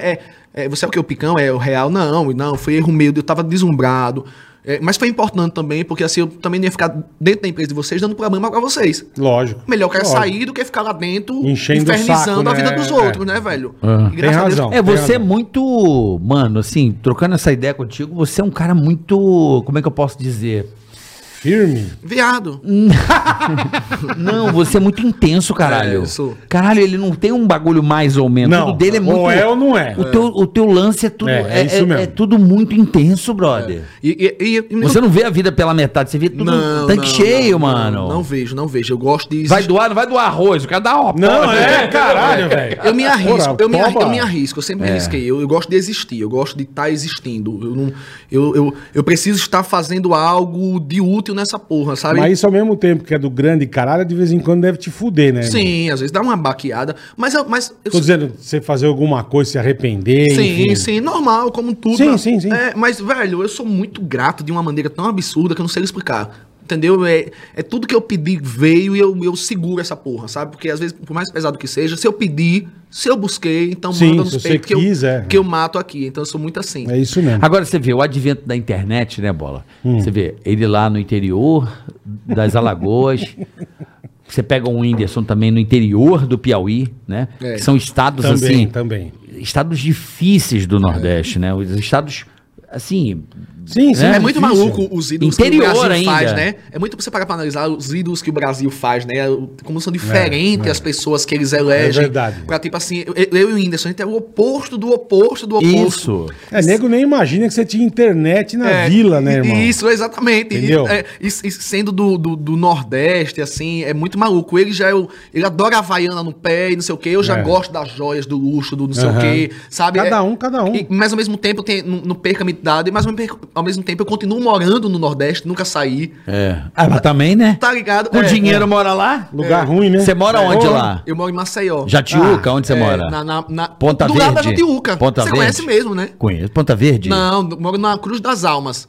Speaker 3: é- é- Você é o que? O picão? É o real? Não, não, foi erro meu, eu tava deslumbrado. É, mas foi importante também, porque assim, eu também não ia ficar dentro da empresa de vocês dando problema pra vocês.
Speaker 1: Lógico.
Speaker 3: Melhor que
Speaker 1: Lógico.
Speaker 3: sair do que ficar lá dentro
Speaker 1: Enchendo o saco,
Speaker 3: a
Speaker 1: né?
Speaker 3: vida dos outros, né, velho?
Speaker 2: Ah.
Speaker 3: E graças
Speaker 1: Tem
Speaker 3: a Deus-
Speaker 1: razão.
Speaker 2: É, você é
Speaker 1: Entendo.
Speaker 2: muito. Mano, assim, trocando essa ideia contigo, você é um cara muito. Como é que eu posso dizer?
Speaker 1: Firme.
Speaker 3: Viado.
Speaker 2: Não, você é muito intenso, caralho.
Speaker 3: É, eu sou.
Speaker 2: Caralho, ele não tem um bagulho mais ou menos.
Speaker 1: Não,
Speaker 2: Tudo dele é muito.
Speaker 1: ou é ou não é.
Speaker 2: O teu, o teu lance é tudo.
Speaker 1: É, é
Speaker 2: É,
Speaker 1: isso
Speaker 2: é-
Speaker 1: mesmo.
Speaker 2: é tudo muito intenso, brother.
Speaker 3: E, e- e- e-
Speaker 2: Você não vê a vida pela metade, você vê tudo tanque cheio,
Speaker 3: não,
Speaker 2: mano.
Speaker 3: Não, vejo, não vejo. Eu gosto de.
Speaker 2: vai doar, não vai doar arroz, o cara dá uma
Speaker 1: Não,
Speaker 2: porra,
Speaker 1: é,
Speaker 2: né?
Speaker 1: caralho, velho.
Speaker 3: Eu me arrisco,
Speaker 1: Porra,
Speaker 3: eu me, arri-
Speaker 1: toma. É.
Speaker 3: eu me arrisco, eu sempre me arrisquei. Eu, eu gosto de existir, eu gosto de estar existindo. Eu, não, eu, eu, eu preciso estar fazendo algo de útil nessa porra, sabe?
Speaker 1: Mas isso ao mesmo tempo que é do grande caralho, de vez em quando deve te fuder, né? irmão?
Speaker 3: Sim, às vezes dá uma baqueada. Mas eu. Mas eu
Speaker 1: Tô dizendo, você fazer alguma coisa, se arrepender,
Speaker 3: sim,
Speaker 1: enfim.
Speaker 3: sim, normal, como tudo.
Speaker 1: Sim,
Speaker 3: né?
Speaker 1: sim, sim.
Speaker 3: É, mas, velho, eu sou muito grato de uma maneira tão absurda que eu não sei explicar. Entendeu? É, é tudo que eu pedi veio e eu, eu seguro essa porra, sabe? Porque às vezes, por mais pesado que seja, se eu pedir, se eu busquei, então
Speaker 1: Sim,
Speaker 3: manda
Speaker 1: se
Speaker 3: nos
Speaker 1: você
Speaker 3: peitos que, eu-
Speaker 1: quis, é.
Speaker 3: que eu mato aqui. Então eu sou muito assim.
Speaker 1: É isso mesmo.
Speaker 2: Agora você vê o advento da internet, né, Bola?
Speaker 1: Hum.
Speaker 2: Você vê ele lá no interior
Speaker 1: [laughs]
Speaker 2: das Alagoas. você pega o Whindersson também no interior do Piauí, né?
Speaker 3: É.
Speaker 2: Que são estados
Speaker 1: também,
Speaker 2: assim,
Speaker 1: também.
Speaker 2: estados difíceis do Nordeste, né? Os estados assim,
Speaker 1: Sim, sim.
Speaker 2: É
Speaker 3: É, muito
Speaker 1: difícil.
Speaker 3: maluco os ídolos
Speaker 2: Interior
Speaker 3: que o Brasil
Speaker 2: ainda.
Speaker 3: faz, né? É muito pra você parar pra analisar os ídolos que o Brasil faz, né? Como são diferentes as pessoas que eles elegem.
Speaker 1: É verdade.
Speaker 3: Pra, tipo assim, eu, eu e o Whindersson, a gente é o oposto do oposto do
Speaker 2: isso.
Speaker 3: oposto.
Speaker 1: É, nego nem imagina que você tinha internet na
Speaker 3: É,
Speaker 1: vila, né,
Speaker 3: e-
Speaker 1: irmão?
Speaker 3: Isso, exatamente. E-
Speaker 1: Entendeu?
Speaker 3: é, e- e sendo do, do, do Nordeste, assim, é muito maluco. Ele já é o- ele adora a Havaiana no pé e não sei o quê. Eu já
Speaker 1: É.
Speaker 3: gosto das joias, do luxo, do não sei
Speaker 1: Aham.
Speaker 3: o quê, sabe?
Speaker 1: Cada
Speaker 3: É-
Speaker 1: um, cada um.
Speaker 3: e- mas ao mesmo tempo tem, não, não perca a minha idade, mas ao mesmo, ao mesmo tempo eu continuo morando no Nordeste, nunca saí.
Speaker 2: É. Ah, mas também, né?
Speaker 3: Tá ligado?
Speaker 2: Com
Speaker 3: É,
Speaker 2: dinheiro mora lá?
Speaker 1: Lugar ruim, né?
Speaker 2: Você mora
Speaker 1: É.
Speaker 2: onde
Speaker 1: Porra.
Speaker 2: lá?
Speaker 3: Eu moro em Maceió.
Speaker 2: Jatiuca, onde você
Speaker 3: É,
Speaker 2: mora?
Speaker 3: Na, na, na-
Speaker 2: Ponta
Speaker 3: do lado da
Speaker 2: Verde?
Speaker 3: Jatiuca.
Speaker 2: Ponta
Speaker 3: Você
Speaker 2: Verde?
Speaker 3: conhece mesmo, né?
Speaker 2: Conheço Ponta Verde.
Speaker 3: Não, eu moro na Cruz das Almas.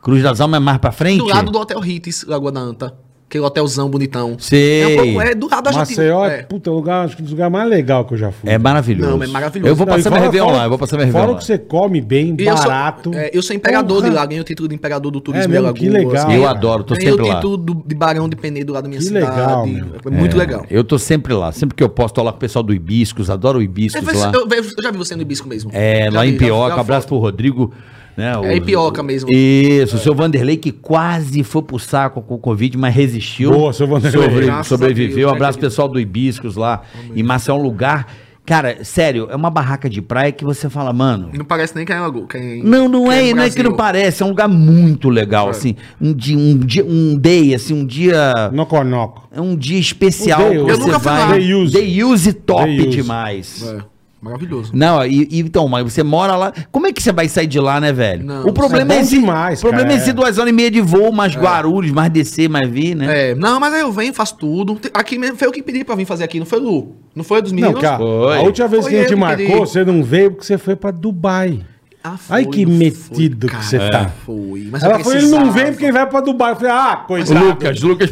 Speaker 2: Cruz das Almas é mais pra frente?
Speaker 3: Do lado do Hotel Ritz, Lagoa da Anta. Aquele hotelzão bonitão.
Speaker 2: Sei.
Speaker 3: É, um pouco, é do lado da
Speaker 1: Maceió é,
Speaker 3: É.
Speaker 1: puta, lugar, acho que um dos lugares mais legal que eu já fui.
Speaker 2: É maravilhoso.
Speaker 3: Não, mas é maravilhoso.
Speaker 2: Eu vou
Speaker 1: Não, e
Speaker 2: passar
Speaker 1: fora-
Speaker 2: minha Réveillon
Speaker 1: fora-
Speaker 2: lá, eu vou passar minha Réveillon
Speaker 1: Fora
Speaker 2: lá.
Speaker 1: que você come bem,
Speaker 3: E
Speaker 1: barato.
Speaker 3: Eu sou, é, eu sou imperador
Speaker 1: Porra.
Speaker 3: de lá, ganhei o título de imperador do turismo
Speaker 1: É
Speaker 3: de
Speaker 1: mesmo?
Speaker 3: Alagoas.
Speaker 1: Que legal.
Speaker 2: Eu
Speaker 1: Ah,
Speaker 2: adoro, tô
Speaker 3: ganhei
Speaker 2: sempre
Speaker 3: o
Speaker 2: lá.
Speaker 3: título do- de Barão de Penedo lá da minha
Speaker 1: Que
Speaker 3: cidade.
Speaker 1: legal, meu.
Speaker 3: é muito
Speaker 2: É,
Speaker 3: legal.
Speaker 2: Eu tô sempre lá. Sempre que eu posso, tô lá com o pessoal do Hibiscos, adoro o
Speaker 3: Você
Speaker 2: Hibiscos
Speaker 3: fez-
Speaker 2: lá.
Speaker 3: É, eu, eu já vi você no Ibisco mesmo.
Speaker 2: É,
Speaker 3: Já
Speaker 2: lá em
Speaker 3: vi, já-
Speaker 2: Pioca,
Speaker 3: já-
Speaker 2: abraço pro Rodrigo. Né, o-
Speaker 3: É, em Pioca mesmo. É.
Speaker 2: Isso, o seu Vanderlei que quase foi pro saco com o Covid, mas resistiu.
Speaker 1: Boa, seu Vanderlei.
Speaker 2: Sobre-
Speaker 3: Graças a
Speaker 2: sobreviveu.
Speaker 3: Deus,
Speaker 2: abraço
Speaker 3: né,
Speaker 2: pessoal do Hibiscos lá. E Marcel é um lugar. Cara, sério, é uma barraca de praia que você fala, mano.
Speaker 3: Não parece nem que é Alagoas. que é em-
Speaker 2: Não, não
Speaker 3: que
Speaker 2: é,
Speaker 3: no
Speaker 2: não é que não
Speaker 3: Brasil.
Speaker 2: parece, é um lugar muito legal, assim. Um dia, um dia, um day, assim, um dia.
Speaker 1: Noconoco.
Speaker 2: É um dia especial.
Speaker 1: O day
Speaker 2: que
Speaker 1: use.
Speaker 3: Eu nunca fui lá.
Speaker 1: Day use.
Speaker 2: Day use top
Speaker 1: Day use.
Speaker 2: demais.
Speaker 3: É, maravilhoso.
Speaker 2: Não, e, e então, mas você mora lá. Como é que você vai sair de lá, né, velho?
Speaker 3: Não,
Speaker 2: o
Speaker 1: isso
Speaker 2: problema
Speaker 1: é
Speaker 2: é,
Speaker 1: bom
Speaker 2: esse,
Speaker 1: demais,
Speaker 2: o problema
Speaker 1: cara,
Speaker 2: é esse
Speaker 1: é.
Speaker 2: duas horas e meia de voo, mais Guarulhos, mais descer, mais vir, né?
Speaker 3: É, não, mas aí eu venho, faço tudo. Te- Aqui mesmo foi eu que pedi pra vir fazer aqui, não foi Lu? Não foi dos
Speaker 1: Não,
Speaker 3: meninos?
Speaker 1: que a,
Speaker 2: Foi.
Speaker 1: a última vez
Speaker 3: Foi
Speaker 1: que a gente
Speaker 3: eu que
Speaker 1: marcou,
Speaker 3: queria.
Speaker 1: você não veio porque você foi pra Dubai.
Speaker 3: Ah,
Speaker 1: Ai, que
Speaker 3: foi,
Speaker 1: metido que
Speaker 3: cara,
Speaker 1: você tá.
Speaker 3: Foi. Mas
Speaker 1: Ela
Speaker 3: eu
Speaker 1: falou, ele não
Speaker 3: precisava.
Speaker 1: vem porque ele vai pra Dubai. Eu falei, ah, coitado.
Speaker 2: Lucas
Speaker 1: Mas é,
Speaker 2: Lucas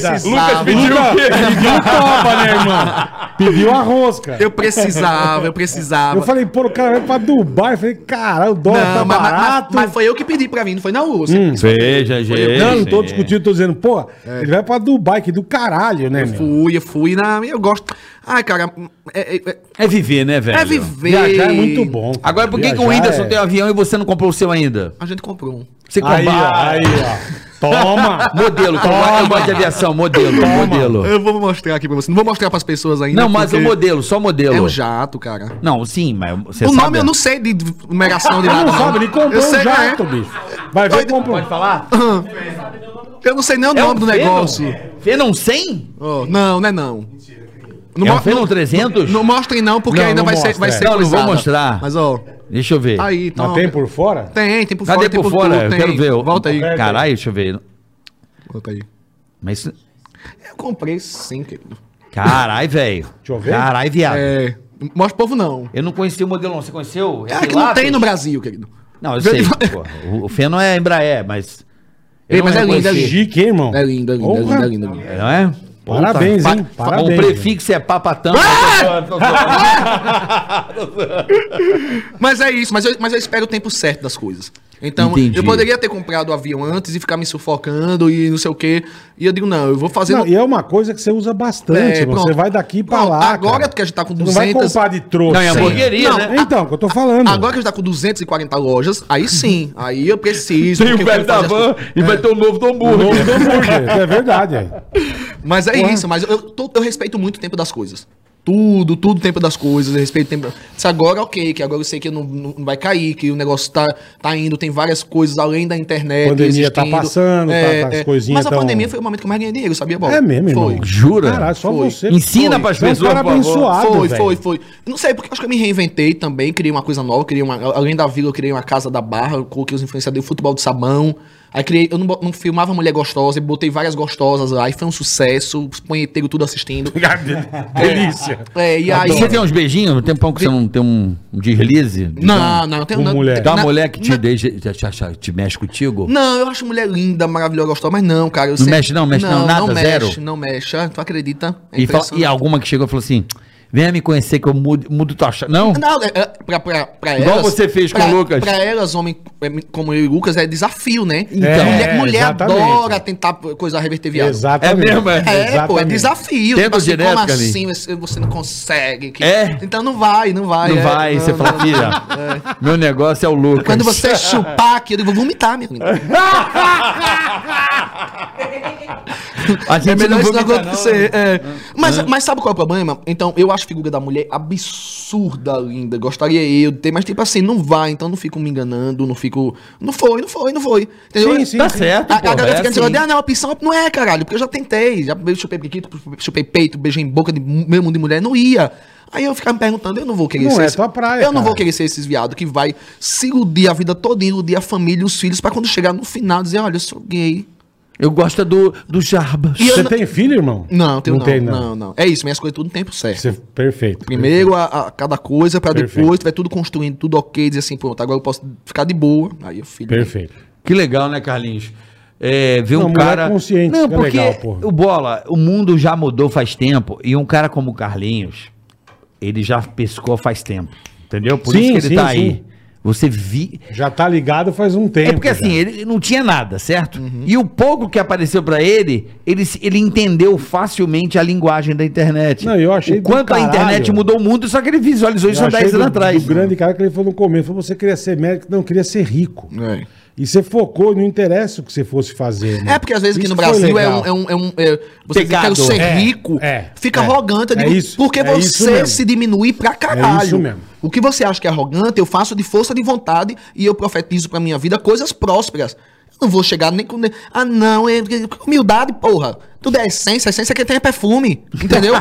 Speaker 1: precisava.
Speaker 2: pediu o quê?
Speaker 1: Pediu toba, né, irmão? Pediu a rosca.
Speaker 3: Eu precisava, eu precisava.
Speaker 1: Eu falei, pô, o cara vai pra Dubai. Eu falei, caralho, o dólar
Speaker 3: Não,
Speaker 1: tá
Speaker 3: mas, mas-
Speaker 1: barato. Hum.
Speaker 3: mas foi eu que pedi pra mim, não foi na Lúcia.
Speaker 2: Veja, gente.
Speaker 1: não, não tô discutindo, tô dizendo, pô,
Speaker 3: É.
Speaker 1: ele vai pra Dubai, que do caralho, né,
Speaker 3: Eu
Speaker 1: meu?
Speaker 3: fui, eu fui na. Eu gosto. Ai, cara, é, é- é-
Speaker 2: É viver, né, velho?
Speaker 3: é viver.
Speaker 1: Viajar é muito bom. cara.
Speaker 2: Agora, por que, que o
Speaker 1: Viajar
Speaker 2: Whindersson
Speaker 1: é-
Speaker 2: tem um avião e você não comprou o seu ainda?
Speaker 3: A gente comprou um.
Speaker 2: Você
Speaker 1: Aí,
Speaker 2: comprou.
Speaker 1: ó, aí, ó.
Speaker 3: [laughs]
Speaker 1: Toma!
Speaker 2: Modelo, como é que eu gosto de aviação, modelo, modelo.
Speaker 3: Eu vou mostrar aqui pra você. Não vou mostrar pras pessoas ainda.
Speaker 2: Não, mas o
Speaker 3: porque
Speaker 2: modelo, só modelo.
Speaker 3: É um jato, cara.
Speaker 2: Não, sim, mas você
Speaker 3: o
Speaker 2: sabe.
Speaker 3: nome eu não sei de numeração
Speaker 2: [laughs]
Speaker 3: de
Speaker 1: Ele
Speaker 3: nada.
Speaker 1: não sabe, ele comprou
Speaker 3: eu
Speaker 1: um
Speaker 3: sei que é.
Speaker 1: jato, bicho. Vai ver, comprou.
Speaker 2: Pode falar?
Speaker 3: [laughs] Eu não sei nem o
Speaker 2: É
Speaker 3: nome do negócio.
Speaker 2: Fenon 100?
Speaker 3: Ó, não, não é não. Não,
Speaker 2: É um
Speaker 3: mo-
Speaker 2: Fenon
Speaker 3: não-
Speaker 2: 300?
Speaker 3: não mostrem não, porque
Speaker 1: Não,
Speaker 3: ainda
Speaker 1: não
Speaker 3: vai ser,
Speaker 1: mostra,
Speaker 3: vai
Speaker 1: é.
Speaker 3: ser
Speaker 2: Não, não vou
Speaker 3: coisada.
Speaker 2: mostrar.
Speaker 3: Mas ó,
Speaker 2: Deixa eu ver.
Speaker 3: aí, então.
Speaker 1: Mas tem por fora?
Speaker 3: Tem, tem por
Speaker 2: Cadê
Speaker 3: fora, tem
Speaker 2: por, fora?
Speaker 3: tudo,
Speaker 2: eu
Speaker 3: tem.
Speaker 2: quero ver. o-
Speaker 3: Volta aí.
Speaker 1: Cara-
Speaker 2: Caralho, deixa eu ver.
Speaker 3: Volta aí.
Speaker 2: Mas. isso-
Speaker 3: Eu comprei sim, querido.
Speaker 2: Caralho, velho.
Speaker 1: Deixa eu ver.
Speaker 2: Caralho, viado.
Speaker 3: É, mostra o povo não.
Speaker 2: Eu não conheci o modelo, não. Você conheceu?
Speaker 3: É que não
Speaker 2: Pilatos?
Speaker 3: tem no Brasil, querido.
Speaker 2: Não, eu sei. porra. O, o Feno é Embraer, mas. eu
Speaker 3: Ei,
Speaker 2: não
Speaker 3: mas é lindo, é
Speaker 2: reconheci.
Speaker 3: lindo.
Speaker 1: Chique, hein, irmão?
Speaker 3: É lindo, é lindo, é
Speaker 1: Porra.
Speaker 3: lindo, é lindo. É lindo.
Speaker 2: Não é?
Speaker 1: Parabéns, hein?
Speaker 2: Pa-
Speaker 1: Parabéns,
Speaker 2: O prefixo é papatão. né?
Speaker 3: Mas é isso, mas eu, mas eu espero o tempo certo das coisas. Então,
Speaker 2: Entendi.
Speaker 3: eu poderia ter comprado o avião antes e ficar me sufocando e não sei o quê. E eu digo, não, eu vou fazer.
Speaker 1: Não,
Speaker 3: no-
Speaker 1: e é uma coisa que você usa bastante,
Speaker 3: É,
Speaker 1: irmão. Você
Speaker 3: pronto.
Speaker 1: vai daqui pra
Speaker 3: Pronto,
Speaker 1: lá.
Speaker 3: agora
Speaker 1: cara.
Speaker 3: que a gente tá com
Speaker 1: Você Não vai
Speaker 3: 200.
Speaker 1: comprar de trouxa.
Speaker 2: Não, é hamburgueria,
Speaker 3: Não,
Speaker 2: né?
Speaker 1: Então, que eu tô falando.
Speaker 3: Agora que a gente tá com 240 lojas, aí sim, aí eu preciso.
Speaker 2: [laughs] Tem o
Speaker 3: porque eu
Speaker 2: velho
Speaker 3: quero
Speaker 2: da
Speaker 3: fazer as
Speaker 2: van Ah, e vai ter o novo né? do
Speaker 1: O
Speaker 2: hambúrguer.
Speaker 1: nome do hambúrguer. É verdade, aí.
Speaker 3: Mas é isso, mas eu, eu tô- eu respeito muito o tempo das coisas. Tudo, tudo o tempo das coisas, eu respeito o tempo. Se agora, ok, que agora eu sei que não, não não vai cair, que o negócio tá, tá indo, tem várias coisas além da internet.
Speaker 1: Pandemia tá passando, tá-
Speaker 3: é,
Speaker 1: tá as
Speaker 3: é.
Speaker 1: coisinhas
Speaker 3: Mas a
Speaker 1: tão-
Speaker 3: pandemia foi o momento que eu mais ganhei dinheiro, sabia, Bob?
Speaker 1: É mesmo,
Speaker 3: foi.
Speaker 1: irmão.
Speaker 2: Jura?
Speaker 1: Caralho, só
Speaker 3: Foi.
Speaker 1: você.
Speaker 2: Ensina pras
Speaker 1: Você é um
Speaker 2: pessoas,
Speaker 1: cara
Speaker 2: por favor.
Speaker 1: abençoado,
Speaker 3: Foi,
Speaker 1: velho.
Speaker 3: foi, foi. Eu não sei, porque eu acho que eu me reinventei também, criei uma coisa nova, criei uma. Além da vila, eu criei uma casa da barra, eu coloquei os influenciadores, futebol de sabão. Aí criei, eu não, bo- não filmava mulher gostosa, eu botei várias gostosas lá, e foi um sucesso, os punheteiros
Speaker 1: [laughs]
Speaker 3: tudo assistindo.
Speaker 1: Delícia.
Speaker 3: É, e aí.
Speaker 2: Você tem uns beijinhos? Tem um tempão que você não tem um um deslize?
Speaker 3: Não, não, tem
Speaker 1: Com
Speaker 3: não,
Speaker 1: mulher.
Speaker 2: Da
Speaker 3: na-
Speaker 2: mulher que te,
Speaker 3: na-
Speaker 2: deixa, te, te- te- te mexe contigo?
Speaker 3: Não, eu acho mulher linda, maravilhosa, gostosa, mas não, cara. Eu não
Speaker 2: mexe não, mexe não, nada,
Speaker 3: não mexe,
Speaker 2: zero?
Speaker 3: Não mexe, ah, tu acredita? É
Speaker 2: e, fala-
Speaker 3: impressionante.
Speaker 2: e alguma que chegou e falou assim: venha me conhecer que eu mudo, mudo tua chave. Não?
Speaker 3: Não, é, é, pra, pra, pra elas.
Speaker 2: Igual você fez com
Speaker 3: pra-
Speaker 2: o Lucas.
Speaker 3: Pra elas, homem é, como eu e o Lucas, é desafio, né?
Speaker 1: Então.
Speaker 3: mulher mulher
Speaker 1: exatamente.
Speaker 3: adora tentar coisa reverter viado.
Speaker 1: Exatamente.
Speaker 2: É mesmo, é?
Speaker 3: É, pô, é
Speaker 1: Exatamente.
Speaker 3: desafio.
Speaker 2: Tenta direto,
Speaker 3: como
Speaker 2: Carlinhos.
Speaker 3: assim você- você não consegue? que-
Speaker 2: É.
Speaker 3: Então não vai, não vai.
Speaker 2: não
Speaker 3: é,
Speaker 2: vai, você fala, filha. Meu negócio é o Lucas. [laughs]
Speaker 3: Quando você chupar aqui, eu digo, vou vomitar, meu amigo.
Speaker 2: A gente
Speaker 3: É
Speaker 2: não né? Hum.
Speaker 3: melhor isso não
Speaker 2: vomita,
Speaker 3: acontecer. é. Mas, mas sabe qual é o problema? Então, eu acho a figura da mulher absurda, linda. Gostaria eu de ter, mas tipo assim, não vai, então não fico me enganando, não fico. Não foi, não foi, não foi. Entendeu?
Speaker 1: Sim, sim.
Speaker 2: Tá certo,
Speaker 3: A, a
Speaker 2: porra,
Speaker 3: galera
Speaker 2: é
Speaker 3: fica
Speaker 2: assim.
Speaker 3: dizendo, ah, não, a opção não é, caralho, porque eu já tentei. Já chupei piquito, chupei peito, beijei em boca de meu mundo de mulher, não ia. Aí eu ficava me perguntando, eu não vou querer
Speaker 1: Não
Speaker 3: ser.
Speaker 1: é
Speaker 3: esse-
Speaker 1: tua praia,
Speaker 3: Eu não vou
Speaker 1: cara.
Speaker 3: querer ser esses viado que vai se iludir a vida toda, iludir a família, os filhos, pra quando chegar no final dizer, olha, eu sou gay.
Speaker 2: Eu gosto é do, do Jarbas.
Speaker 3: E eu
Speaker 1: Você
Speaker 3: não-
Speaker 1: tem filho, irmão?
Speaker 3: Não, tenho não.
Speaker 1: tem,
Speaker 3: não. não, É isso, minhas coisas tudo no tempo certo.
Speaker 1: Você... Perfeito.
Speaker 3: Primeiro a, a cada coisa, pra
Speaker 1: Perfeito.
Speaker 3: depois tu vai tudo construindo, tudo ok, dizer assim, pronto, agora eu posso ficar de boa. Aí o filho.
Speaker 1: Perfeito.
Speaker 2: Que legal, né, Carlinhos? É, ver
Speaker 1: Não,
Speaker 2: um
Speaker 1: mulher
Speaker 2: cara.
Speaker 1: consciente,
Speaker 2: não,
Speaker 1: que é
Speaker 2: porque
Speaker 1: legal, porra.
Speaker 2: o bola, o mundo já mudou faz tempo. E um cara como o Carlinhos, ele já pescou faz tempo. Entendeu? Por
Speaker 1: Sim,
Speaker 2: isso que ele
Speaker 1: sim,
Speaker 2: tá
Speaker 1: sim.
Speaker 2: aí. Você vi.
Speaker 1: Já tá ligado faz um tempo.
Speaker 2: É porque assim,
Speaker 1: já. Uhum.
Speaker 2: ele não tinha nada, certo? E o pouco que apareceu pra ele, ele, se- ele entendeu facilmente a linguagem da internet.
Speaker 1: Não, eu achei
Speaker 2: O
Speaker 1: do
Speaker 2: quanto a
Speaker 1: caralho.
Speaker 2: internet mudou o mundo, só que ele visualizou isso
Speaker 1: Eu
Speaker 2: há 10
Speaker 1: achei
Speaker 2: anos
Speaker 1: do-
Speaker 2: atrás. né?
Speaker 1: do grande cara que ele falou no começo, falou, você queria ser médico, não, queria ser rico.
Speaker 3: É.
Speaker 1: E você focou, não interessa o que você fosse fazer. né?
Speaker 3: É, porque às vezes aqui
Speaker 1: Isso
Speaker 3: no
Speaker 1: foi
Speaker 3: Brasil é
Speaker 1: legal.
Speaker 3: um, é um, é um- é- Você diz,
Speaker 2: Pegado.
Speaker 3: quero ser
Speaker 1: É,
Speaker 3: rico,
Speaker 1: é,
Speaker 3: fica
Speaker 1: é.
Speaker 3: arrogante. Eu
Speaker 1: É
Speaker 3: digo,
Speaker 1: isso,
Speaker 3: porque
Speaker 1: é isso
Speaker 3: você
Speaker 1: mesmo.
Speaker 3: se diminui pra caralho.
Speaker 1: É isso mesmo.
Speaker 3: O que você acha que é arrogante, eu faço de força de vontade e eu profetizo pra minha vida coisas prósperas. Eu não vou chegar nem com. Ah, não, é- humildade, porra. Tudo é essência, essência que tem é perfume.
Speaker 1: [laughs]
Speaker 3: Entendeu?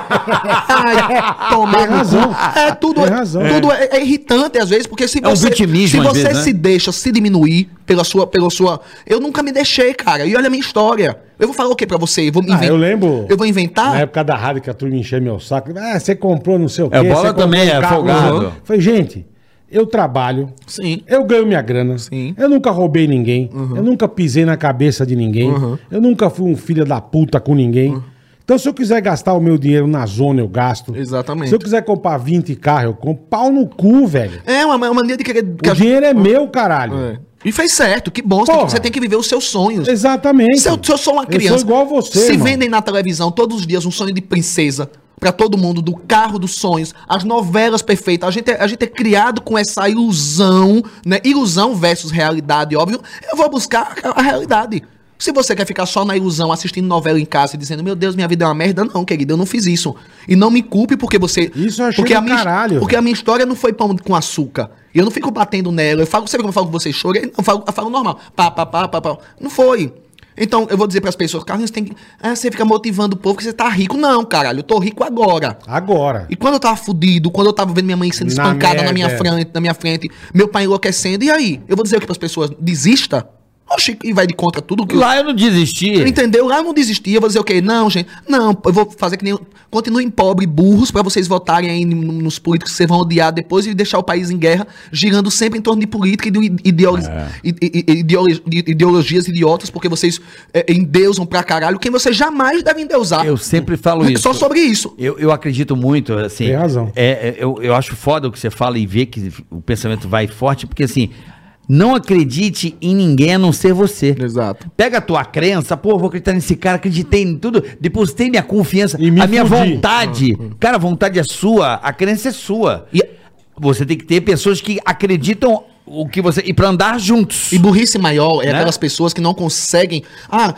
Speaker 3: Ai, tomar
Speaker 1: Tem
Speaker 3: no cu.
Speaker 1: razão.
Speaker 3: É, tudo,
Speaker 1: Tem razão.
Speaker 3: tudo é, é irritante às vezes, porque se
Speaker 2: É um
Speaker 3: você, se
Speaker 2: vitimismo, às
Speaker 3: você
Speaker 2: vezes, né?
Speaker 3: se deixa se diminuir pela sua, pela sua. Eu nunca me deixei, cara. E olha a minha história. Eu vou falar o que pra você? Eu vou me
Speaker 1: Ah, eu lembro. Né?
Speaker 3: Eu vou inventar?
Speaker 1: Na época da rádio que a turma encheu meu saco. Ah, você comprou não sei o quê.
Speaker 2: É, bola
Speaker 1: você comprou
Speaker 2: também é folgado.
Speaker 1: Uhum. Falei, gente, eu trabalho,
Speaker 3: Sim.
Speaker 1: eu ganho minha grana,
Speaker 3: Sim. Uhum.
Speaker 1: eu nunca roubei ninguém, eu nunca pisei na cabeça de ninguém, eu nunca fui um filho da puta com ninguém.
Speaker 3: Uhum.
Speaker 1: Então, se eu quiser gastar o meu dinheiro na zona, eu gasto.
Speaker 3: Exatamente.
Speaker 1: Se eu quiser comprar 20 carros, eu compro. Pau no cu, velho.
Speaker 3: É uma, uma mania de querer. que
Speaker 1: O
Speaker 3: a-
Speaker 1: dinheiro é meu, caralho.
Speaker 3: É. E fez certo, que bom. Você tem, que-
Speaker 1: Porra.
Speaker 3: você tem que viver os seus sonhos.
Speaker 1: Exatamente.
Speaker 3: Se eu, se eu sou uma criança.
Speaker 1: Eu sou igual a você,
Speaker 3: Se
Speaker 1: irmão.
Speaker 3: vendem na televisão todos os dias um sonho de princesa. Pra todo mundo, do carro dos sonhos, as novelas perfeitas. A gente, é, a gente é criado com essa ilusão, né? Ilusão versus realidade, óbvio. Eu vou buscar a, a realidade. Se você quer ficar só na ilusão, assistindo novela em casa e dizendo, meu Deus, minha vida é uma merda, não, querido, eu não fiz isso. E não me culpe porque você.
Speaker 1: Isso eu achei
Speaker 3: porque
Speaker 1: do
Speaker 3: a minha,
Speaker 1: caralho,
Speaker 3: Porque a minha história não foi pão com açúcar. E eu não fico batendo nela. Eu falo, sabe como eu falo com você? Chorei? Eu falo, eu falo normal. Pá, pá, pá, pá, pá. Não foi. Então, eu vou dizer pras pessoas, Carlinhos, tem que... Ah, você fica motivando o povo que você tá rico. Não, caralho, eu tô rico agora.
Speaker 1: Agora.
Speaker 3: E quando eu tava fudido, quando eu tava vendo minha mãe sendo
Speaker 1: Na
Speaker 3: espancada
Speaker 1: merda,
Speaker 3: na minha
Speaker 1: é.
Speaker 3: frente, na minha frente, meu pai enlouquecendo, e aí? Eu vou dizer o que pras pessoas? Desista? Oxi, e vai de contra tudo que.
Speaker 2: Lá eu não desisti.
Speaker 3: Entendeu? Lá eu não desistia, eu vou dizer o quê? Não, gente. Não, eu vou fazer que nem. Continuem pobre, burros, pra vocês votarem aí no- nos políticos que vocês vão odiar depois e deixar o país em guerra, girando sempre em torno de política e de ideolo- i- i- i- ideolo- de ideologias idiotas, porque vocês é, endeusam pra caralho quem vocês jamais devem endeusar.
Speaker 2: Ah, Eu sempre falo isso.
Speaker 3: Só sobre isso.
Speaker 2: Eu, eu acredito muito, assim.
Speaker 1: Ah, Tem razão.
Speaker 2: É, é, eu, eu acho foda o que você fala e ver que o pensamento vai forte, porque assim, não acredite em ninguém a não ser você.
Speaker 3: Exato.
Speaker 2: Pega a tua crença, pô, vou acreditar nesse cara, acreditei em tudo, depositei minha confiança,
Speaker 1: E me
Speaker 2: a minha
Speaker 1: fudi. Uhum.
Speaker 2: vontade. Cara, a vontade é sua, a crença é sua.
Speaker 3: E-
Speaker 2: Você tem que ter pessoas que acreditam o que você. E pra andar juntos.
Speaker 3: E burrice maior é
Speaker 2: Né?
Speaker 3: aquelas pessoas que não conseguem. Ah,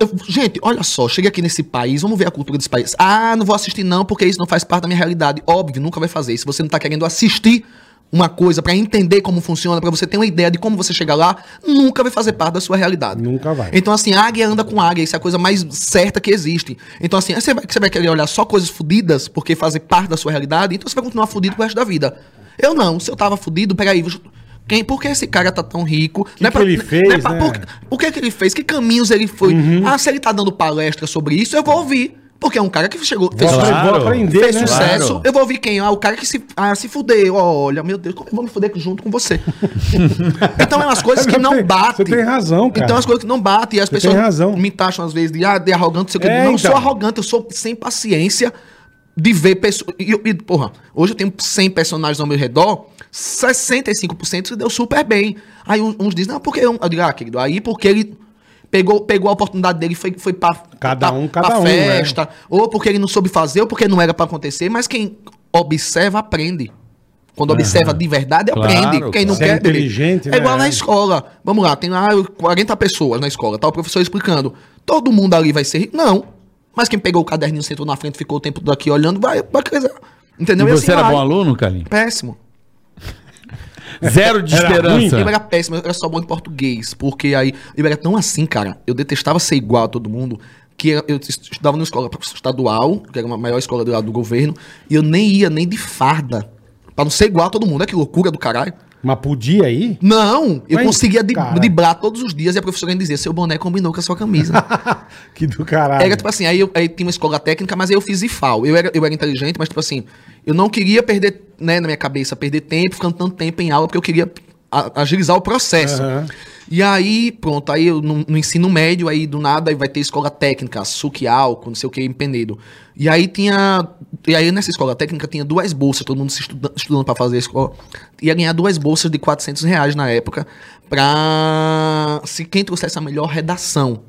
Speaker 3: eu- gente, olha só, cheguei aqui nesse país, vamos ver a cultura desse país. Ah, não vou assistir não, porque isso não faz parte da minha realidade. Óbvio, nunca vai fazer. Se você não tá querendo assistir uma coisa pra entender como funciona, pra você ter uma ideia de como você chegar lá, nunca vai fazer parte da sua realidade.
Speaker 1: Nunca vai.
Speaker 3: Então, assim, águia anda com águia, isso é a coisa mais certa que existe. Então, assim, aí você vai, você vai querer olhar só coisas fodidas porque fazem parte da sua realidade, então você vai continuar fudido pro resto da vida. Eu não, se eu tava fudido, peraí, deixa eu- quem, por que esse cara tá tão rico?
Speaker 1: que ele fez, né?
Speaker 3: é
Speaker 1: Uhum.
Speaker 3: por- o que que ele fez? Que caminhos ele foi? Ah, se ele tá dando palestra sobre isso, eu vou ouvir. Porque é um cara que chegou, fez,
Speaker 1: Vou-
Speaker 2: Claro.
Speaker 1: vou aprender,
Speaker 3: fez
Speaker 1: né?
Speaker 3: sucesso.
Speaker 2: Claro.
Speaker 3: Eu vou ouvir quem? Ah, o cara que se, ah, se fudeu. Olha, meu Deus, como eu vou me fuder junto com você? [laughs] então é umas coisas que não
Speaker 1: Você
Speaker 3: batem.
Speaker 1: tem razão, cara.
Speaker 3: Então é umas coisas que não batem. E as
Speaker 1: Você
Speaker 3: pessoas
Speaker 1: tem razão.
Speaker 3: me taxam às vezes de, ah, de arrogante. Não, sei o
Speaker 1: É,
Speaker 3: que. não
Speaker 1: então.
Speaker 3: sou arrogante, eu sou sem paciência de ver pessoas. E, eu- e, porra, hoje eu tenho 100 personagens ao meu redor, 65% se deu super bem. Aí uns, uns dizem, não, porque eu, eu digo, ah, querido, aí porque ele pegou, pegou a oportunidade dele e foi, foi pra,
Speaker 1: Cada
Speaker 3: pra-
Speaker 1: um, cada
Speaker 3: pra
Speaker 1: um, né?
Speaker 3: festa, ou porque ele não soube fazer, ou porque não era pra acontecer, mas quem observa, aprende. Quando observa de verdade,
Speaker 2: Claro,
Speaker 3: aprende. Quem não
Speaker 1: claro.
Speaker 3: quer.
Speaker 1: Ser inteligente,
Speaker 3: é igual
Speaker 1: né?
Speaker 3: na escola. Vamos lá, tem lá 40 pessoas na escola, tá o professor explicando. Todo mundo ali vai ser rico? Não. Mas quem pegou o caderninho, sentou na frente, ficou o tempo todo aqui olhando, vai, vai crescer. Entendeu?
Speaker 2: e
Speaker 3: E
Speaker 2: você
Speaker 3: assim
Speaker 2: era
Speaker 3: vai.
Speaker 2: bom aluno, Carlinhos?
Speaker 3: Péssimo.
Speaker 2: [laughs] Zero de
Speaker 1: Era ruim?
Speaker 2: esperança.
Speaker 3: Eu era péssimo, eu era só bom em português, porque aí eu era tão assim, cara. Eu detestava ser igual a todo mundo, que eu eu estudava numa escola estadual, que era uma maior escola do, do governo, e eu nem ia nem de farda, pra não ser igual a todo mundo. É que loucura do caralho.
Speaker 1: Mas podia ir?
Speaker 3: Não, eu
Speaker 1: Mas,
Speaker 3: conseguia de,
Speaker 1: cara.
Speaker 3: driblar todos os dias e a professora ia dizer: seu boné combinou com a sua camisa.
Speaker 1: [laughs] que do caralho.
Speaker 3: Era tipo assim, aí, eu, aí tinha uma escola técnica, mas aí eu fiz IFAL. Eu era, eu era inteligente, mas tipo assim, eu não queria perder, né, na minha cabeça, perder tempo, ficando tanto tempo em aula, porque eu queria a- agilizar o processo.
Speaker 1: Aham.
Speaker 3: E aí, pronto, aí eu no, no ensino médio, aí do nada aí vai ter escola técnica, suque álcool, não sei o que, em Penedo. E aí tinha. E aí nessa escola técnica tinha duas bolsas, todo mundo se estuda- estudando pra fazer a escola. Ia ganhar duas bolsas de 400 reais na época, pra. Se quem trouxesse a melhor redação.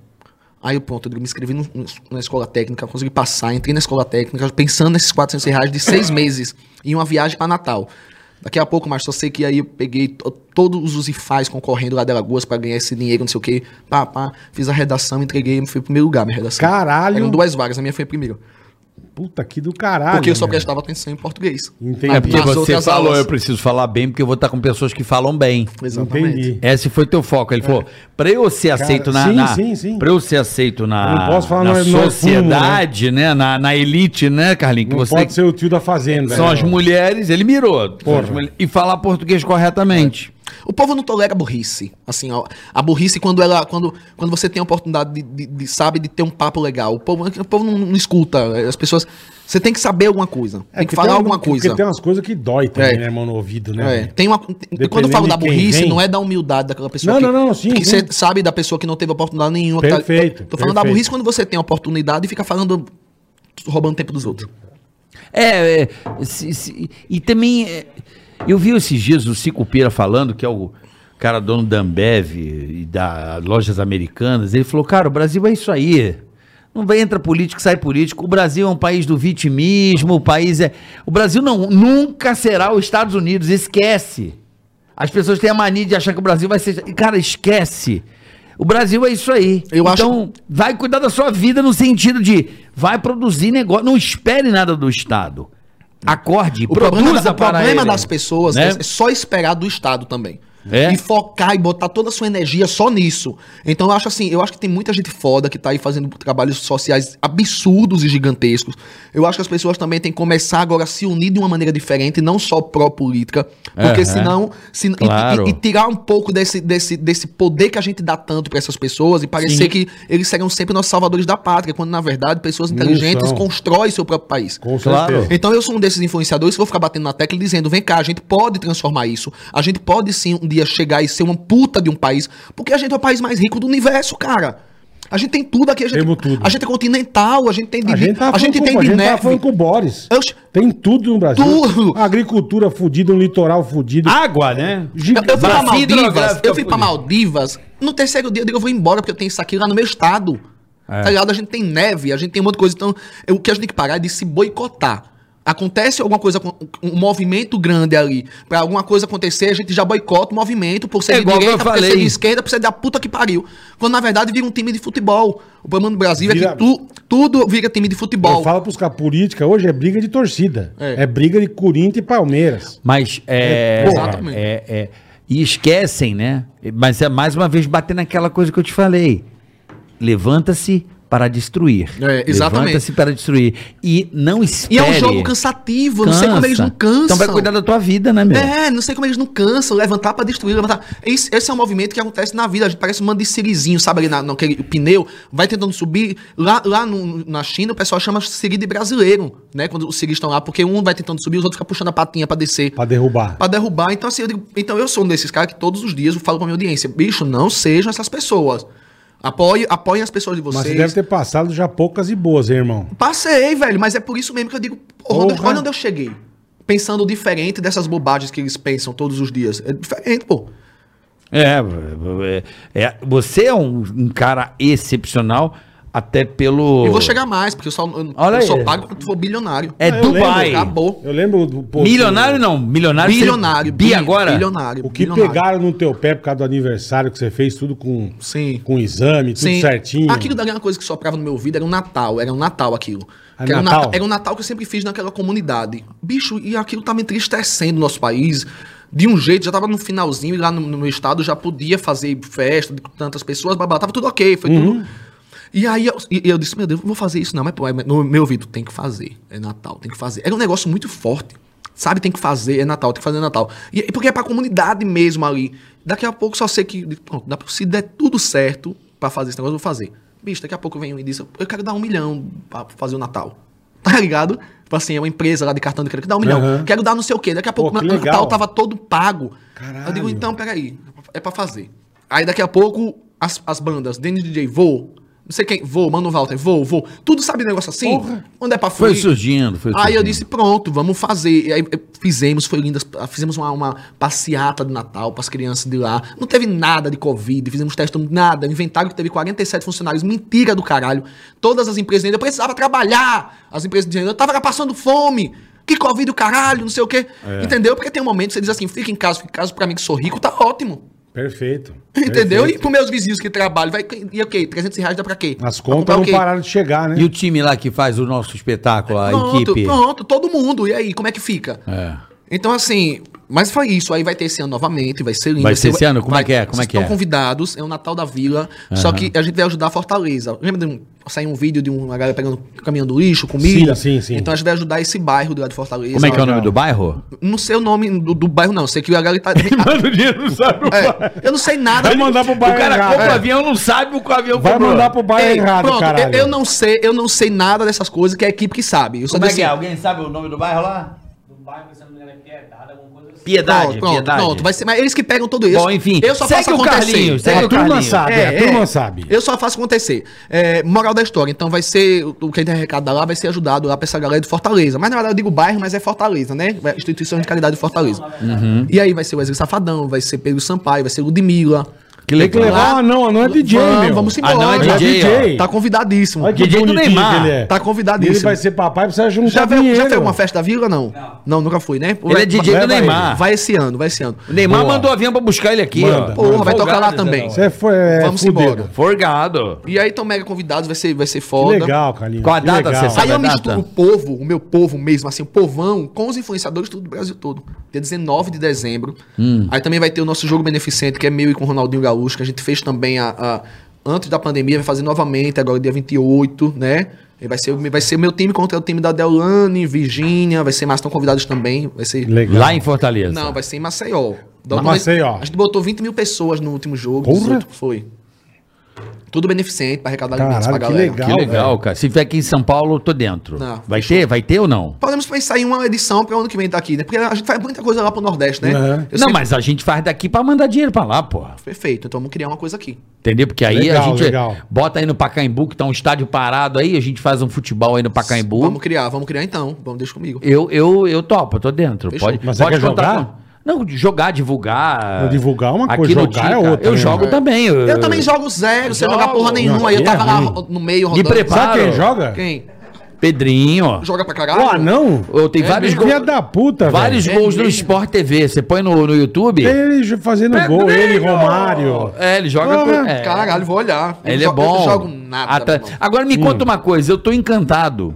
Speaker 3: Aí eu, pronto, eu me inscrevi no- no- na escola técnica, consegui passar, entrei na escola técnica, pensando nesses 400 reais de seis meses e uma viagem para Natal. Daqui a pouco, mas só sei que aí eu peguei to- todos os IFAs concorrendo lá de Alagoas para ganhar esse dinheiro, não sei o quê. Pá, pá, fiz a redação, entreguei, fui em primeiro lugar minha redação.
Speaker 1: Caralho.
Speaker 3: Eram duas vagas, a minha foi a primeira.
Speaker 1: Puta que do caralho.
Speaker 3: Porque eu só
Speaker 1: meu.
Speaker 3: prestava atenção em português.
Speaker 1: Entendi.
Speaker 2: É porque
Speaker 3: Nas
Speaker 2: você
Speaker 3: outras
Speaker 2: falou,
Speaker 3: aulas.
Speaker 2: eu preciso falar bem, porque eu vou estar com pessoas que falam bem.
Speaker 3: Exatamente.
Speaker 1: Entendi.
Speaker 2: Esse foi teu foco. Ele falou: pra eu ser aceito na.
Speaker 1: É. sim,
Speaker 2: na-
Speaker 1: sim, sim.
Speaker 2: Pra eu ser aceito na,
Speaker 1: Eu não posso falar
Speaker 2: na
Speaker 1: no- no fumo,
Speaker 2: sociedade, né? Na, na elite, né, Carlinhos? Que
Speaker 1: Não
Speaker 2: você
Speaker 1: pode ser o tio da fazenda.
Speaker 2: são
Speaker 1: né?
Speaker 2: as mulheres, ele mirou.
Speaker 1: Porra.
Speaker 2: As mulher- E falar português corretamente.
Speaker 3: O povo não tolera burrice. Assim, ó, a burrice quando ela, quando, quando você tem a oportunidade de, de- de, sabe, de ter um papo legal. O povo, o povo não, não escuta. As pessoas, você tem que saber alguma coisa.
Speaker 1: É
Speaker 3: tem que falar
Speaker 1: tem um-
Speaker 3: alguma coisa.
Speaker 1: Porque tem umas coisas que dói também,
Speaker 3: É.
Speaker 1: né, irmão, no ouvido, né?
Speaker 3: É, tem uma, tem- quando eu falo da
Speaker 1: de quem
Speaker 3: burrice,
Speaker 1: vem.
Speaker 3: não é da humildade daquela pessoa.
Speaker 1: Não,
Speaker 3: que,
Speaker 1: não, não, sim,
Speaker 3: Que
Speaker 1: sim.
Speaker 3: você sabe da pessoa que não teve oportunidade nenhuma. que
Speaker 1: Perfeito,
Speaker 3: Tá, tô falando da
Speaker 1: perfeito.
Speaker 3: burrice quando você tem a oportunidade e fica falando, roubando tempo dos outros.
Speaker 2: É, é, se- se- e também é, eu vi esses dias o Cico Pira falando, que é o cara dono da Ambev e das lojas americanas, ele falou, cara, o Brasil é isso aí. Não vai entra político, sai político. O Brasil é um país do vitimismo, o país é. O Brasil não, nunca será os Estados Unidos, esquece. As pessoas têm a mania de achar que o Brasil vai ser. Cara, esquece. O Brasil é isso aí.
Speaker 3: Eu acho-
Speaker 2: Vai cuidar da sua vida no sentido de vai produzir negócio, não espere nada do Estado. Acorde,
Speaker 3: O
Speaker 2: produza
Speaker 3: problema, da- o
Speaker 2: para
Speaker 3: problema
Speaker 2: ele.
Speaker 3: das pessoas
Speaker 2: né?
Speaker 3: é só esperar do Estado também.
Speaker 2: É?
Speaker 3: E focar e botar toda a sua energia só nisso. Então eu acho assim, eu acho que tem muita gente foda que tá aí fazendo trabalhos sociais absurdos e gigantescos. Eu acho que as pessoas também têm que começar agora a se unir de uma maneira diferente, não só pró-política. Porque
Speaker 2: Aham.
Speaker 3: senão. se- e-
Speaker 2: Claro.
Speaker 3: e, e tirar um pouco desse, desse, desse poder que a gente dá tanto pra essas pessoas e parecer
Speaker 2: Sim.
Speaker 3: que eles serão sempre nossos salvadores da pátria, quando na verdade pessoas
Speaker 1: Não
Speaker 3: inteligentes
Speaker 1: são.
Speaker 3: constroem seu próprio país.
Speaker 1: Com
Speaker 2: Claro.
Speaker 1: certeza.
Speaker 3: Então eu sou um desses influenciadores que vou ficar batendo na tecla e dizendo, vem cá, a gente pode transformar isso. A gente pode sim um dia chegar e ser uma puta de um país, porque a gente é o país mais rico do universo, cara. A gente tem tudo aqui, a gente,
Speaker 1: Temos tudo.
Speaker 3: a gente é continental, a gente tem de,
Speaker 1: A gente tá
Speaker 3: a gente tem
Speaker 1: com, a
Speaker 3: de
Speaker 1: gente tava
Speaker 3: neve.
Speaker 1: falando com o Boris.
Speaker 3: Oxe,
Speaker 1: Tem tudo no Brasil.
Speaker 3: Tudo. Ah,
Speaker 1: Agricultura fudida, um litoral fudido.
Speaker 2: Água, né?
Speaker 3: Eu, eu fui pra
Speaker 2: Bacia
Speaker 3: Maldivas,
Speaker 2: hidrográfica
Speaker 3: eu fui pra
Speaker 2: fudida.
Speaker 3: Maldivas, no terceiro dia eu digo, eu vou embora, porque eu tenho isso aqui lá no meu estado.
Speaker 2: É.
Speaker 3: Tá ligado? A gente tem neve, a gente tem um monte de coisa. Então, eu- o que a gente tem que parar é de se boicotar. Acontece alguma coisa, com- um movimento grande ali. Pra alguma coisa acontecer, a gente já boicota o movimento por ser
Speaker 2: É
Speaker 3: de
Speaker 2: igual que eu
Speaker 3: direita, por ser
Speaker 2: falei.
Speaker 3: de esquerda, por ser da puta que pariu. Quando na verdade vira um time de futebol. O problema do Brasil é
Speaker 1: Vira-
Speaker 3: que tu- tudo vira time de futebol.
Speaker 1: Eu falo pros caras, política hoje é briga de torcida. É,
Speaker 3: É.
Speaker 1: briga de Corinthians e Palmeiras.
Speaker 2: Mas é.
Speaker 1: É, porra.
Speaker 3: Exatamente.
Speaker 2: é- é- e esquecem, né? Mas é mais uma vez bater naquela coisa que eu te falei. Levanta-se para destruir.
Speaker 3: É, exatamente.
Speaker 2: Levanta-se para destruir. E não espere.
Speaker 3: E é um jogo cansativo, eu não sei como é eles não
Speaker 2: Cansa.
Speaker 3: cansam.
Speaker 2: Então vai cuidar da tua vida, né, meu?
Speaker 3: É, não sei como eles não cansam, levantar pra destruir, levantar. Esse, esse é um movimento que acontece na vida, a gente parece um mando de sirizinho, sabe, ali na, naquele o pneu, vai tentando subir. Lá, lá no- na China, o pessoal chama siri de brasileiro, né, quando os siris estão lá, porque um vai tentando subir, os outros ficam puxando a patinha pra descer.
Speaker 1: Pra derrubar.
Speaker 3: Pra derrubar. Então, assim, eu digo- então eu sou um desses caras que todos os dias eu falo pra minha audiência, bicho, não sejam essas pessoas. Apoie, apoiem as pessoas de
Speaker 1: Mas
Speaker 3: vocês.
Speaker 1: você deve ter passado já poucas e boas, hein, irmão?
Speaker 3: Passei, velho, mas é por isso mesmo que eu digo, porra,
Speaker 1: Porra.
Speaker 3: onde- olha onde eu cheguei. Pensando diferente dessas bobagens que eles pensam todos os dias. É diferente, pô.
Speaker 2: É, é, é, você é um, um cara excepcional, até pelo.
Speaker 3: Eu vou chegar um mais, porque eu só, eu,
Speaker 2: Olha
Speaker 3: eu só
Speaker 2: aí.
Speaker 3: pago quando tu for bilionário.
Speaker 2: É
Speaker 1: eu
Speaker 2: Dubai.
Speaker 1: lembro,
Speaker 3: Acabou.
Speaker 1: Eu lembro do pô,
Speaker 2: Milionário não, milionário.
Speaker 3: Bilionário.
Speaker 2: Bi agora?
Speaker 3: Bilionário.
Speaker 1: O que
Speaker 3: bilionário.
Speaker 1: pegaram no teu pé por causa do aniversário que você fez, tudo com,
Speaker 3: Sim.
Speaker 1: com exame, tudo
Speaker 3: Sim.
Speaker 1: certinho.
Speaker 3: Aquilo dali era uma coisa que soprava no meu ouvido, era um Natal, era um Natal aquilo.
Speaker 1: Ah,
Speaker 3: Que era, um
Speaker 1: Natal?
Speaker 3: Natal- era um Natal que eu sempre fiz naquela comunidade. Bicho, e aquilo tá me entristecendo o nosso país. De um jeito, já tava no finalzinho, e lá no, no meu estado já podia fazer festa com tantas pessoas, babá, tava tudo ok, foi
Speaker 1: Uhum.
Speaker 3: tudo. E aí eu, e- e eu disse, meu Deus, não vou fazer isso não, mas pô, é- no meu ouvido, tem que fazer, é Natal, tem que fazer. Era um negócio muito forte, sabe, tem que fazer, é Natal, tem que fazer é Natal. E, e porque é pra comunidade mesmo ali. Daqui a pouco só sei que, pronto, dá pra- se der tudo certo pra fazer esse negócio, eu vou fazer. Bicho, daqui a pouco vem um e diz, eu quero dar um milhão pra fazer o Natal. [laughs] Tá ligado? Tipo assim, é uma empresa lá de cartão, eu quero dar um milhão,
Speaker 1: Aham.
Speaker 3: quero dar não sei o quê. Daqui a pouco
Speaker 1: que
Speaker 3: o
Speaker 1: legal.
Speaker 3: Natal tá tava todo pago.
Speaker 1: Caralho.
Speaker 3: Eu digo, então, peraí, é pra fazer. Aí daqui a pouco, as, as bandas, Dennis DJ, vou, não sei quem, vou, Mano Walter, vou, vou. Tudo sabe negócio assim? Onde é pra
Speaker 2: Foi
Speaker 3: fluir?
Speaker 2: surgindo, foi surgindo.
Speaker 3: Aí eu disse, pronto, vamos fazer. E aí eh, fizemos, foi lindo. Fizemos uma, uma passeata de Natal para as crianças de lá. Não teve nada de Covid, fizemos teste, nada. Inventário que teve 47 funcionários, mentira do caralho. Todas as empresas dizendo, eu precisava trabalhar. As empresas dizendo, eu tava lá passando fome. Que Covid o caralho, não sei o quê.
Speaker 1: É.
Speaker 3: Entendeu? Porque tem um momento que você diz assim, fica em casa, fica em casa, pra mim que sou rico, tá ótimo. [laughs]
Speaker 1: Perfeito.
Speaker 3: Entendeu? E
Speaker 1: Perfeito.
Speaker 3: pros meus vizinhos que trabalham, vai, e o quê? 300 reais dá pra quê?
Speaker 1: As
Speaker 3: Pra
Speaker 1: contas
Speaker 3: comprar o
Speaker 1: não
Speaker 3: quê?
Speaker 1: pararam de chegar, né?
Speaker 2: E o time lá que faz o nosso espetáculo, a
Speaker 3: Pronto,
Speaker 2: equipe.
Speaker 3: pronto, todo mundo. E aí, como é que fica?
Speaker 2: É.
Speaker 3: Então, assim, mas foi isso. Aí vai ter esse ano novamente, vai ser lindo. Assim,
Speaker 2: Vai ser esse ano? Como é que é? Como é
Speaker 3: vocês
Speaker 2: que
Speaker 3: estão
Speaker 2: é?
Speaker 3: convidados, é o Natal da Vila, só que a gente vai ajudar a Fortaleza. Lembra de um, sair um vídeo de uma galera pegando, caminhando lixo, comida?
Speaker 1: Sim, sim, sim.
Speaker 3: Então a gente vai ajudar esse bairro do lado de Fortaleza.
Speaker 2: Como é que é o nome
Speaker 1: Legal.
Speaker 2: do bairro?
Speaker 3: Não sei o nome do, do bairro, não. Sei que
Speaker 2: [laughs]
Speaker 3: a galera tá... [laughs]
Speaker 1: [laughs]
Speaker 2: Manda o dinheiro, não sabe o
Speaker 3: É, eu não sei nada.
Speaker 1: Vai mandar pro bairro errado. é.
Speaker 2: avião, não sabe o que o avião
Speaker 1: Vai mandar pro bairro
Speaker 3: Ei,
Speaker 1: errado,
Speaker 3: pronto,
Speaker 1: caralho.
Speaker 3: Eu, eu não sei, eu não sei nada dessas coisas que é a equipe que sabe. Eu só
Speaker 2: Como é
Speaker 3: disse
Speaker 2: que é?
Speaker 3: assim,
Speaker 2: Alguém sabe o nome do bairro lá?
Speaker 4: do bairro, se eu não me engano, é Piedade, alguma coisa assim.
Speaker 2: Piedade,
Speaker 3: pronto, pronto,
Speaker 2: piedade.
Speaker 3: pronto, vai ser, mas eles que pegam tudo isso.
Speaker 2: Bom, enfim.
Speaker 3: Eu só
Speaker 2: segue
Speaker 3: faço
Speaker 2: o
Speaker 3: acontecer.
Speaker 2: Carlinhos,
Speaker 1: É,
Speaker 2: segue
Speaker 1: a
Speaker 2: o
Speaker 1: turma
Speaker 2: Carlinhos.
Speaker 1: sabe, é, a turma sabe.
Speaker 3: Eu só faço acontecer. É, moral da história. Então vai ser. O que a gente arrecadar lá vai ser ajudado lá pra essa galera de Fortaleza. Mas na verdade eu digo bairro, mas é Fortaleza, né? Vai- Instituição de caridade de Fortaleza.
Speaker 2: Uhum.
Speaker 3: E aí vai ser o Wesley Safadão, vai ser Pedro Sampaio, vai ser Ludmilla.
Speaker 2: Que
Speaker 1: Tem que
Speaker 2: legal.
Speaker 1: levar um anão, anão é DJ,
Speaker 3: vamos,
Speaker 1: meu.
Speaker 3: Vamos
Speaker 2: Ah,
Speaker 3: embora.
Speaker 2: não, é
Speaker 1: Ele
Speaker 2: DJ, ó.
Speaker 3: Tá convidadíssimo.
Speaker 1: Olha que
Speaker 2: DJ do
Speaker 1: bonitinho que
Speaker 2: Neymar.
Speaker 1: ele é.
Speaker 3: Tá convidadíssimo.
Speaker 1: Ele vai ser papai, precisa juntar
Speaker 3: Já, veio- já
Speaker 1: dinheiro.
Speaker 3: fez uma festa da vila, não? Não, nunca fui, né?
Speaker 2: Ele é DJ
Speaker 1: Leva
Speaker 2: do Neymar.
Speaker 3: Vai esse ano, vai esse ano.
Speaker 2: O Neymar
Speaker 1: Boa.
Speaker 2: mandou o avião pra buscar ele aqui,
Speaker 1: Manda.
Speaker 2: ó.
Speaker 3: Porra, vai
Speaker 2: Folgado,
Speaker 3: tocar lá
Speaker 2: Zé
Speaker 3: também.
Speaker 2: Neto.
Speaker 1: Você foi, é,
Speaker 3: Vamos
Speaker 1: fudido.
Speaker 3: embora.
Speaker 2: Forgado.
Speaker 3: E aí estão mega convidados, vai ser, vai ser
Speaker 1: Que
Speaker 3: foda.
Speaker 1: legal, Carlinhos.
Speaker 2: Com a
Speaker 1: que
Speaker 2: data,
Speaker 1: legal.
Speaker 2: você sabe?
Speaker 3: Aí
Speaker 2: Sabe
Speaker 3: eu
Speaker 2: a
Speaker 3: misturo
Speaker 2: data?
Speaker 3: o povo, o meu povo mesmo, assim, o povão, com os influenciadores do Brasil todo. Dia 19 de dezembro.
Speaker 2: Hum.
Speaker 3: Aí também vai ter o nosso jogo beneficente, que é meu e com o Ronaldinho Gaúcho, que a gente fez também a, a- antes da pandemia, vai fazer novamente, agora dia 28, né? E vai ser o vai ser meu time contra o time da Delane, Virgínia, vai ser mais, estão convidados também. Vai ser.
Speaker 1: Legal.
Speaker 2: Lá em Fortaleza.
Speaker 3: Não, vai ser em Maceió.
Speaker 1: Mas
Speaker 3: Da última vez-
Speaker 1: Maceió.
Speaker 3: A gente botou 20 mil pessoas no último jogo.
Speaker 1: Porra.
Speaker 3: 18, foi. Tudo beneficente pra arrecadar
Speaker 1: Caralho,
Speaker 3: alimentos pra
Speaker 1: que
Speaker 3: galera.
Speaker 1: legal.
Speaker 2: que legal,
Speaker 1: velho.
Speaker 2: cara. Se vier aqui em São Paulo, eu tô dentro.
Speaker 3: Não,
Speaker 2: vai ter? Vai ter ou não?
Speaker 3: Podemos pensar em uma edição pra ano que vem tá aqui, né? Porque a gente faz muita coisa lá pro Nordeste, né?
Speaker 1: Aham.
Speaker 3: Eu
Speaker 2: não,
Speaker 3: sempre-
Speaker 2: mas a gente faz daqui pra mandar dinheiro pra lá, porra.
Speaker 3: Perfeito, então vamos criar uma coisa aqui.
Speaker 2: Entendeu? Porque aí a
Speaker 1: Legal,
Speaker 2: gente
Speaker 1: legal.
Speaker 2: bota aí no Pacaembu, que tá um estádio parado aí, a gente faz um futebol aí no Pacaembu.
Speaker 3: Vamos criar, vamos criar então. Vamos, deixa comigo.
Speaker 2: Eu, eu, eu topo, eu tô dentro.
Speaker 3: Fechou.
Speaker 2: Pode,
Speaker 1: Mas você
Speaker 2: pode
Speaker 1: quer
Speaker 2: contar
Speaker 1: jogar?
Speaker 2: com- Não, de jogar, divulgar.
Speaker 1: Não, divulgar é uma
Speaker 2: Aqui
Speaker 1: coisa,
Speaker 2: no
Speaker 1: jogar é
Speaker 2: Tica,
Speaker 1: outra,
Speaker 2: Eu
Speaker 1: né?
Speaker 2: jogo também. Eu,
Speaker 3: Eu também jogo zero, sem jogar
Speaker 2: Jogo.
Speaker 3: porra nenhuma.
Speaker 1: Não,
Speaker 3: aí eu
Speaker 1: aqui
Speaker 3: tava
Speaker 1: é
Speaker 3: lá
Speaker 1: ruim.
Speaker 3: ro- no meio
Speaker 2: Me
Speaker 3: rodando.
Speaker 2: prepara.
Speaker 1: Sabe quem
Speaker 2: Claro.
Speaker 1: joga?
Speaker 3: Quem?
Speaker 2: Pedrinho.
Speaker 3: Joga pra caralho?
Speaker 1: O anão?
Speaker 2: Eu tenho
Speaker 3: É
Speaker 2: vários
Speaker 3: mesmo?
Speaker 2: gols.
Speaker 1: Filha da puta,
Speaker 2: Vários
Speaker 1: velho.
Speaker 2: gols
Speaker 3: É
Speaker 2: no
Speaker 3: mesmo?
Speaker 2: Sport TV. Você põe no, no YouTube.
Speaker 1: Ele jo- fazendo gol, ele, Romário.
Speaker 2: É, ele joga.
Speaker 1: Porra.
Speaker 2: tudo. É.
Speaker 3: Caralho, vou olhar. Eu
Speaker 2: Ele
Speaker 3: jo-
Speaker 2: é bom.
Speaker 3: Eu não jogo nada.
Speaker 2: Atra-
Speaker 3: meu irmão.
Speaker 2: Agora me conta uma coisa, eu tô encantado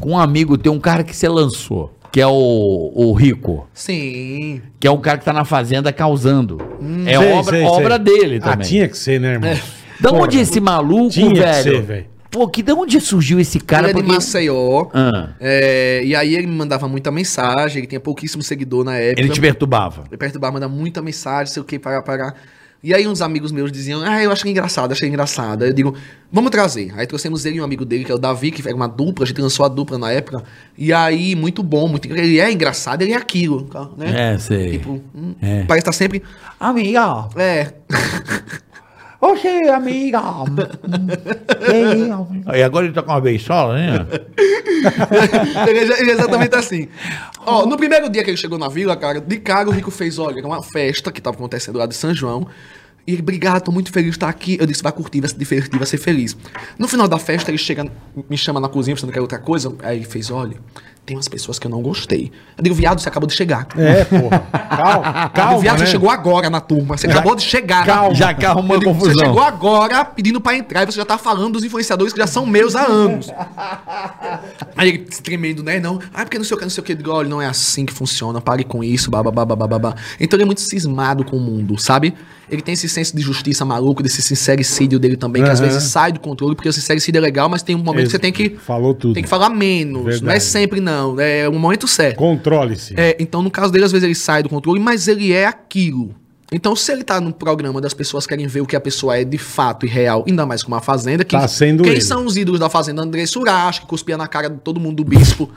Speaker 2: com um amigo teu, um cara que você lançou, que é o, o Rico,
Speaker 3: Sim.
Speaker 2: que é um cara que tá na fazenda causando. é
Speaker 1: Sei,
Speaker 2: obra,
Speaker 1: sei, sei.
Speaker 2: obra dele
Speaker 1: Ah,
Speaker 2: também.
Speaker 1: tinha que ser, né, irmão?
Speaker 2: Da onde esse maluco,
Speaker 1: Tinha que
Speaker 2: velho?
Speaker 1: ser, velho.
Speaker 2: Pô, que da onde surgiu esse cara?
Speaker 3: ele é de Maceió.
Speaker 2: Ah,
Speaker 3: É, e aí ele me mandava muita mensagem, ele tinha pouquíssimo seguidor na época.
Speaker 2: ele te perturbava.
Speaker 3: Eu perturbava, mandava muita mensagem, sei o que, parar, parar. E aí uns amigos meus diziam, ah, eu achei engraçado, achei engraçado. Aí eu digo, vamos trazer. Aí trouxemos ele e um amigo dele, que é o Davi, que era uma dupla, a gente lançou a dupla na época. E aí, muito bom, muito Ele é engraçado, ele é aquilo, né?
Speaker 2: É, sei. É.
Speaker 3: Tipo, hum, parece estar sempre.
Speaker 2: Amiga,
Speaker 3: É.
Speaker 2: oxe,
Speaker 1: [laughs]
Speaker 2: amiga. e agora ele tá com uma beiçola, né?
Speaker 3: ele, é, [laughs] ele é exatamente assim. Ó, no primeiro dia que ele chegou na vila, cara, de cara o Rico fez, olha, era uma festa que tava acontecendo lá de São João. E ele, obrigado, tô muito feliz de estar aqui. Eu disse, vai curtir, vai se divertir, vai ser feliz. No final da festa, ele chega, me chama na cozinha, pensando que era outra coisa. Aí ele fez, olha, tem umas pessoas que eu não gostei. Eu digo, viado, você acabou de chegar.
Speaker 1: É, porra.
Speaker 2: [laughs]
Speaker 1: Calma,
Speaker 3: o
Speaker 1: calma,
Speaker 3: viado,
Speaker 1: né?
Speaker 3: você chegou agora na turma, você acabou de chegar. na
Speaker 1: Calma.
Speaker 2: Já que arrumou
Speaker 3: eu digo,
Speaker 2: confusão.
Speaker 3: Você chegou agora pedindo pra entrar e você já tá falando dos influenciadores que já são meus há
Speaker 1: [laughs]
Speaker 3: anos. Aí ele se tremendo, né? Não. Ah, porque não sei o que, não sei o que. Eu digo, olha, não é assim que funciona. Pare com isso, bababá, bababá. Então ele é muito cismado com o mundo, sabe? Ele tem esse senso de justiça maluco, desse sincericídio dele também, que às
Speaker 1: Aham.
Speaker 3: vezes sai do controle, porque o sincericídio é legal, mas tem um momento que você tem que,
Speaker 1: Falou tudo.
Speaker 3: tem que falar menos. Não é
Speaker 1: Verdade.
Speaker 3: sempre, não. É um momento certo.
Speaker 1: Controle-se.
Speaker 3: É, então, no caso dele, às vezes ele sai do controle, mas ele é aquilo. Então, se ele tá num programa das pessoas querem ver o que a pessoa é de fato e real, ainda mais com uma fazenda, quem,
Speaker 1: Tá sendo
Speaker 3: quem
Speaker 1: ele.
Speaker 3: são os ídolos da fazenda? André Suraz, que cuspia na cara de todo
Speaker 1: [laughs]
Speaker 3: mundo do bispo,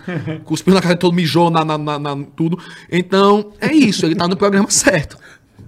Speaker 3: cuspiu na cara de todo mijou na, na, na- na- tudo. Então, é isso, ele tá no programa [laughs] certo.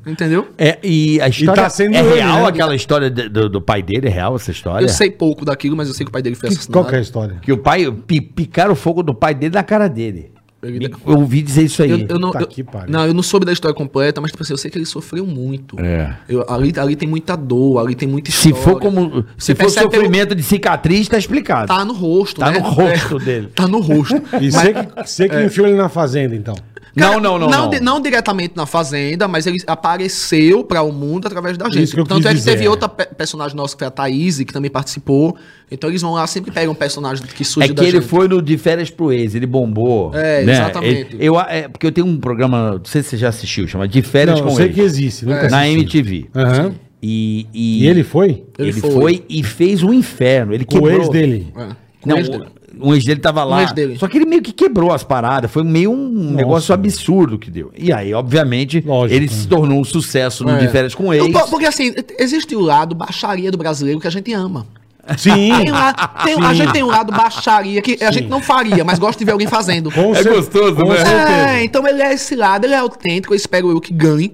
Speaker 3: Entendeu?
Speaker 2: É, e a história
Speaker 1: tá sendo
Speaker 2: é
Speaker 1: ele,
Speaker 2: real
Speaker 1: né?
Speaker 2: aquela história de- do, do pai dele, é real essa história?
Speaker 3: Eu sei pouco daquilo, mas eu sei que o pai dele foi
Speaker 1: Que-
Speaker 3: assassinado.
Speaker 1: Qual que é a história?
Speaker 2: Que o pai pi, picaram o fogo do pai dele na cara dele.
Speaker 3: Ele-
Speaker 2: Eu ouvi dizer isso aí.
Speaker 3: Eu, eu não,
Speaker 1: Puta
Speaker 3: eu-
Speaker 1: que pariu.
Speaker 3: não, eu não soube da história completa, mas tipo assim, eu sei que ele sofreu muito.
Speaker 2: É.
Speaker 3: Eu- ali, ali tem muita dor, ali tem muita
Speaker 2: se
Speaker 3: história.
Speaker 2: for como se
Speaker 3: Você
Speaker 2: for
Speaker 3: percebe pelo-
Speaker 2: sofrimento de cicatriz, tá explicado.
Speaker 3: Tá no rosto,
Speaker 2: Tá
Speaker 3: né?
Speaker 2: no rosto
Speaker 3: É,
Speaker 2: dele.
Speaker 3: Tá no rosto.
Speaker 1: [laughs] E você que, você
Speaker 2: é.
Speaker 1: que enfiou ele na fazenda, então.
Speaker 2: não, não, não,
Speaker 3: Não,
Speaker 2: não.
Speaker 3: di- não diretamente na Fazenda, mas ele apareceu para o mundo através da gente.
Speaker 1: Isso que eu
Speaker 3: Tanto
Speaker 1: quis
Speaker 3: é que
Speaker 1: dizer,
Speaker 3: teve
Speaker 1: é.
Speaker 3: outra pe- personagem nossa, que foi a Thaís, que também participou. Então eles vão lá, sempre pegam um personagem que
Speaker 2: É
Speaker 3: surge
Speaker 2: que ele foi no de férias pro ex, ele bombou.
Speaker 3: É,
Speaker 2: né?
Speaker 3: exatamente.
Speaker 2: Ele- eu, é, porque eu tenho um programa, não sei se você já assistiu, chama De Férias
Speaker 1: Não, eu
Speaker 2: com
Speaker 1: sei
Speaker 2: Ex.
Speaker 1: que existe. Nunca
Speaker 2: na
Speaker 1: assisti.
Speaker 2: MTV.
Speaker 1: Aham.
Speaker 2: E, e,
Speaker 1: E ele foi?
Speaker 2: ele,
Speaker 3: Ele
Speaker 2: foi.
Speaker 3: foi.
Speaker 2: e fez um inferno. Ele
Speaker 1: Com o
Speaker 2: quebrou.
Speaker 1: ex dele.
Speaker 3: É, com
Speaker 2: Não,
Speaker 3: ex dele.
Speaker 2: o, o ex dele tava lá.
Speaker 3: ex dele.
Speaker 2: Só que ele meio que quebrou as paradas. Foi meio um negócio absurdo que deu. E aí, obviamente,
Speaker 1: Lógico,
Speaker 2: ele
Speaker 1: né?
Speaker 2: se tornou um sucesso no
Speaker 3: É.
Speaker 2: De Férias com
Speaker 3: Eu-
Speaker 2: Ex.
Speaker 3: po- Porque assim, existe o lado baixaria do brasileiro que a gente ama.
Speaker 1: Sim.
Speaker 3: Tem
Speaker 2: [laughs]
Speaker 3: um lado- tem- a gente tem um lado baixaria que a gente não faria, mas gosta de ver alguém fazendo.
Speaker 1: Com cer-
Speaker 2: gostoso,
Speaker 1: com
Speaker 2: né?
Speaker 1: certeza.
Speaker 3: É, então ele é esse lado, ele é autêntico, eu espero eu que ganhe.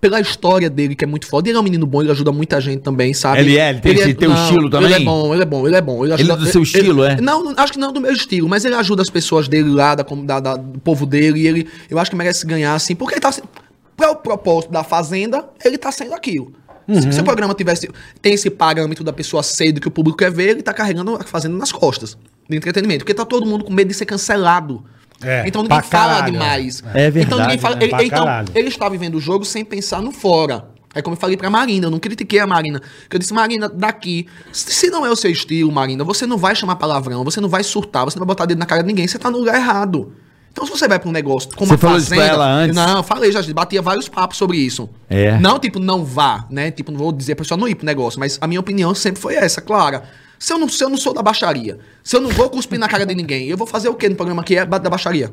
Speaker 3: Pela história dele, que é muito foda. Ele é um menino bom, ele ajuda muita gente também, sabe?
Speaker 2: Ele é? Ele tem esse- tem um estilo também?
Speaker 3: Ele é bom, ele é bom, ele é bom. Ele,
Speaker 2: é do seu estilo, é?
Speaker 3: Não, não- acho que não do meu estilo, mas ele ajuda as pessoas dele lá, da, com- da- da- do povo dele, e ele, eu acho que merece ganhar, assim, porque ele tá. se- Pra o propósito da Fazenda, ele tá sendo aquilo.
Speaker 2: Uhum.
Speaker 3: Se, se o programa tivesse. Tem esse parâmetro da pessoa ser do que o público quer ver, ele tá carregando a Fazenda nas costas. Do entretenimento. Porque tá todo mundo com medo de ser cancelado.
Speaker 1: É,
Speaker 3: então ninguém
Speaker 1: pra
Speaker 3: fala
Speaker 1: caralho,
Speaker 3: demais.
Speaker 2: é. É
Speaker 3: Então
Speaker 2: verdade,
Speaker 3: ninguém fala.
Speaker 1: né?
Speaker 3: Ele,
Speaker 1: Pra
Speaker 3: então,
Speaker 1: caralho.
Speaker 3: ele está vivendo o jogo sem pensar no fora. É como eu falei pra Marina, eu não critiquei a Marina. Que eu disse, Marina, daqui, se se não é o seu estilo, Marina, você não vai chamar palavrão, você não vai surtar, você não vai botar dedo na cara de ninguém, você tá no lugar errado. Então, se você vai pra um negócio como
Speaker 2: Você falou isso pra ela antes?
Speaker 3: Não, falei, já batia vários papos sobre isso.
Speaker 2: É.
Speaker 3: Não, tipo, não vá, né? Tipo, não vou dizer pra pessoa não ir pro negócio, mas a minha opinião sempre foi essa, clara. Se eu não, se eu não sou da baixaria, se eu não vou cuspir na cara de ninguém, eu vou fazer o quê no programa que é ba- da baixaria?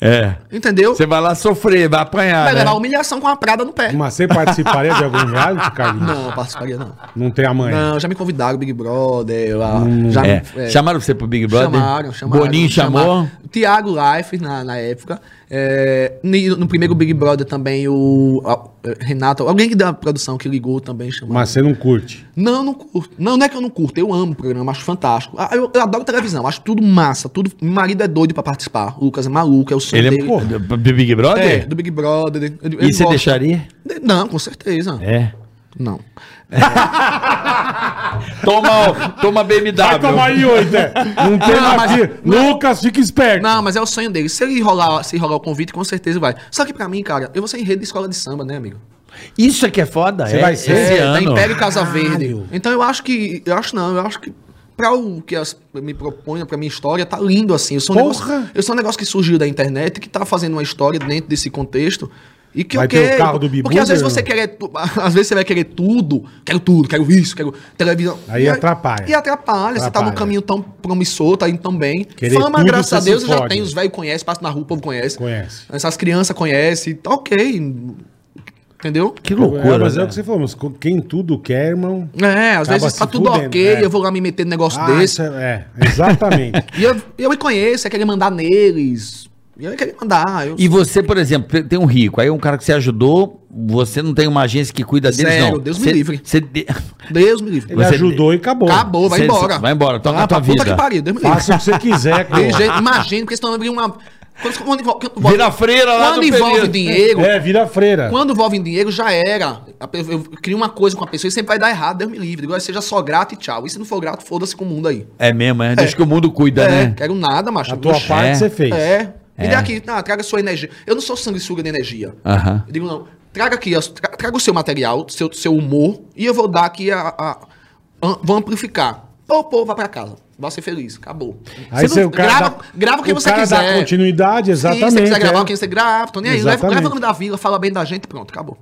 Speaker 2: É.
Speaker 3: Entendeu?
Speaker 2: Você vai lá sofrer, vai apanhar.
Speaker 3: vai
Speaker 2: Né?
Speaker 3: levar humilhação com uma prada no pé.
Speaker 1: Mas você participaria de algum reality, Carlinhos?
Speaker 3: Não, participaria não.
Speaker 1: Não tem amanhã.
Speaker 3: Não, já me convidaram, Big Brother. lá, já me-
Speaker 2: É.
Speaker 3: é,
Speaker 2: Chamaram você pro Big Brother?
Speaker 3: Chamaram, chamaram.
Speaker 2: Boninho
Speaker 3: chamaram.
Speaker 2: chamou.
Speaker 3: Tiago Life na, na época. É, ni- no primeiro Big Brother também o a- é, Renato, alguém que da produção que ligou também chamou.
Speaker 1: Mas você não curte.
Speaker 3: Não, não curto. Não, não é que eu não curto. Eu amo o programa, acho fantástico. Ah, Eu, eu adoro televisão, acho tudo massa. Tudo, meu marido é doido pra participar. O Lucas é maluco, é o sonho
Speaker 2: Ele é
Speaker 3: dele.
Speaker 2: pô, do, do Big
Speaker 3: É,
Speaker 2: Brother?
Speaker 3: do Big Brother. ele- ele-
Speaker 2: E
Speaker 3: ele
Speaker 2: você
Speaker 3: gosta.
Speaker 2: deixaria?
Speaker 3: De- Não, com certeza.
Speaker 2: É.
Speaker 3: Não.
Speaker 2: Toma, toma BMW.
Speaker 1: Vai tomar em oito, é.
Speaker 3: [laughs]
Speaker 1: Não tem
Speaker 3: Tá, Não,
Speaker 1: mais.
Speaker 3: mas-
Speaker 1: Lucas, fica esperto.
Speaker 3: Não, mas é o sonho dele. Se ele rolar, se rolar o convite, com certeza vai. Só que pra mim, cara, eu vou ser em rede de escola de samba, né, amigo?
Speaker 2: Isso é que é foda.
Speaker 1: Você
Speaker 2: é,
Speaker 1: vai ser-
Speaker 2: esse
Speaker 3: é, da
Speaker 2: ano.
Speaker 3: Império Casa Verde.
Speaker 1: Caralho.
Speaker 3: Então eu acho que. Eu acho não, eu acho que. Pra o que as, me proponho, pra minha história, tá lindo assim. Eu sou, um
Speaker 1: Porra!
Speaker 3: negócio, eu sou um negócio que surgiu da internet, que tá fazendo uma história dentro desse contexto. E que
Speaker 1: Vai
Speaker 3: eu
Speaker 1: ter o
Speaker 3: quero.
Speaker 1: carro do Bibu,
Speaker 3: porque às vezes
Speaker 1: Bruno?
Speaker 3: você quer. tu- [laughs] Às vezes você vai querer tudo. Quero tudo, quero isso, quero televisão.
Speaker 1: Aí
Speaker 3: E
Speaker 1: atrapalha.
Speaker 3: E atrapalha. Você tá num
Speaker 1: Atrapalha.
Speaker 3: caminho tão promissor, tá indo tão bem.
Speaker 1: Querer
Speaker 3: Fama,
Speaker 1: tudo,
Speaker 3: graças a
Speaker 1: você
Speaker 3: Deus,
Speaker 1: se
Speaker 3: já
Speaker 1: fode.
Speaker 3: tem. Os velhos conhecem, passa na rua, o povo conhece.
Speaker 1: Conhece.
Speaker 3: Essas crianças conhecem. tá Ok. Entendeu?
Speaker 2: Que
Speaker 1: É,
Speaker 2: loucura.
Speaker 1: mas é
Speaker 2: né?
Speaker 1: o que você falou, mas co- quem tudo quer, irmão.
Speaker 3: É, às
Speaker 1: Acaba
Speaker 3: vezes tá
Speaker 1: se
Speaker 3: tudo
Speaker 1: fudendo,
Speaker 3: ok,
Speaker 1: é.
Speaker 3: eu vou lá me meter no negócio
Speaker 1: Ah,
Speaker 3: desse.
Speaker 1: isso é, é, exatamente.
Speaker 3: [laughs] E eu, eu me conheço, é querer mandar neles. E eu ia querer mandar. Eu...
Speaker 2: E você, por exemplo, te- tem um rico, aí um cara que você ajudou, você não tem uma agência que cuida deles,
Speaker 3: Zero,
Speaker 2: não.
Speaker 3: Deus me
Speaker 2: Você-
Speaker 3: livre.
Speaker 2: Você de-
Speaker 3: Deus me livre.
Speaker 1: Ele
Speaker 2: Você-
Speaker 1: ajudou e acabou.
Speaker 3: Acabou, vai
Speaker 2: você-
Speaker 3: embora.
Speaker 2: Vai embora, toca
Speaker 3: Ah,
Speaker 2: a tua
Speaker 3: pra puta
Speaker 2: vida.
Speaker 3: que pariu, Deus me livre.
Speaker 1: Faça o que você quiser,
Speaker 3: [laughs]
Speaker 1: cara.
Speaker 3: De jeito- imagina, porque senão abrir uma. Quando, quando, quando, quando-
Speaker 2: Vira freira lá
Speaker 3: quando
Speaker 2: do
Speaker 3: envolve
Speaker 2: Pereira.
Speaker 3: dinheiro,
Speaker 1: É, vira freira.
Speaker 3: quando envolve dinheiro, já era. A pe- Eu crio uma coisa com a pessoa e sempre vai dar errado, Deus me livre. Agora seja só grato e tau E se não for grato, foda-se com o mundo aí.
Speaker 2: É mesmo, é. Deixa que o mundo cuida,
Speaker 3: é,
Speaker 2: né?
Speaker 3: quero nada, macho.
Speaker 1: A tua
Speaker 3: Oxi.
Speaker 1: parte
Speaker 2: é.
Speaker 1: você fez.
Speaker 3: É. Me
Speaker 2: É.
Speaker 3: dê aqui, tá, traga sua energia. Eu não sou sanguessuga de energia.
Speaker 2: Aham.
Speaker 3: Eu digo, não, traga aqui, as- tra- traga o seu material, seu, seu humor, e eu vou dar aqui a. a- am- vou amplificar. Pô, pô, vá pra casa. Vai ser feliz, acabou.
Speaker 1: Aí
Speaker 3: não-
Speaker 1: você, o cara
Speaker 3: grava,
Speaker 1: dá-
Speaker 3: grava o que
Speaker 1: o
Speaker 3: você
Speaker 1: cara
Speaker 3: quiser.
Speaker 1: dá continuidade,
Speaker 3: Se você
Speaker 1: exatamente,
Speaker 3: quiser gravar
Speaker 1: é.
Speaker 3: o que você grava, tô nem aí. Leva,
Speaker 1: Exatamente.
Speaker 3: leva o nome da vila, fala bem da gente, pronto, acabou.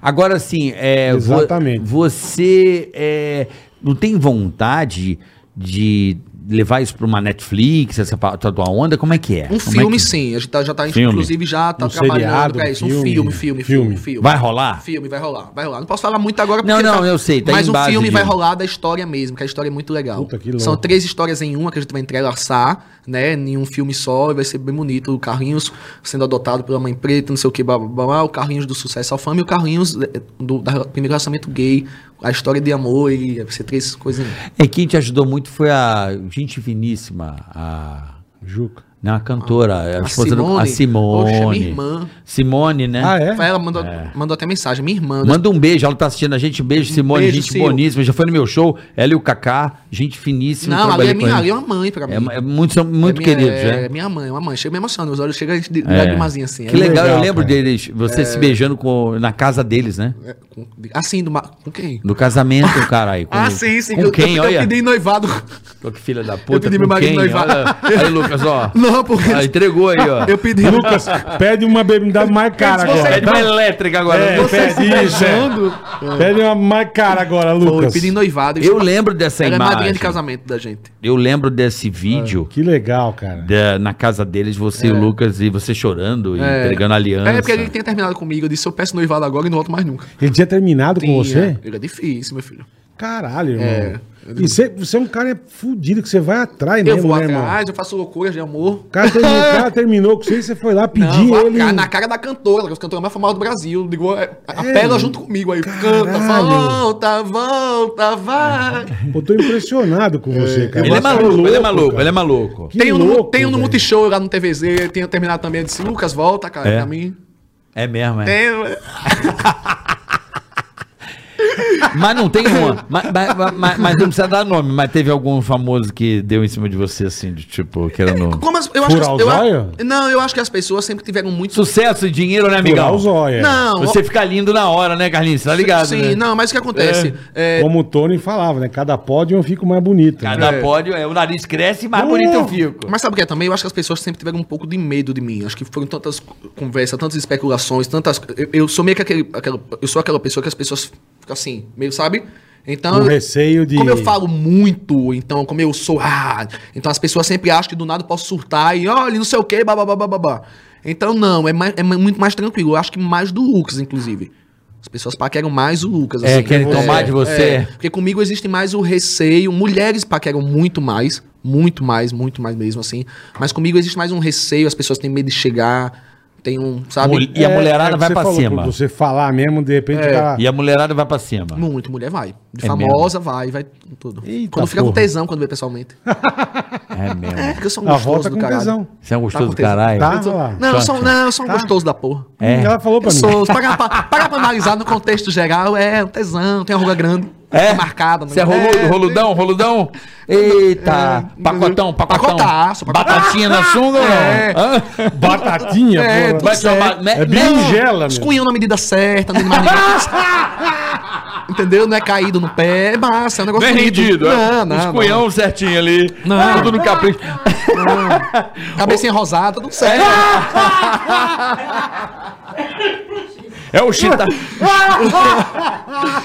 Speaker 2: Agora sim, é, vo-
Speaker 1: Exatamente.
Speaker 2: você é, não tem vontade de levar isso pra uma Netflix, essa pa- tua tua onda? Como é que é?
Speaker 3: Um
Speaker 2: Como é
Speaker 3: filme,
Speaker 2: que-
Speaker 3: sim. A gente tá- já tá,
Speaker 2: Filme.
Speaker 3: inclusive, já tá
Speaker 1: Um
Speaker 3: trabalhando
Speaker 1: seriado,
Speaker 3: pra
Speaker 1: um
Speaker 3: isso. Um
Speaker 1: filme.
Speaker 3: filme, filme, filme,
Speaker 1: Filme.
Speaker 3: filme.
Speaker 2: Vai rolar?
Speaker 3: Filme, vai rolar, vai rolar. Não posso falar muito agora
Speaker 2: Não, não,
Speaker 3: tá-
Speaker 2: eu sei, tá
Speaker 3: mas
Speaker 2: em
Speaker 3: o
Speaker 2: base
Speaker 3: filme
Speaker 2: de-
Speaker 3: vai rolar da história mesmo, que a história é muito legal.
Speaker 1: Puta, que louco.
Speaker 3: São três histórias em uma que a gente vai entrelaçar, né? Em um filme só, e vai ser bem bonito. O Carrinhos sendo adotado pela mãe preta, não sei o que, blá, blá, blá, blá, o Carrinhos do sucesso ao fama e o Carrinhos eh, do, da- primeiro relacionamento gay, a história de amor, e vai ser três coisinhas.
Speaker 2: É quem te ajudou muito foi a gente finíssima, a
Speaker 1: Juca.
Speaker 2: não, Né, a cantora, a, esposa do a Simone.
Speaker 3: Ah, Simone. Poxa, minha irmã.
Speaker 2: Simone, né?
Speaker 1: Ah, é?
Speaker 3: Ela mandou, mandou até mensagem, minha irmã. né?
Speaker 2: Manda um beijo, ela tá assistindo a gente. Beijo, Simone,
Speaker 3: Um beijo,
Speaker 2: gente
Speaker 3: Sil.
Speaker 2: boníssima. Já foi no meu show, ela e o Kaká, gente finíssima.
Speaker 3: Não, ali
Speaker 2: trabalhei
Speaker 3: é
Speaker 2: com
Speaker 3: minha,
Speaker 2: eles.
Speaker 3: ali é uma mãe pra mim.
Speaker 2: É, é muito, são muito
Speaker 3: É minha-
Speaker 2: queridos,
Speaker 3: é,
Speaker 2: né?
Speaker 3: minha mãe, uma mãe. Chega me emocionando, meus olhos chegam a gente de
Speaker 2: É.
Speaker 3: lagrimazinha assim.
Speaker 2: Que
Speaker 3: É
Speaker 2: legal, eu
Speaker 1: legal,
Speaker 2: lembro
Speaker 1: cara.
Speaker 2: deles, você se beijando com, na casa deles, né?
Speaker 3: É, com- Assim, do ma... com quem?
Speaker 2: No casamento, caralho.
Speaker 3: [laughs]
Speaker 1: Ah,
Speaker 2: com- Com
Speaker 3: Ah, eu,
Speaker 2: quem,
Speaker 3: eu,
Speaker 2: olha.
Speaker 3: eu pedi em noivado. [laughs]
Speaker 2: Tô que filha da puta,
Speaker 3: pedi
Speaker 2: com
Speaker 3: meu marido
Speaker 2: quem?
Speaker 3: noivar.
Speaker 2: Olha, aí, Lucas, ó.
Speaker 3: [laughs] Não, porque-
Speaker 2: Ah, entregou aí, ó.
Speaker 3: Eu pedi.
Speaker 1: Lucas,
Speaker 3: [laughs]
Speaker 1: pede uma bebida mais cara
Speaker 3: Antes É. você-
Speaker 1: agora.
Speaker 2: Pede tá uma elétrica agora.
Speaker 1: É,
Speaker 2: Lucas.
Speaker 1: pede
Speaker 3: tá
Speaker 1: isso, é.
Speaker 3: beijando.
Speaker 1: Pede uma mais cara agora,
Speaker 3: Pô, eu
Speaker 1: Lucas.
Speaker 3: pedi em noivado.
Speaker 2: Eu lembro dessa
Speaker 3: Ela é madrinha
Speaker 2: imagem.
Speaker 3: de casamento da gente.
Speaker 2: Eu lembro desse vídeo
Speaker 1: Que legal, cara.
Speaker 2: da- na casa deles, você e o Lucas, e você chorando e entregando a aliança.
Speaker 3: É, porque ele tinha terminado comigo. Eu disse, eu peço noivado agora e não volto mais nunca.
Speaker 1: Ele tinha terminado com você?
Speaker 3: Ele é difícil, meu filho.
Speaker 1: Caralho, irmão.
Speaker 3: É.
Speaker 1: E você, você é um cara fudido que você vai atrás
Speaker 3: Eu
Speaker 1: mesmo,
Speaker 3: vou
Speaker 1: né, irmão?
Speaker 3: atrás, eu faço loucuras de amor.
Speaker 1: O cara, terminou, o cara terminou com você e você foi lá
Speaker 3: Não,
Speaker 1: pedir
Speaker 3: vou
Speaker 1: ele.
Speaker 3: atrás, na cara da cantora, que é a cantora mais famosa do Brasil. Ligou, é, apela junto comigo aí. Canta,
Speaker 1: Caralho.
Speaker 3: volta, volta, vai.
Speaker 1: [laughs] Pô, tô impressionado com você, cara.
Speaker 2: Ele é
Speaker 1: Você tá
Speaker 2: maluco, ele é
Speaker 1: cara.
Speaker 2: maluco, ele é maluco.
Speaker 1: Que
Speaker 3: Tem um,
Speaker 1: louco,
Speaker 3: tem um no
Speaker 1: velho.
Speaker 3: Multishow lá no TVZ, tem terminado também. Eu disse, Lucas, volta, cara,
Speaker 2: É.
Speaker 3: pra mim.
Speaker 2: É mesmo, é.
Speaker 3: Tem,
Speaker 2: Mas não tem uma.
Speaker 3: [laughs]
Speaker 2: Mas, mas- mas- mas não precisa dar nome, mas teve algum famoso que deu em cima de você, assim, de tipo, que era no.
Speaker 3: Como as- eu acho
Speaker 1: Furar
Speaker 3: que,
Speaker 1: o
Speaker 3: eu,
Speaker 1: zóio?
Speaker 3: a- Não, eu acho que as pessoas sempre tiveram muito.
Speaker 2: Sucesso e dinheiro, né,
Speaker 1: Furar o
Speaker 2: amigão?
Speaker 1: zóio. é.
Speaker 3: Não,
Speaker 2: Você fica lindo na hora, né, Carlinhos? Você tá ligado?
Speaker 3: Sim,
Speaker 2: né?
Speaker 3: não, mas o que acontece? É,
Speaker 1: Como o Tony falava, né? Cada pódio eu fico mais bonito. né?
Speaker 2: Cada pódio é, o nariz cresce, mais bonito eu fico.
Speaker 3: Mas sabe o que é também? Eu acho que as pessoas sempre tiveram um pouco de medo de mim. Acho que foram tantas conversas, tantas especulações, tantas. Eu, eu sou meio que aquele, aquela. Eu sou aquela pessoa que as pessoas ficam assim, meio, sabe? Então.
Speaker 1: Com receio de-
Speaker 3: Como eu falo muito, então, como eu sou. Ah, então as pessoas sempre acham que do nada eu posso surtar e olha, não sei o quê, babá, babá, babá. Então, não, é, mais- é muito mais tranquilo. Eu acho que mais do Lucas, inclusive. As pessoas paqueram mais o Lucas. assim, né?
Speaker 2: É, querem tomar de você.
Speaker 3: Porque comigo existe mais o receio. Mulheres paqueram muito mais. Muito mais, muito mais mesmo, assim. Mas comigo existe mais um receio. As pessoas têm medo de chegar. Tem um, sabe?
Speaker 2: Mulher- E a
Speaker 1: É,
Speaker 2: mulherada
Speaker 1: o que
Speaker 2: vai
Speaker 1: você
Speaker 2: pra
Speaker 1: falou,
Speaker 2: cima.
Speaker 1: quando Você falar mesmo, de repente, o cara...
Speaker 2: E é a mulherada vai pra cima.
Speaker 3: Muito, mulher vai. De
Speaker 2: É
Speaker 3: famosa, vai, vai com tudo.
Speaker 1: Eita
Speaker 3: quando fica com
Speaker 1: porra.
Speaker 3: tesão quando vê pessoalmente.
Speaker 2: É mesmo.
Speaker 3: [laughs] É, porque eu sou um
Speaker 1: a
Speaker 3: gostoso
Speaker 1: volta
Speaker 3: do
Speaker 1: com
Speaker 3: caralho.
Speaker 1: tesão.
Speaker 2: Você é um gostoso do
Speaker 3: Tá
Speaker 2: caralho.
Speaker 1: Tá,
Speaker 3: Eu sou-
Speaker 1: olha lá.
Speaker 3: não, eu sou, não, eu sou um
Speaker 1: Tá.
Speaker 3: gostoso da porra.
Speaker 2: É.
Speaker 1: Ela falou pra
Speaker 3: Eu
Speaker 1: mim.
Speaker 3: sou, se parar pra, parar pra analisar no contexto geral, é um tesão, tem uma ruga grande,
Speaker 2: É?
Speaker 3: fica marcada.
Speaker 2: Você é
Speaker 3: né?
Speaker 2: rolu- roludão, roludão? Eita, pacotão, pacotão.
Speaker 3: Pacotaço, pacotaço.
Speaker 2: Batatinha na sunga ou não?
Speaker 3: É.
Speaker 2: Hã?
Speaker 1: Batatinha,
Speaker 3: É,
Speaker 1: porra.
Speaker 3: tudo
Speaker 2: Vai tomar...
Speaker 3: certo.
Speaker 2: me-
Speaker 1: É
Speaker 2: me-
Speaker 1: berinjela, meu.
Speaker 3: Escunhão na medida certa, não é mais ninguém- Entendeu? Não é caído no pé, é massa, é um negócio
Speaker 2: Bem
Speaker 3: bonito.
Speaker 2: rendido. é.
Speaker 3: Não, não,
Speaker 2: Os
Speaker 3: não.
Speaker 2: cunhão certinho ali.
Speaker 3: Não.
Speaker 2: Tudo no
Speaker 3: [laughs]
Speaker 2: capricho.
Speaker 3: Cabecinha rosada, tudo certo.
Speaker 2: É o chita...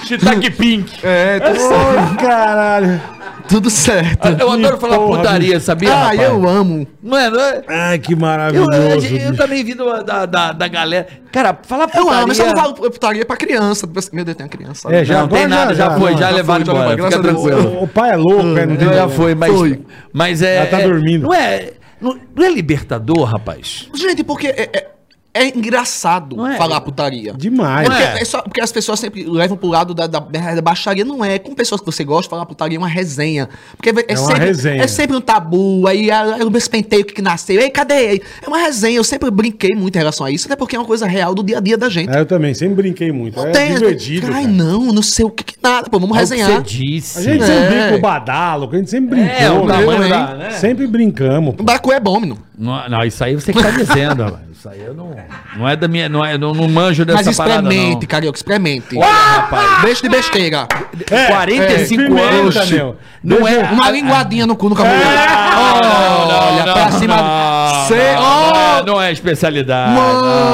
Speaker 2: Chitaki Pink.
Speaker 3: É, tudo,
Speaker 1: Ai, caralho.
Speaker 3: tudo certo.
Speaker 2: Eu adoro falar
Speaker 1: porra,
Speaker 2: putaria, sabia,
Speaker 3: Ah,
Speaker 2: rapaz?
Speaker 3: eu amo.
Speaker 2: Não é, não é?
Speaker 1: Ai, que
Speaker 2: Eu,
Speaker 1: maravilhoso.
Speaker 2: eu- eu
Speaker 1: bicho.
Speaker 2: também vi do- da, da, da galera. Cara, falar
Speaker 3: Eu
Speaker 2: putaria...
Speaker 3: amo, mas eu não falo putaria pra criança. Meu Deus, tem uma criança.
Speaker 1: É,
Speaker 2: Já, não,
Speaker 1: agora
Speaker 2: tem nada, já, foi,
Speaker 1: não,
Speaker 2: já,
Speaker 3: já
Speaker 2: levaram
Speaker 3: foi, já
Speaker 2: embora.
Speaker 3: levou,
Speaker 2: Fica
Speaker 3: graças a Deus.
Speaker 2: tranquilo.
Speaker 1: O, o pai é louco, é, não tem
Speaker 2: Não,
Speaker 1: problema.
Speaker 2: já Né? foi, mas.
Speaker 3: Foi.
Speaker 2: Mas é.
Speaker 1: Ela tá
Speaker 2: é-
Speaker 1: dormindo.
Speaker 2: Não é. Não, não é libertador, rapaz?
Speaker 3: Gente, porque é, é- é engraçado
Speaker 2: Não é?
Speaker 3: falar putaria.
Speaker 1: Demais.
Speaker 3: É porque,
Speaker 2: é?
Speaker 3: é só- porque as pessoas sempre levam pro lado da, da, da baixaria. Não é. Com pessoas que você gosta, falar putaria é uma resenha. Porque é,
Speaker 1: É uma
Speaker 3: sempre,
Speaker 1: resenha.
Speaker 3: é sempre um tabu. Aí ah, eu despenteio o que que nasceu. Ei, cadê ele? É uma resenha. Eu sempre brinquei muito em relação a isso, até porque é uma coisa real do dia a dia da gente.
Speaker 1: É, eu também, sempre brinquei muito.
Speaker 3: não
Speaker 1: é
Speaker 2: né?
Speaker 3: tem. né?
Speaker 1: divertido.
Speaker 3: Ai,
Speaker 1: cara.
Speaker 3: não, não sei o que, que nada. Pô, vamos
Speaker 2: É o que
Speaker 3: resenhar.
Speaker 2: disse.
Speaker 1: A gente
Speaker 3: É.
Speaker 1: sempre brinca o badalo, a gente sempre brincou.
Speaker 2: É, o
Speaker 1: né?
Speaker 2: tamanho
Speaker 3: hein?
Speaker 2: da. né?
Speaker 1: Sempre brincamos. pô.
Speaker 3: Bacu é bom, menino.
Speaker 2: Não, não, isso aí você que tá dizendo, rapaz. Isso aí eu não. Não é da minha. Não, é, não, não manjo dessa
Speaker 3: Mas
Speaker 2: parada. Não. Ah,
Speaker 3: experimente, carioca, experimente.
Speaker 2: rapaz.
Speaker 3: Deixa de besteira.
Speaker 1: É,
Speaker 2: 45
Speaker 1: é, pimenta,
Speaker 2: anos.
Speaker 1: meu.
Speaker 2: Não é.
Speaker 3: [laughs] Uma linguadinha no cu no cabelo.
Speaker 2: [laughs] Não, não,
Speaker 3: Olha,
Speaker 2: não,
Speaker 3: pra
Speaker 2: não,
Speaker 3: cima.
Speaker 2: Não,
Speaker 3: Cê-
Speaker 2: não, não,
Speaker 3: Ó,
Speaker 2: é- não é especialidade.
Speaker 3: mano,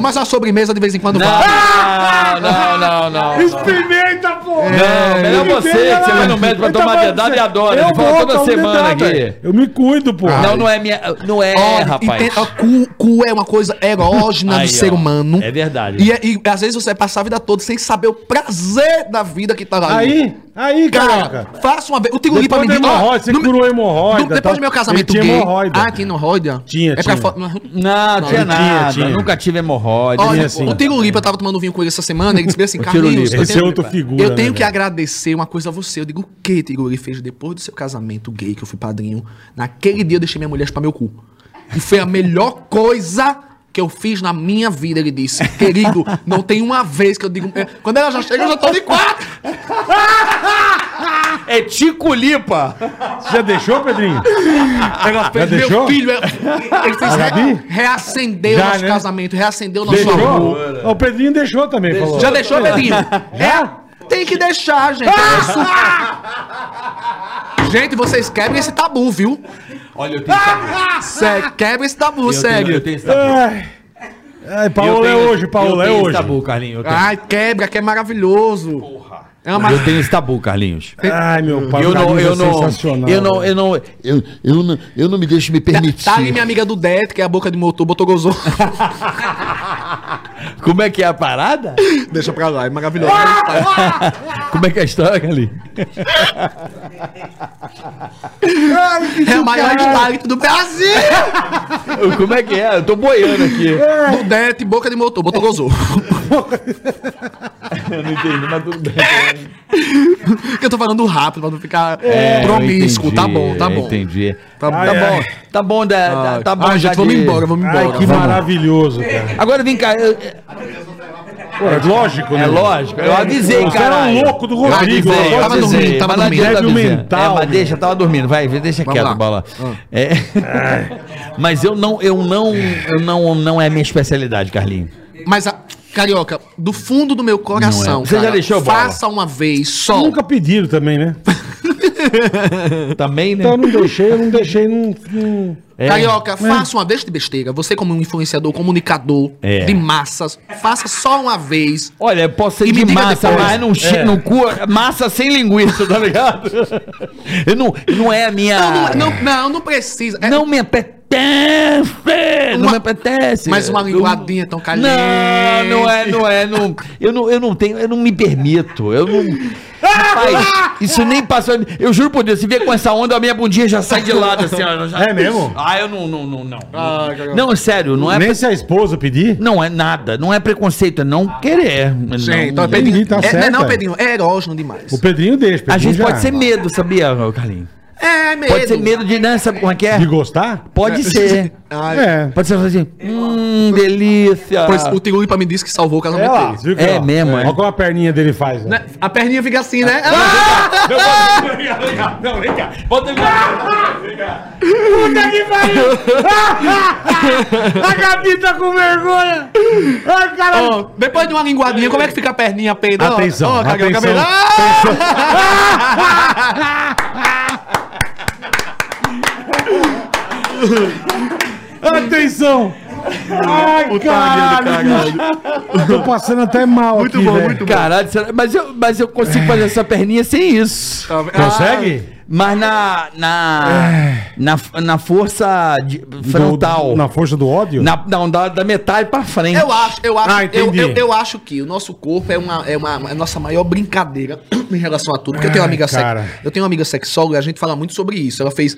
Speaker 3: Mas a sobremesa de vez em quando vai.
Speaker 2: Não, não, não, não. não.
Speaker 1: [laughs] Experimenta, pô!
Speaker 2: Não, melhor você, que você vai no médico pra tomar dedada e adora.
Speaker 1: tá Eu
Speaker 2: Ele fala
Speaker 1: vou
Speaker 2: toda
Speaker 1: toda
Speaker 2: semana
Speaker 1: semana
Speaker 2: aqui.
Speaker 1: Eu me cuido, pô.
Speaker 2: Não, não é minha. Não é,
Speaker 3: Ó,
Speaker 2: rapaz.
Speaker 3: entenda, cu, cu é uma coisa erógena
Speaker 2: Aí,
Speaker 3: do ser
Speaker 2: ó,
Speaker 3: humano.
Speaker 2: é verdade.
Speaker 3: E, é- e às vezes você vai passar a vida toda sem saber o prazer da vida que tá lá.
Speaker 1: Aí, aí,
Speaker 3: cara,
Speaker 1: caraca.
Speaker 3: faça uma vez. Eu tenho
Speaker 1: Depois
Speaker 3: ali pra
Speaker 1: da
Speaker 3: menina.
Speaker 1: hemorroida, você curou a hemorroida,
Speaker 3: Depois
Speaker 1: tá?
Speaker 3: do meu casamento
Speaker 1: Ele tinha
Speaker 3: gay.
Speaker 1: hemorroida.
Speaker 3: Ah, tinha hemorroida?
Speaker 1: Tinha,
Speaker 3: é
Speaker 1: tinha.
Speaker 3: Pra fo...
Speaker 2: Não, tinha
Speaker 1: tinha,
Speaker 2: nada.
Speaker 1: tinha.
Speaker 2: Nunca tive hemorroide.
Speaker 1: Olha,
Speaker 3: Olha,
Speaker 1: assim.
Speaker 3: o Tiro Lipa tava tomando vinho com ele essa semana, ele disse bem
Speaker 1: [laughs]
Speaker 3: assim,
Speaker 2: O Tiro
Speaker 3: Carlinhos,
Speaker 2: Lipa.
Speaker 3: eu
Speaker 1: Esse
Speaker 3: tenho-
Speaker 1: é outro figura,
Speaker 3: Eu tenho
Speaker 1: né,
Speaker 3: que
Speaker 1: velho?
Speaker 3: agradecer uma coisa a você. Eu digo, o que Tiro ele fez depois do seu casamento gay, que eu fui padrinho? Naquele dia eu deixei minha mulher chupar meu cu. E foi a melhor coisa que eu fiz na minha vida, ele disse. Querido, não tem uma vez que eu digo... "É, Quando ela já chega, eu já tô de quatro!
Speaker 2: É Tico Lipa.
Speaker 1: Você já deixou, Pedrinho?
Speaker 3: Ela
Speaker 1: Já deixou?
Speaker 3: meu filho... é- Ele fez
Speaker 1: A Gabi?
Speaker 3: re- reacendeu
Speaker 1: Já,
Speaker 3: nosso
Speaker 1: né?
Speaker 3: casamento, reacendeu nosso amor.
Speaker 1: Deixou? Ó, O Pedrinho deixou também, falou.
Speaker 3: Já deixou, Pedrinho? É? Tem que deixar, gente. É
Speaker 2: Ah!
Speaker 3: isso. gente, vocês quebrem esse tabu, viu?
Speaker 2: Olha, eu tenho.
Speaker 3: Sé- quebra esse tabu, sério.
Speaker 2: Eu tenho esse tabu.
Speaker 1: Ai, ai
Speaker 2: Eu
Speaker 1: Paola é
Speaker 2: tenho-
Speaker 1: hoje, Paola é
Speaker 2: Eu tenho
Speaker 1: hoje.
Speaker 2: esse tabu, Carlinhos. eu tenho.
Speaker 3: Ai, quebra, que é maravilhoso. Porra. É uma...
Speaker 2: Eu tenho esse tabu, Carlinhos.
Speaker 1: Ai, meu pai,
Speaker 2: Ah. Eu
Speaker 1: o
Speaker 2: não,
Speaker 1: Carlinhos é
Speaker 2: eu não,
Speaker 1: sensacional,
Speaker 2: eu não, eu não,
Speaker 5: Eu, eu, não, eu não me deixo me permitir.
Speaker 3: Tá ali minha amiga do Det, que é a boca de motor, botou
Speaker 2: [laughs]
Speaker 3: gozou.
Speaker 2: Como é que é a parada?
Speaker 3: Deixa pra lá, é maravilhoso.
Speaker 2: Como é que é a história, Carlinhos?
Speaker 3: é o maior style do Brasil.
Speaker 2: Como é que é? Eu tô boiando aqui.
Speaker 3: do Det, boca de motor, botou gozou. [laughs]
Speaker 2: Eu não entendi, mas tudo bem.
Speaker 3: Porque eu tô falando rápido, pra não ficar
Speaker 2: É, eu
Speaker 3: promíscuo. Tá
Speaker 2: entendi,
Speaker 3: bom, tá
Speaker 2: eu
Speaker 3: bom.
Speaker 2: Entendi.
Speaker 3: Tá bom.
Speaker 2: Tá bom, tá bom, da, da- tá bom.
Speaker 3: Ai,
Speaker 2: já
Speaker 3: gente, vamos
Speaker 2: de-
Speaker 3: embora, vamos
Speaker 1: Ai,
Speaker 3: embora.
Speaker 1: que maravilhoso, cara.
Speaker 2: Agora vem cá. eu-
Speaker 1: Pô, é lógico, né?
Speaker 2: É lógico, eu avisei,
Speaker 1: Você era
Speaker 2: caralho.
Speaker 1: louco do
Speaker 2: Eu
Speaker 1: Rodrigo,
Speaker 2: avisei,
Speaker 1: eu
Speaker 2: eu
Speaker 1: tava
Speaker 2: avisei,
Speaker 1: dormindo, tava
Speaker 2: mas não
Speaker 1: dormindo.
Speaker 2: adianta
Speaker 1: Débil
Speaker 2: avisar.
Speaker 1: mental,
Speaker 2: É, mas
Speaker 1: meu.
Speaker 2: deixa, eu tava dormindo, vai, deixa
Speaker 3: Vamos lá.
Speaker 2: quieto, bola.
Speaker 1: Ah.
Speaker 2: É.
Speaker 1: [laughs]
Speaker 2: mas eu não, eu não, eu não, não é a minha especialidade, Carlinho.
Speaker 3: Mas, a, Carioca, do fundo do meu coração,
Speaker 2: Não é. Você já
Speaker 3: cara,
Speaker 2: deixou bola?
Speaker 3: faça uma vez só.
Speaker 1: Nunca pediram também, né?
Speaker 2: Também, né?
Speaker 1: Então eu não deixei, eu não deixei, não. não-
Speaker 2: É.
Speaker 3: Carioca, faça uma vez de besteira. Você, como um influenciador, comunicador
Speaker 2: É.
Speaker 3: de massas, faça só uma vez.
Speaker 2: Olha, eu posso ser
Speaker 3: E me
Speaker 2: de
Speaker 3: diga
Speaker 2: massa,
Speaker 3: depois.
Speaker 2: mas não, chi-
Speaker 1: É.
Speaker 2: não cua, massa sem linguiça, tá ligado? Eu não, não é a minha.
Speaker 3: Não, não, não, não, não precisa. É,
Speaker 2: Não me apetece!
Speaker 3: Uma-
Speaker 2: não me apetece!
Speaker 3: Mas uma
Speaker 2: Eu-
Speaker 3: linguadinha tão caliente.
Speaker 2: Não, não é, não é, não. Eu não, eu não tenho, eu não me permito. Eu não. Rapaz, isso nem passou. Eu juro por Deus, se vier com essa onda, a minha bundinha já sai de lado assim, ó. eu já-
Speaker 1: É mesmo?
Speaker 2: Ah, eu não, não, não, não.
Speaker 3: Ah, Carioca.
Speaker 2: Não, é sério, não é.
Speaker 1: Nem se a esposa pedir.
Speaker 2: Não é nada, não é preconceito, é não querer.
Speaker 3: Gente,
Speaker 2: não,
Speaker 3: então, Pedrinho,
Speaker 1: tá
Speaker 3: é, não é
Speaker 1: certo,
Speaker 3: não,
Speaker 1: é.
Speaker 3: Pedrinho, é erógeno demais.
Speaker 1: O Pedrinho deixa. o
Speaker 2: A
Speaker 1: Pedrinho
Speaker 2: gente
Speaker 1: já-
Speaker 2: pode ser medo, sabia, Carlinhos?
Speaker 3: É medo.
Speaker 2: Pode ser medo de, né? Sabe como é que é?
Speaker 1: De gostar?
Speaker 2: Pode ser.
Speaker 3: [laughs] Ai,
Speaker 1: É.
Speaker 2: Pode ser assim, hum, delícia.
Speaker 3: Pois o Tirulipa me disse que salvou o casamento dele.
Speaker 1: viu que
Speaker 2: É
Speaker 1: ó,
Speaker 2: mesmo, é.
Speaker 1: Olha como a perninha dele faz. ó.
Speaker 3: Né? A perninha fica assim, né?
Speaker 1: Não, vem cá.
Speaker 2: Bota
Speaker 1: Puta que pariu! a Gabi tá com vergonha! Ai, caralho!
Speaker 3: Ó, Tá depois de uma linguadinha, como é que fica a perninha, Pedro?
Speaker 1: Atenção,
Speaker 3: Ó, Carioca,
Speaker 1: atenção.
Speaker 3: Pedro. Ah!
Speaker 1: Atenção! Ai,
Speaker 3: Ah,
Speaker 1: caralho! Tô passando até mal
Speaker 3: Muito
Speaker 1: aqui,
Speaker 3: bom,
Speaker 1: velho.
Speaker 3: muito bom.
Speaker 2: Caralho, será- mas eu, mas eu consigo fazer essa perninha sem isso.
Speaker 3: Tá vendo?
Speaker 1: Consegue?
Speaker 2: Mas na. Na.
Speaker 3: É.
Speaker 2: Na, na força de- Ah, frontal.
Speaker 1: Do- na força do ódio?
Speaker 2: Na- não, da, da metade pra frente.
Speaker 3: Eu acho, eu acho,
Speaker 1: Ah,
Speaker 3: eu,
Speaker 1: entendi.
Speaker 3: eu, eu acho que o nosso corpo é uma, é uma é a nossa maior brincadeira [clears throat] em relação a tudo. Porque eu tenho uma
Speaker 1: Ai,
Speaker 3: amiga sex,
Speaker 1: cara.
Speaker 3: eu tenho uma amiga sexóloga, a gente fala muito sobre isso. Ela fez,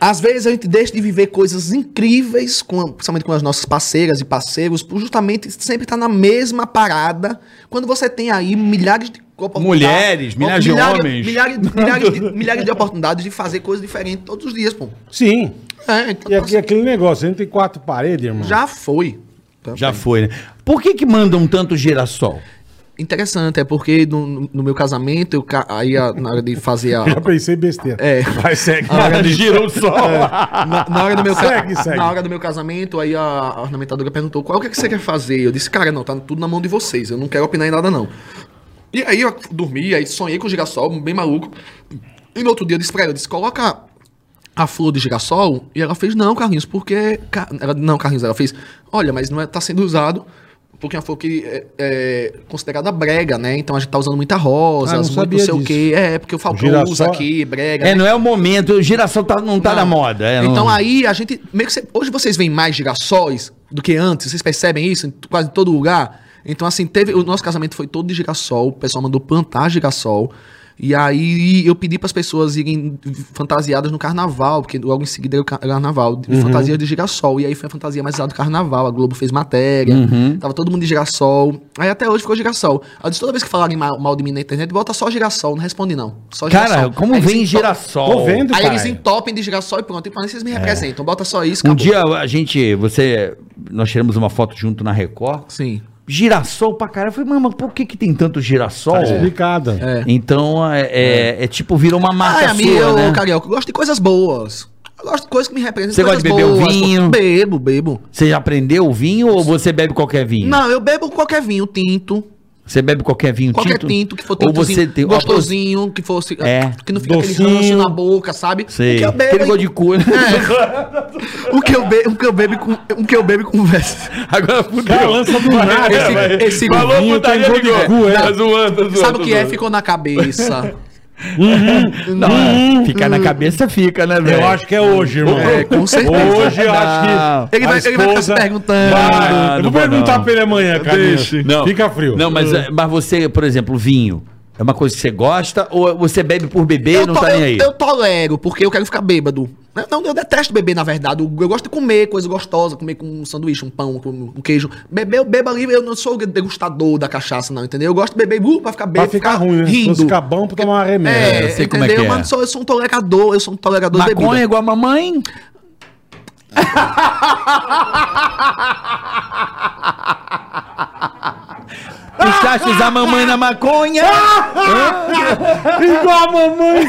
Speaker 3: às vezes a gente deixa de viver coisas incríveis, com, principalmente com as nossas parceiras e parceiros, por justamente sempre estar na mesma parada. Quando você tem aí milhares de
Speaker 2: Mulheres, milhares de homens.
Speaker 1: [laughs]
Speaker 3: Milhares, milhares, de, milhares de oportunidades de fazer coisas diferentes todos os dias, pô.
Speaker 1: Sim.
Speaker 3: É, então,
Speaker 1: E aqui, aquele negócio, a gente tem quatro paredes, irmão.
Speaker 3: já foi. Então,
Speaker 2: Já foi, né? Por que que mandam tanto girassol?
Speaker 3: Interessante, é porque no, no meu casamento, eu ca- aí a- na hora de fazer
Speaker 1: [laughs] [laughs]
Speaker 3: a.
Speaker 1: Já pensei besteira.
Speaker 3: É.
Speaker 1: Vai, segue.
Speaker 2: Girou o sol.
Speaker 3: Na, na hora do meu ca-
Speaker 1: [laughs] Segue, segue.
Speaker 3: na hora do meu casamento, aí a, a ornamentadora perguntou qual que, é que você quer fazer. Eu disse, cara, não, tá tudo na mão de vocês, eu não quero opinar em nada, não. E aí eu dormi, aí sonhei com o girassol, bem maluco. E no outro dia eu disse pra ela, eu disse, coloca a flor de girassol. E ela fez, não, Carlinhos, porque. Ca- Ela, não, Carlinhos, ela fez, olha, mas não é, tá sendo usado. Porque é uma flor que é, é considerada brega, né? Então a gente tá usando muita
Speaker 1: Ah, não
Speaker 3: rosa, muito
Speaker 1: sabia
Speaker 3: não sei o
Speaker 1: disso.
Speaker 3: quê. É, porque o Falcão
Speaker 1: Girassol-
Speaker 3: usa aqui, brega. né?
Speaker 2: É, não é o momento, o girassol tá, não tá
Speaker 3: Não.
Speaker 2: na moda. é,
Speaker 3: então
Speaker 2: não-
Speaker 3: aí a gente. Meio que cê- hoje vocês veem mais girassóis do que antes, vocês percebem isso em t- quase todo lugar. Então, assim, teve. O nosso casamento foi todo de girassol, o pessoal mandou plantar girassol. E aí eu pedi para as pessoas irem fantasiadas no carnaval, porque logo em seguida era o ca- carnaval,
Speaker 2: Uhum.
Speaker 3: de fantasia de girassol. E aí foi a fantasia mais usada do carnaval, a Globo fez matéria,
Speaker 2: Uhum.
Speaker 3: tava todo mundo de girassol. Aí até hoje ficou girassol. Eu disse, toda vez que falarem ma- mal, de mim na internet, bota só girassol, não responde não. Só
Speaker 2: Cara,
Speaker 3: girassol.
Speaker 2: como
Speaker 3: Aí tá eles
Speaker 2: vem
Speaker 3: to-
Speaker 2: girassol?
Speaker 1: Tô vendo.
Speaker 3: Aí eles
Speaker 1: caralho.
Speaker 3: entopem de girassol e pronto. E falam, vocês me representam, bota só isso,
Speaker 2: É. Um
Speaker 3: acabou.
Speaker 2: dia a gente, você, nós tiramos uma foto junto na Record.
Speaker 3: Sim.
Speaker 2: Girassol pra caralho. Eu falei, mano, mas por que que tem tanto girassol?
Speaker 1: Tá explicada.
Speaker 3: É.
Speaker 2: Então, é, é- é tipo, virou uma marca
Speaker 3: Ai, amigo,
Speaker 2: sua, né?
Speaker 3: Carioca, eu gosto de coisas boas. Eu gosto de coisas que me representam.
Speaker 2: Você
Speaker 3: coisas
Speaker 2: gosta de beber um
Speaker 3: boas,
Speaker 2: vinho?
Speaker 3: pô. Bebo, bebo.
Speaker 2: Você já aprendeu o vinho ou você bebe qualquer vinho?
Speaker 3: Não, eu bebo qualquer vinho tinto.
Speaker 2: Você bebe qualquer vinho
Speaker 3: Qualquer
Speaker 2: Um tinto?
Speaker 3: tinto, que for
Speaker 2: Ou você
Speaker 3: tintozinho,
Speaker 2: tem...
Speaker 3: gostosinho, que fosse.
Speaker 2: É.
Speaker 3: Que não fica
Speaker 1: Docinho.
Speaker 3: aquele ranço na boca, sabe?
Speaker 2: Sei.
Speaker 3: O que eu bebo.
Speaker 2: Aquele gosto de cu, né?
Speaker 3: O que eu bebo, o que eu bebo com. O que eu bebo
Speaker 2: [laughs]
Speaker 3: conversa.
Speaker 2: Agora fudeu.
Speaker 1: Cara, lança do nada,
Speaker 3: Esse-
Speaker 1: velho.
Speaker 3: esse
Speaker 1: vinho tem gosto de cu, é.
Speaker 2: Tá zoando, tá zoando,
Speaker 3: Sabe o que
Speaker 2: tá
Speaker 3: é?
Speaker 2: zoando.
Speaker 3: Ficou na cabeça.
Speaker 2: [laughs] Não, é, ficar na cabeça fica, né, velho?
Speaker 1: Hum, Eu acho que é hoje, irmão.
Speaker 3: É, com certeza.
Speaker 1: Hoje eu acho que.
Speaker 3: Ele vai-
Speaker 1: a
Speaker 3: ele vai ficar se
Speaker 1: esposa
Speaker 3: perguntando.
Speaker 1: vai.
Speaker 2: Ah,
Speaker 1: eu
Speaker 2: não
Speaker 1: vou
Speaker 2: vou
Speaker 1: perguntar
Speaker 2: não.
Speaker 1: pra ele amanhã, cara.
Speaker 3: Deixa.
Speaker 2: Não.
Speaker 1: Fica frio.
Speaker 2: Não, mas, é, mas você, por exemplo, vinho. É uma coisa que você gosta ou você bebe por beber e
Speaker 3: Eu,
Speaker 2: não
Speaker 3: to-
Speaker 2: tá
Speaker 3: eu-
Speaker 2: nem aí?
Speaker 3: eu tolero, porque eu quero ficar bêbado. Eu, não, eu detesto beber, na verdade. Eu, eu gosto de comer coisa gostosa, comer com um sanduíche, um pão, com um queijo. Beber, eu bebo ali, eu não sou degustador da cachaça, não, entendeu? Eu gosto de beber uh, pra ficar
Speaker 1: Pra
Speaker 3: bêbado.
Speaker 1: ficar ruim, né?
Speaker 3: Rindo.
Speaker 1: Se ficar bom pra tomar remédio.
Speaker 3: É,
Speaker 2: eu sei
Speaker 3: entendeu?
Speaker 2: como é que é.
Speaker 3: Mas não sou, eu sou um tolerador, eu sou um
Speaker 1: é
Speaker 3: tolerador de
Speaker 2: Maconha
Speaker 3: bebida.
Speaker 2: igual
Speaker 1: [laughs]
Speaker 2: a mamãe? Deixaste a mamãe na maconha?
Speaker 1: Igual a mamãe.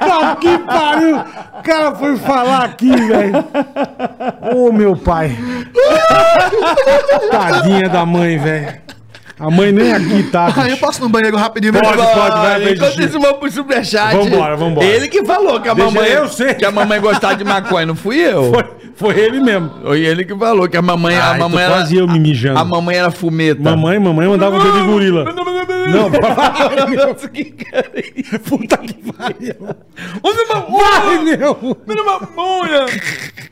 Speaker 1: Tá que pariu. O cara foi falar aqui, velho. Ô, meu pai. Tadinha da mãe, velho. A mãe nem aqui tá.
Speaker 3: Ah, eu
Speaker 1: bicho.
Speaker 3: posso ir no banheiro rapidinho. meu
Speaker 1: Pode,
Speaker 3: irmão?
Speaker 1: pode, vai, vai,
Speaker 2: Enquanto
Speaker 1: Gigi.
Speaker 2: isso, vamos pro superchat.
Speaker 1: Vambora, vambora.
Speaker 2: Ele que falou que a
Speaker 1: Deixa
Speaker 2: mamãe.
Speaker 1: eu ser.
Speaker 2: Que a mamãe gostava de maconha, não fui eu.
Speaker 1: Foi, foi ele mesmo.
Speaker 2: Foi ele que falou que a mamãe. a
Speaker 1: Ai, tô
Speaker 2: mamãe
Speaker 1: quase eu me mijando.
Speaker 2: A, mamãe era fumeta.
Speaker 1: Mamãe, mamãe mandava o dedo de gorila. Não, vai, [laughs] meu.
Speaker 2: Nossa, que cara é isso?
Speaker 1: Puta que pariu.
Speaker 2: Uma maconha!
Speaker 1: Vai, meu.
Speaker 2: Uma maconha!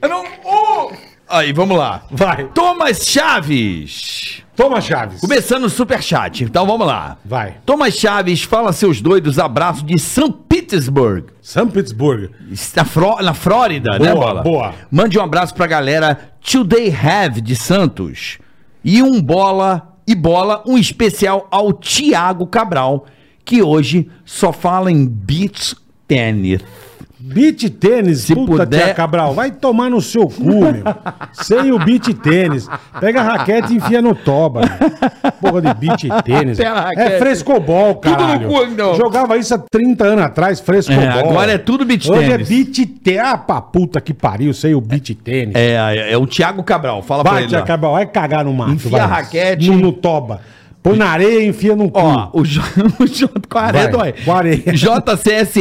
Speaker 2: Era um- oh! Aí, vamos lá.
Speaker 1: Vai.
Speaker 2: Thomas Chaves.
Speaker 1: Toma, Chaves.
Speaker 2: Começando o superchat, então vamos lá.
Speaker 1: Vai.
Speaker 2: Thomas Chaves, fala seus doidos, abraço de São Petersburg.
Speaker 1: São Pittsburgh.
Speaker 2: Na, Fró- na Flórida, né,
Speaker 1: Boa,
Speaker 2: Bola?
Speaker 1: boa.
Speaker 2: Mande um abraço pra galera Today Have de Santos. E um bola, e bola, um especial ao Tiago Cabral, que hoje só fala em beach tennis.
Speaker 1: Beat tênis,
Speaker 2: Se
Speaker 1: puta
Speaker 2: puder-
Speaker 1: tia Cabral, vai tomar no seu cu, meu. Sem o beat tênis. Pega a raquete e enfia no toba. meu. Porra de beat tênis.
Speaker 2: [laughs] Até a raquete.
Speaker 1: É frescobol,
Speaker 2: Tudo no
Speaker 1: caralho.
Speaker 2: cu, então.
Speaker 1: Jogava isso há 30 anos atrás, frescobol.
Speaker 2: É, agora é tudo beach
Speaker 1: Hoje
Speaker 2: tênis.
Speaker 1: é beat tênis. Ah, pra puta que pariu, sem o beat tênis.
Speaker 2: É, é, é o Tiago Cabral, fala pra
Speaker 1: Vai,
Speaker 2: ele.
Speaker 1: tia
Speaker 2: lá.
Speaker 1: Cabral, vai cagar no mato.
Speaker 2: Enfia
Speaker 1: vai.
Speaker 2: a raquete.
Speaker 1: No, no toba. Põe na areia e enfia no cu.
Speaker 2: Ó, o, J, [laughs] o J, com a areia
Speaker 1: Vai,
Speaker 2: dói.
Speaker 1: com a
Speaker 2: [laughs]
Speaker 1: areia.
Speaker 2: JCS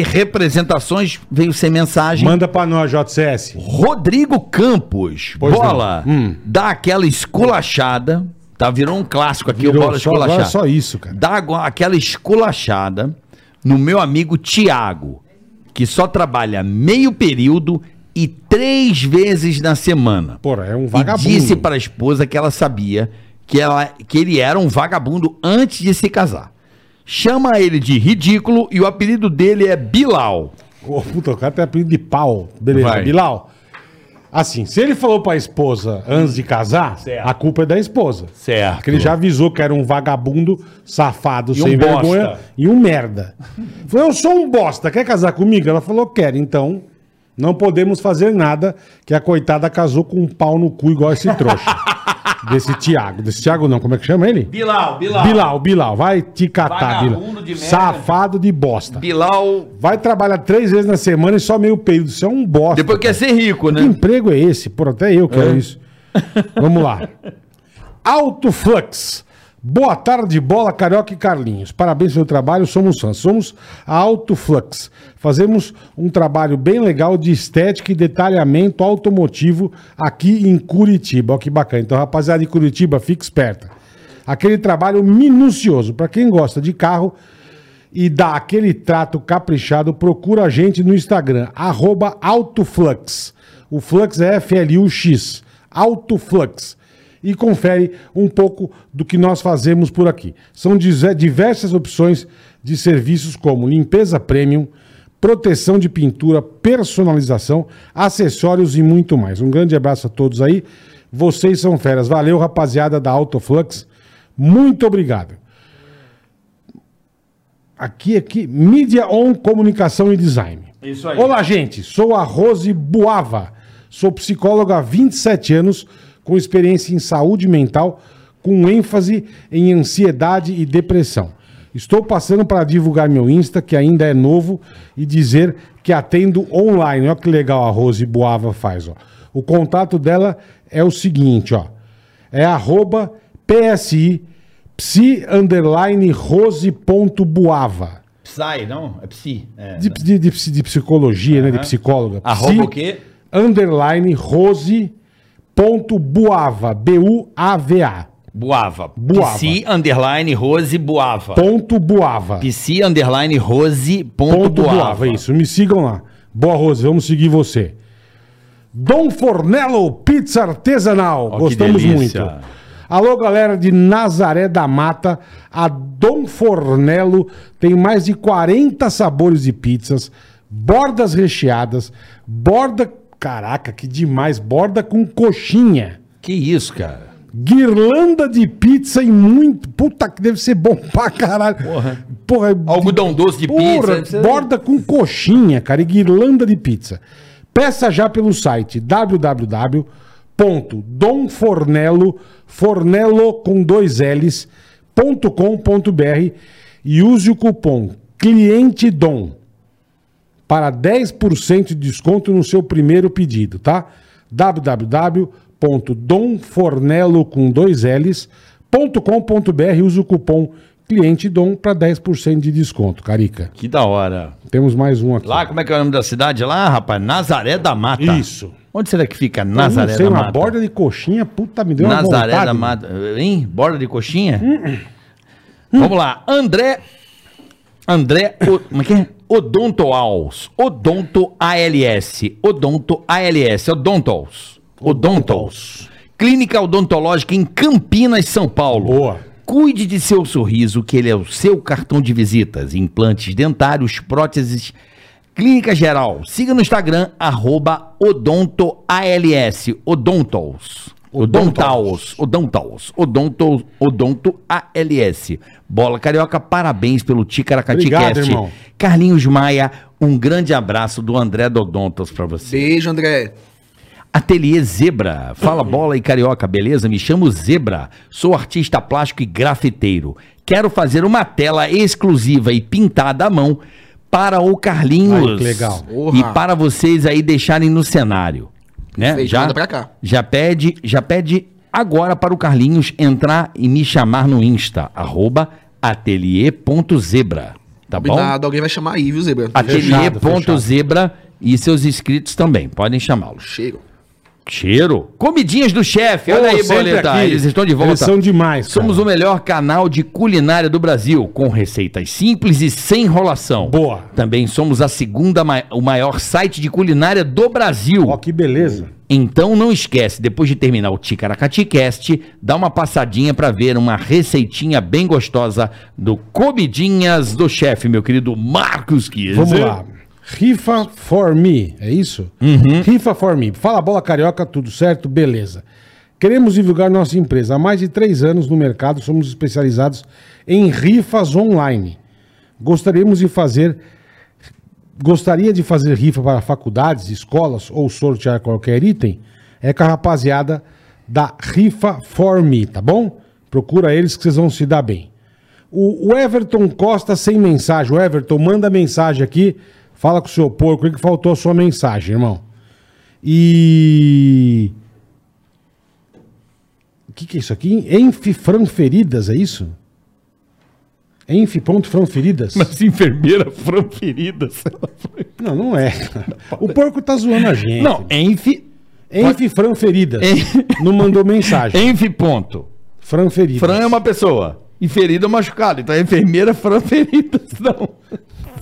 Speaker 2: Representações veio sem mensagem.
Speaker 1: Manda pra nós, JCS.
Speaker 2: Rodrigo Campos,
Speaker 1: Pois não. Hum.
Speaker 2: bola, dá aquela esculachada, tá? Virou um clássico aqui o bola
Speaker 1: só, agora é
Speaker 2: esculachada.
Speaker 1: só isso, cara.
Speaker 2: Dá agu- aquela esculachada no meu amigo Tiago, que só trabalha meio período e três vezes na semana.
Speaker 1: Porra, é um
Speaker 2: E
Speaker 1: vagabundo.
Speaker 2: disse para a esposa que ela sabia que, ela, que ele era um vagabundo antes de se casar. Chama ele de ridículo e o apelido dele é Bilal.
Speaker 1: Ô, puta, o cara tem apelido de pau. Beleza,
Speaker 2: Vai.
Speaker 1: Bilal. Assim, se ele falou pra esposa antes de casar, a culpa é da esposa.
Speaker 2: Certo.
Speaker 1: Porque ele já avisou que era um vagabundo, safado,
Speaker 2: um
Speaker 1: sem
Speaker 2: bosta.
Speaker 1: vergonha e um merda. Falou, eu sou um bosta, quer casar comigo? Ela falou, quero. Então, não podemos fazer nada, que a coitada casou com um pau no cu igual esse
Speaker 2: [laughs]
Speaker 1: trouxa. desse Tiago. Desse Tiago não, como é que chama ele?
Speaker 2: Bilal, Bilal.
Speaker 1: Bilal, Bilal, vai te catar,
Speaker 2: Vagabundo
Speaker 1: Bilal.
Speaker 2: de merda.
Speaker 1: Safado de bosta.
Speaker 2: Bilal
Speaker 1: Vai trabalhar três vezes na semana e só meio período. Isso é um bosta.
Speaker 2: Depois quer ser rico,
Speaker 1: Que
Speaker 2: né?
Speaker 1: emprego é esse? Por até eu quero isso. Vamos lá. Autoflux. Boa tarde, bola, carioca e Carlinhos. Parabéns pelo trabalho, somos fãs. Somos a Autoflux. Fazemos um trabalho bem legal de estética e detalhamento automotivo aqui em Curitiba. Olha que bacana. Então, rapaziada de Curitiba, fique esperta. Aquele trabalho minucioso. Para quem gosta de carro, e dá aquele trato caprichado, procura a gente no Instagram, arroba Autoflux. O Flux é F-L-U-X, Autoflux. E confere um pouco do que nós fazemos por aqui. São dize- diversas opções de serviços como limpeza premium, proteção de pintura, personalização, acessórios e muito mais. Um grande abraço a todos aí. Vocês são feras. Valeu, rapaziada da Autoflux. Muito obrigado. Aqui, aqui, Mídia On Comunicação e Design. Isso aí. Olá, gente. Sou a Rose Buava. Sou psicóloga há 27 anos, com experiência em saúde mental, com ênfase em ansiedade e depressão. Estou passando para divulgar meu Insta, que ainda é novo, e dizer que atendo online. Olha que legal a Rose Buava faz. Ó. O contato dela é o seguinte, ó. É arroba PSI psi underline rose ponto buava.
Speaker 2: Psy, não? É psi. É,
Speaker 1: De, de, de psi- de psicologia, né? De psicóloga.
Speaker 2: Arroba
Speaker 1: Psi
Speaker 2: o quê?
Speaker 1: Underline rose ponto buava. B-U-A-V-A.
Speaker 2: Buava.
Speaker 1: Buava.
Speaker 2: Psi, underline, Rose, Buava.
Speaker 1: Ponto buava.
Speaker 2: Psi, underline, Rose, ponto,
Speaker 1: Ponto
Speaker 2: Buava.
Speaker 1: Buava, isso. Me sigam lá. Boa, Rose, vamos seguir você. Dom Fornello Pizza Artesanal.
Speaker 2: Ó, que
Speaker 1: Gostamos muito.
Speaker 2: delícia.
Speaker 1: Alô, galera de Nazaré da Mata. A Dom Fornello tem mais de 40 sabores de pizzas, bordas recheadas, borda. Caraca, que demais! Borda com coxinha
Speaker 2: Que isso, cara?
Speaker 1: guirlanda de pizza e muito. Puta que deve ser bom pra caralho. Porra. é
Speaker 2: Algodão doce de pizza, deve ser-
Speaker 1: Borda com coxinha, cara, e guirlanda de pizza. Peça já pelo site www.domfornelo, fornelo com dois L's, clientedom.com.br e use o cupom ClienteDom para 10% de desconto no seu primeiro pedido, tá? www.domfornelo com dois L's ponto com ponto BR, usa o cupom ClienteDom para 10% de desconto, Carica.
Speaker 2: Que da hora.
Speaker 1: Temos mais um aqui.
Speaker 2: Lá, como é que é o nome da cidade lá, rapaz? Nazaré da Mata.
Speaker 1: Isso.
Speaker 2: Onde será que fica
Speaker 1: Eu não
Speaker 2: Nazaré
Speaker 1: sei,
Speaker 2: da
Speaker 1: uma
Speaker 2: Mata?
Speaker 1: borda de coxinha, puta, me deu uma
Speaker 2: Nazaré
Speaker 1: vontade. Hum,
Speaker 2: da Mata. Hein? Borda de coxinha? Vamos lá. André. André. O, como é que é? Odonto Als. Odonto ALS. Odonto ALS. Odontos. Odontos. Clínica odontológica em Campinas, São Paulo.
Speaker 1: Boa.
Speaker 2: Cuide de seu sorriso, que ele é o seu cartão de visitas. Implantes dentários, próteses, clínica geral. Siga no Instagram, arroba odontoals, odontos. Odontaos, odontaos, odonto, odonto ALS. Bola Carioca, parabéns pelo
Speaker 1: Obrigado,
Speaker 2: Ticaracaticast.
Speaker 1: irmão.
Speaker 2: Carlinhos Maia, um grande abraço do André do Odontos pra você.
Speaker 3: Beijo, André.
Speaker 2: Ateliê Zebra. Fala bola e carioca, beleza? Me chamo Zebra. Sou artista plástico e grafiteiro. Quero fazer uma tela exclusiva e pintada à mão para o Carlinhos.
Speaker 1: Ai, que legal.
Speaker 2: E
Speaker 3: Porra.
Speaker 2: para vocês aí deixarem no cenário, né?
Speaker 3: Perfeito,
Speaker 2: Já
Speaker 3: manda pra cá.
Speaker 2: já pede, já pede agora para o Carlinhos entrar e me chamar no Insta arroba ateliê.zebra, tá bom?
Speaker 3: Combinado, alguém vai chamar aí, viu, Zebra?
Speaker 1: Fechado, fechado.
Speaker 2: Ateliê.zebra e seus inscritos também, podem chamá-los.
Speaker 3: Cheiro.
Speaker 2: Cheiro. Comidinhas do chefe.
Speaker 1: Ô,
Speaker 2: Olha aí,
Speaker 1: sempre
Speaker 2: boleta.
Speaker 1: aqui.
Speaker 2: Eles estão de volta.
Speaker 1: Eles são demais, cara.
Speaker 2: Somos o melhor canal de culinária do Brasil, com receitas simples e sem enrolação.
Speaker 1: Boa.
Speaker 2: Também somos a segunda, ma- o maior site de culinária do Brasil.
Speaker 1: Ó, que beleza.
Speaker 2: Então não esquece, depois de terminar o Ticaracati Cast, dá uma passadinha pra ver uma receitinha bem gostosa do Comidinhas do Chefe, meu querido Marcos Kies.
Speaker 1: Vamos lá. Rifa for me, é isso? Rifa for me. Fala bola carioca, tudo certo? Beleza. Queremos divulgar nossa empresa. Há mais de três anos no mercado, somos especializados em rifas online. Gostaríamos de fazer. Gostaria de fazer rifa para faculdades, escolas ou sortear qualquer item? É com a rapaziada da Rifa For Me, tá bom? Procura eles que vocês vão se dar bem. O, o Everton Costa sem mensagem. O Everton, manda mensagem aqui. Fala com o seu porco aí que faltou a sua mensagem, irmão. E. O que, que é isso aqui? Enfifranferidas, é isso?
Speaker 2: [laughs]
Speaker 1: Enfifranferidas?
Speaker 2: Mas enfermeira franferida, sei lá.
Speaker 1: Não, não é. O porco tá zoando a gente.
Speaker 2: Não, enfi...
Speaker 1: Enfifranferidas. Não mandou mensagem.
Speaker 2: Enfi ponto.
Speaker 1: Franferidas.
Speaker 2: Fran é uma pessoa. E ferida é machucada. Então é enfermeira [laughs] Fran ferida. Não.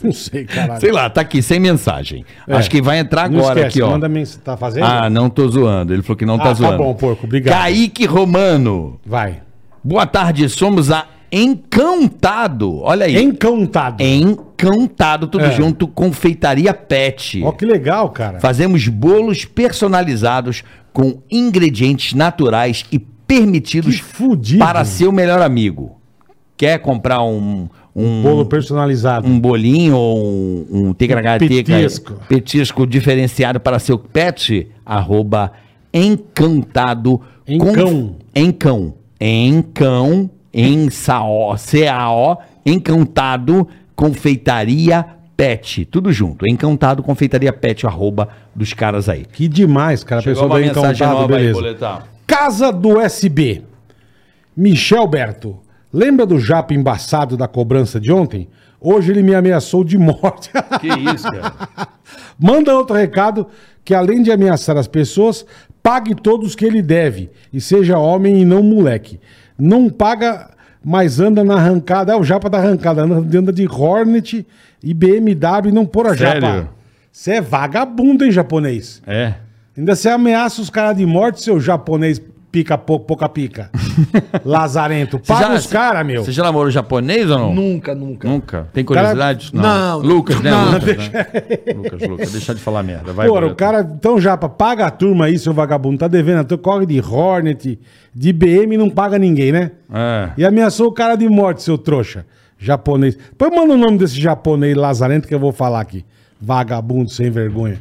Speaker 1: Não sei, caralho.
Speaker 2: Sei lá, tá aqui, sem mensagem.
Speaker 1: É.
Speaker 2: Acho que vai entrar
Speaker 1: Não
Speaker 2: agora
Speaker 1: esquece,
Speaker 2: aqui, ó.
Speaker 1: Manda mensagem. Tá fazendo?
Speaker 2: Ah, não tô zoando. Ele falou que não
Speaker 1: Ah,
Speaker 2: tá
Speaker 1: tá
Speaker 2: zoando.
Speaker 1: bom, porco, obrigado.
Speaker 2: Kaique Romano.
Speaker 1: Vai.
Speaker 2: Boa tarde, somos a Encantado. Olha aí.
Speaker 1: Encantado.
Speaker 2: Encantado, tudo
Speaker 1: É.
Speaker 2: junto, confeitaria pet.
Speaker 1: Ó, que legal, cara.
Speaker 2: Fazemos bolos personalizados com ingredientes naturais e
Speaker 1: Que
Speaker 2: permitidos
Speaker 1: fudido.
Speaker 2: para seu melhor amigo. Quer comprar um, um,
Speaker 1: Hum. Bolo personalizado.
Speaker 2: um bolinho ou um, um tegra-tegra-
Speaker 1: Petisco.
Speaker 2: petisco diferenciado para seu pet? Arroba encantado.
Speaker 1: Encão.
Speaker 2: conf- Encão. Encão. Em sao, C-A-O. Encantado. Confeitaria Pet. Tudo junto. Encantado Confeitaria Pet. Arroba dos caras aí.
Speaker 1: Que demais, cara. A pessoa da Encantado, beleza.
Speaker 2: boletar.
Speaker 1: Casa do SB. Michel Berto. Lembra do japo embaçado da cobrança de ontem? Hoje ele me ameaçou de morte. [laughs]
Speaker 2: Que isso, cara.
Speaker 1: Manda outro recado que além de ameaçar as pessoas, pague todos que ele deve e seja homem e não moleque. Não paga, mas anda na arrancada. É o japa da arrancada, anda anda de Hornet e BMW e não pôr a
Speaker 2: Sério?
Speaker 1: japa. Você é vagabundo, hein, japonês?
Speaker 2: É.
Speaker 1: Ainda você ameaça os caras de morte, seu japonês pica pouco, pouca
Speaker 2: [laughs]
Speaker 1: pica. Lazarento,
Speaker 2: Você
Speaker 1: paga
Speaker 2: já-
Speaker 1: os caras, meu.
Speaker 2: Você já namorou japonês ou não?
Speaker 3: Nunca, nunca.
Speaker 2: Nunca. Tem curiosidade?
Speaker 3: Não.
Speaker 2: Lucas, né?
Speaker 3: Não,
Speaker 2: Lucas, né? Lucas, Lucas, deixa de falar merda. Vai,
Speaker 1: Porra,
Speaker 2: Boleto.
Speaker 1: o cara. Então, Japa, paga a turma aí, seu vagabundo. Tá devendo a turma. Corre de Hornet, de BM e não paga ninguém, né?
Speaker 2: É.
Speaker 1: E ameaçou o cara de morte, seu trouxa. Japonês. Põe, manda o nome desse japonês lazarento que eu vou falar aqui. Vagabundo sem
Speaker 2: [laughs]
Speaker 1: vergonha.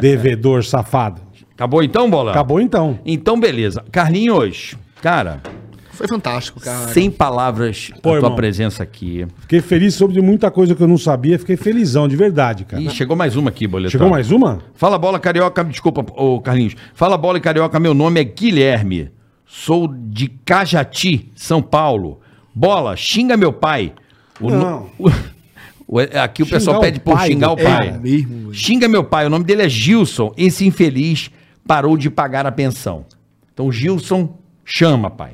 Speaker 1: Devedor safado.
Speaker 2: Tá. Acabou então, Bola?
Speaker 1: Acabou então.
Speaker 2: Então, beleza. Carlinhos, cara,
Speaker 3: Foi fantástico, cara.
Speaker 2: Sem palavras
Speaker 1: Pô,
Speaker 2: a tua
Speaker 1: irmão.
Speaker 2: presença aqui.
Speaker 1: Fiquei feliz sobre muita coisa que eu não sabia. Fiquei felizão, de verdade, cara.
Speaker 2: Ih, tá. chegou mais uma aqui, boletão.
Speaker 1: Chegou mais uma?
Speaker 2: Fala bola carioca, desculpa, ô Carlinhos. Fala bola e carioca, meu nome é Guilherme. Sou de Cajati, São Paulo. Bola, xinga meu pai. O no-
Speaker 1: Não.
Speaker 2: o- [laughs] o- é, aqui o
Speaker 1: Xingar
Speaker 2: pessoal
Speaker 1: o
Speaker 2: pede por
Speaker 1: pai é
Speaker 2: xingar
Speaker 1: do
Speaker 2: o pai.
Speaker 1: cara.
Speaker 2: xinga meu pai, o nome dele é Gilson. Esse infeliz parou de pagar a pensão. Então Gilson chama, pai.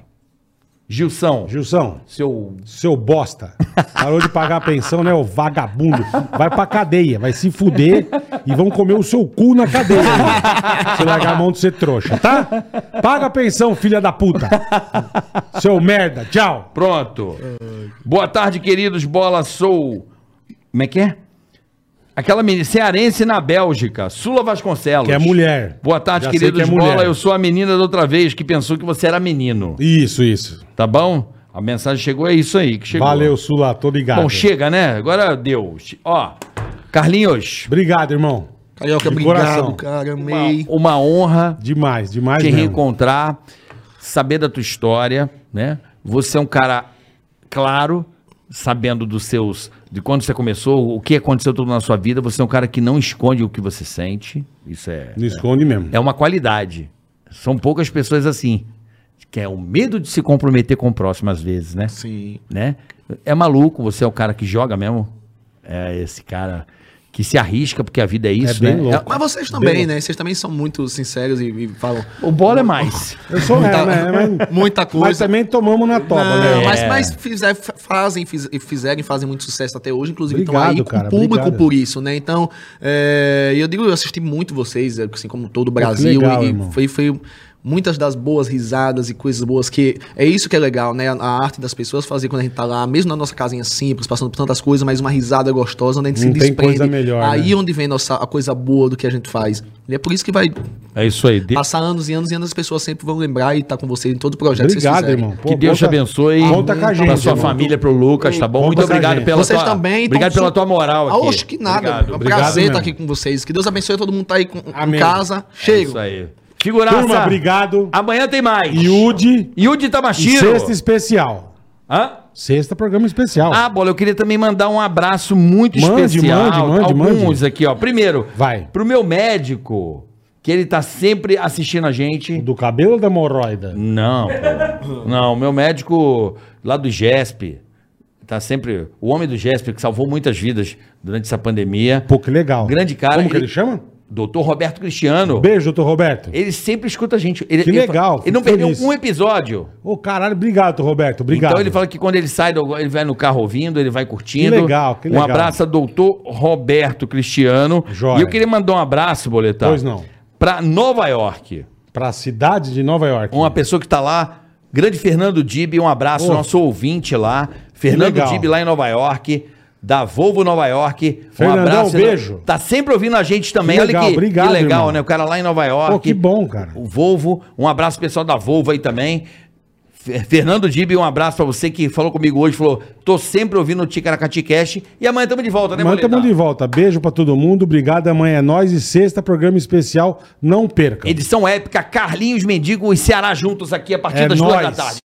Speaker 2: Gilson,
Speaker 1: Gilson,
Speaker 2: seu
Speaker 1: seu bosta. Parou de pagar a pensão, né, ô vagabundo? Vai pra cadeia, vai se fuder e vão comer o seu cu na cadeia. irmão. Se largar a mão de ser trouxa, tá? Paga a pensão, filha da puta. Seu merda, tchau.
Speaker 2: Pronto. Boa tarde, queridos. Bola Sou. Como é que é? Aquela menina cearense na Bélgica, Sula Vasconcelos.
Speaker 1: Que é mulher.
Speaker 2: Boa tarde,
Speaker 1: Já sei
Speaker 2: queridos.
Speaker 1: que é mulher.
Speaker 2: Bola, eu sou a menina da outra vez que pensou que você era menino.
Speaker 1: Isso, isso.
Speaker 2: Tá bom? A mensagem chegou, é isso aí que chegou.
Speaker 1: Valeu, Sula, tô ligado.
Speaker 2: Bom, chega, né? Agora deu. Ó, Carlinhos,
Speaker 1: Obrigado, irmão.
Speaker 3: Carioca,
Speaker 1: De
Speaker 3: obrigado,
Speaker 1: coração.
Speaker 3: cara.
Speaker 2: uma,
Speaker 3: Amei.
Speaker 2: uma honra
Speaker 1: Demais, demais
Speaker 2: te
Speaker 1: mesmo.
Speaker 2: reencontrar, saber da tua história, né? Você é um cara claro, sabendo dos seus de quando você começou, o que aconteceu tudo na sua vida, você é um cara que não esconde o que você sente. Isso é
Speaker 1: Não esconde mesmo.
Speaker 2: é uma qualidade. São poucas pessoas assim, que é o medo de se comprometer com o próximo às vezes, né?
Speaker 3: Sim.
Speaker 2: né? É maluco, você é o cara que joga mesmo. É esse cara que se arrisca porque a vida é isso,
Speaker 1: bem
Speaker 2: né?
Speaker 1: louco.
Speaker 2: É-
Speaker 3: Mas vocês também,
Speaker 1: Deu.
Speaker 3: né? Vocês também são muito sinceros e, e falam
Speaker 2: o bola é mais.
Speaker 1: Eu sou
Speaker 3: muita,
Speaker 1: é, né, mas-
Speaker 3: [laughs] muita
Speaker 1: Mas
Speaker 3: coisa.
Speaker 1: também tomamos na toba,
Speaker 3: Não,
Speaker 1: né?
Speaker 3: Mas, mas fizer- fa- fazem, fiz- e fizeram e fazem muito sucesso até hoje, inclusive estão
Speaker 1: Obrigado,
Speaker 3: aí com
Speaker 1: cara,
Speaker 3: o público
Speaker 1: obrigado.
Speaker 3: por isso, né? Então, é, eu digo, eu assisti muito vocês, é, assim como todo o Brasil,
Speaker 1: legal, irmão.
Speaker 3: e foi, foi muitas das boas risadas e coisas boas que é isso que é legal, né? A, a arte das pessoas fazer quando a gente tá lá, mesmo na nossa casinha simples, passando por tantas coisas, mas uma risada gostosa, onde a gente
Speaker 1: Não
Speaker 3: se
Speaker 1: tem
Speaker 3: desprende.
Speaker 1: coisa melhor,
Speaker 3: aí
Speaker 1: né?
Speaker 3: onde vem nossa, a coisa boa do que a gente faz. E é por isso que vai
Speaker 2: [laughs] É isso aí. De-
Speaker 3: passar anos e anos e anos, as pessoas sempre vão lembrar e tá com você em todo o projeto que vocês
Speaker 1: Obrigado,
Speaker 3: fizerem.
Speaker 1: irmão. Pô,
Speaker 2: que Deus te
Speaker 1: conta-
Speaker 2: abençoe.
Speaker 1: Conta com a gente.
Speaker 2: Pra sua
Speaker 1: irmão.
Speaker 2: família, pro Lucas, tá bom?
Speaker 1: Conta
Speaker 2: Muito
Speaker 1: com a
Speaker 2: obrigado
Speaker 1: gente.
Speaker 2: pela
Speaker 3: vocês
Speaker 2: tua...
Speaker 3: também. tão
Speaker 2: Obrigado pela
Speaker 3: su-
Speaker 2: tua moral
Speaker 3: Ah,
Speaker 2: aqui.
Speaker 3: Oxe, que nada. é um
Speaker 2: Obrigado.
Speaker 1: Obrigado
Speaker 3: prazer
Speaker 1: mesmo.
Speaker 3: estar aqui com vocês. Que Deus abençoe todo mundo que tá aí com, em
Speaker 1: Amém.
Speaker 3: casa.
Speaker 2: É
Speaker 3: Chego.
Speaker 2: isso aí. Figuraça.
Speaker 1: Turma, obrigado.
Speaker 2: Amanhã tem mais.
Speaker 1: Yudi.
Speaker 2: Yudi
Speaker 1: E
Speaker 2: Tamashiro.
Speaker 1: sexta especial.
Speaker 2: Hã?
Speaker 1: Sexta programa especial.
Speaker 2: Ah, Bola, eu queria também mandar um abraço muito
Speaker 1: Mande,
Speaker 2: especial.
Speaker 1: mande, mande,
Speaker 2: alguns
Speaker 1: mande.
Speaker 2: aqui, ó. Primeiro,
Speaker 1: Vai.
Speaker 2: pro meu médico, que ele tá sempre assistindo a gente.
Speaker 1: Do cabelo ou da hemorroida? [laughs]
Speaker 2: Não, pô. não, meu médico lá do GESP, tá sempre, o homem do GESP que salvou muitas vidas durante essa pandemia,
Speaker 1: Pô, que legal.
Speaker 2: Grande cara,
Speaker 1: Como que
Speaker 2: ele-
Speaker 1: ele chama?
Speaker 2: doutor Roberto Cristiano,
Speaker 1: Beijo, doutor Roberto.
Speaker 2: ele sempre escuta a gente. Ele,
Speaker 1: Que
Speaker 2: ele fa-
Speaker 1: legal,
Speaker 2: Ele não
Speaker 1: fico
Speaker 2: perdeu
Speaker 1: feliz.
Speaker 2: um episódio.
Speaker 1: Ô, caralho, obrigado, doutor Roberto. Obrigado.
Speaker 2: Então ele fala que quando ele sai, do- ele vai no carro ouvindo, ele vai curtindo.
Speaker 1: Que legal, que legal.
Speaker 2: Um abraço a doutor Roberto Cristiano.
Speaker 1: Joia.
Speaker 2: E eu queria mandar um abraço, Boletar.
Speaker 1: Pois não.
Speaker 2: Pra Nova York.
Speaker 1: Pra cidade de Nova York.
Speaker 2: Uma pessoa que tá lá, grande Fernando Dib, um abraço,
Speaker 1: Pô.
Speaker 2: nosso ouvinte lá. Fernando
Speaker 1: legal.
Speaker 2: Dib lá em Nova York, da Volvo Nova York. Um
Speaker 1: Fernandão, um
Speaker 2: abraço.
Speaker 1: beijo.
Speaker 2: Tá sempre ouvindo a gente também.
Speaker 1: Que
Speaker 2: Olha
Speaker 1: legal,
Speaker 2: que,
Speaker 1: obrigado,
Speaker 2: que legal,
Speaker 1: irmão.
Speaker 2: né? O cara lá em Nova York.
Speaker 1: Pô, que bom, cara.
Speaker 2: O Volvo, um abraço pessoal da Volvo aí também. Fer- Fernando Dib, um abraço pra você que falou comigo hoje, falou, tô sempre ouvindo o Ticaracati Cast. E amanhã tamo de volta, né,
Speaker 1: Amanhã
Speaker 2: Boletar?
Speaker 1: estamos de volta. Beijo pra todo mundo. Obrigado. Amanhã é nós. E sexta, programa especial. Não perca.
Speaker 2: Edição épica, Carlinhos Mendigo e Ceará juntos aqui a partir
Speaker 1: É
Speaker 2: das duas da
Speaker 1: nóis.
Speaker 2: tarde.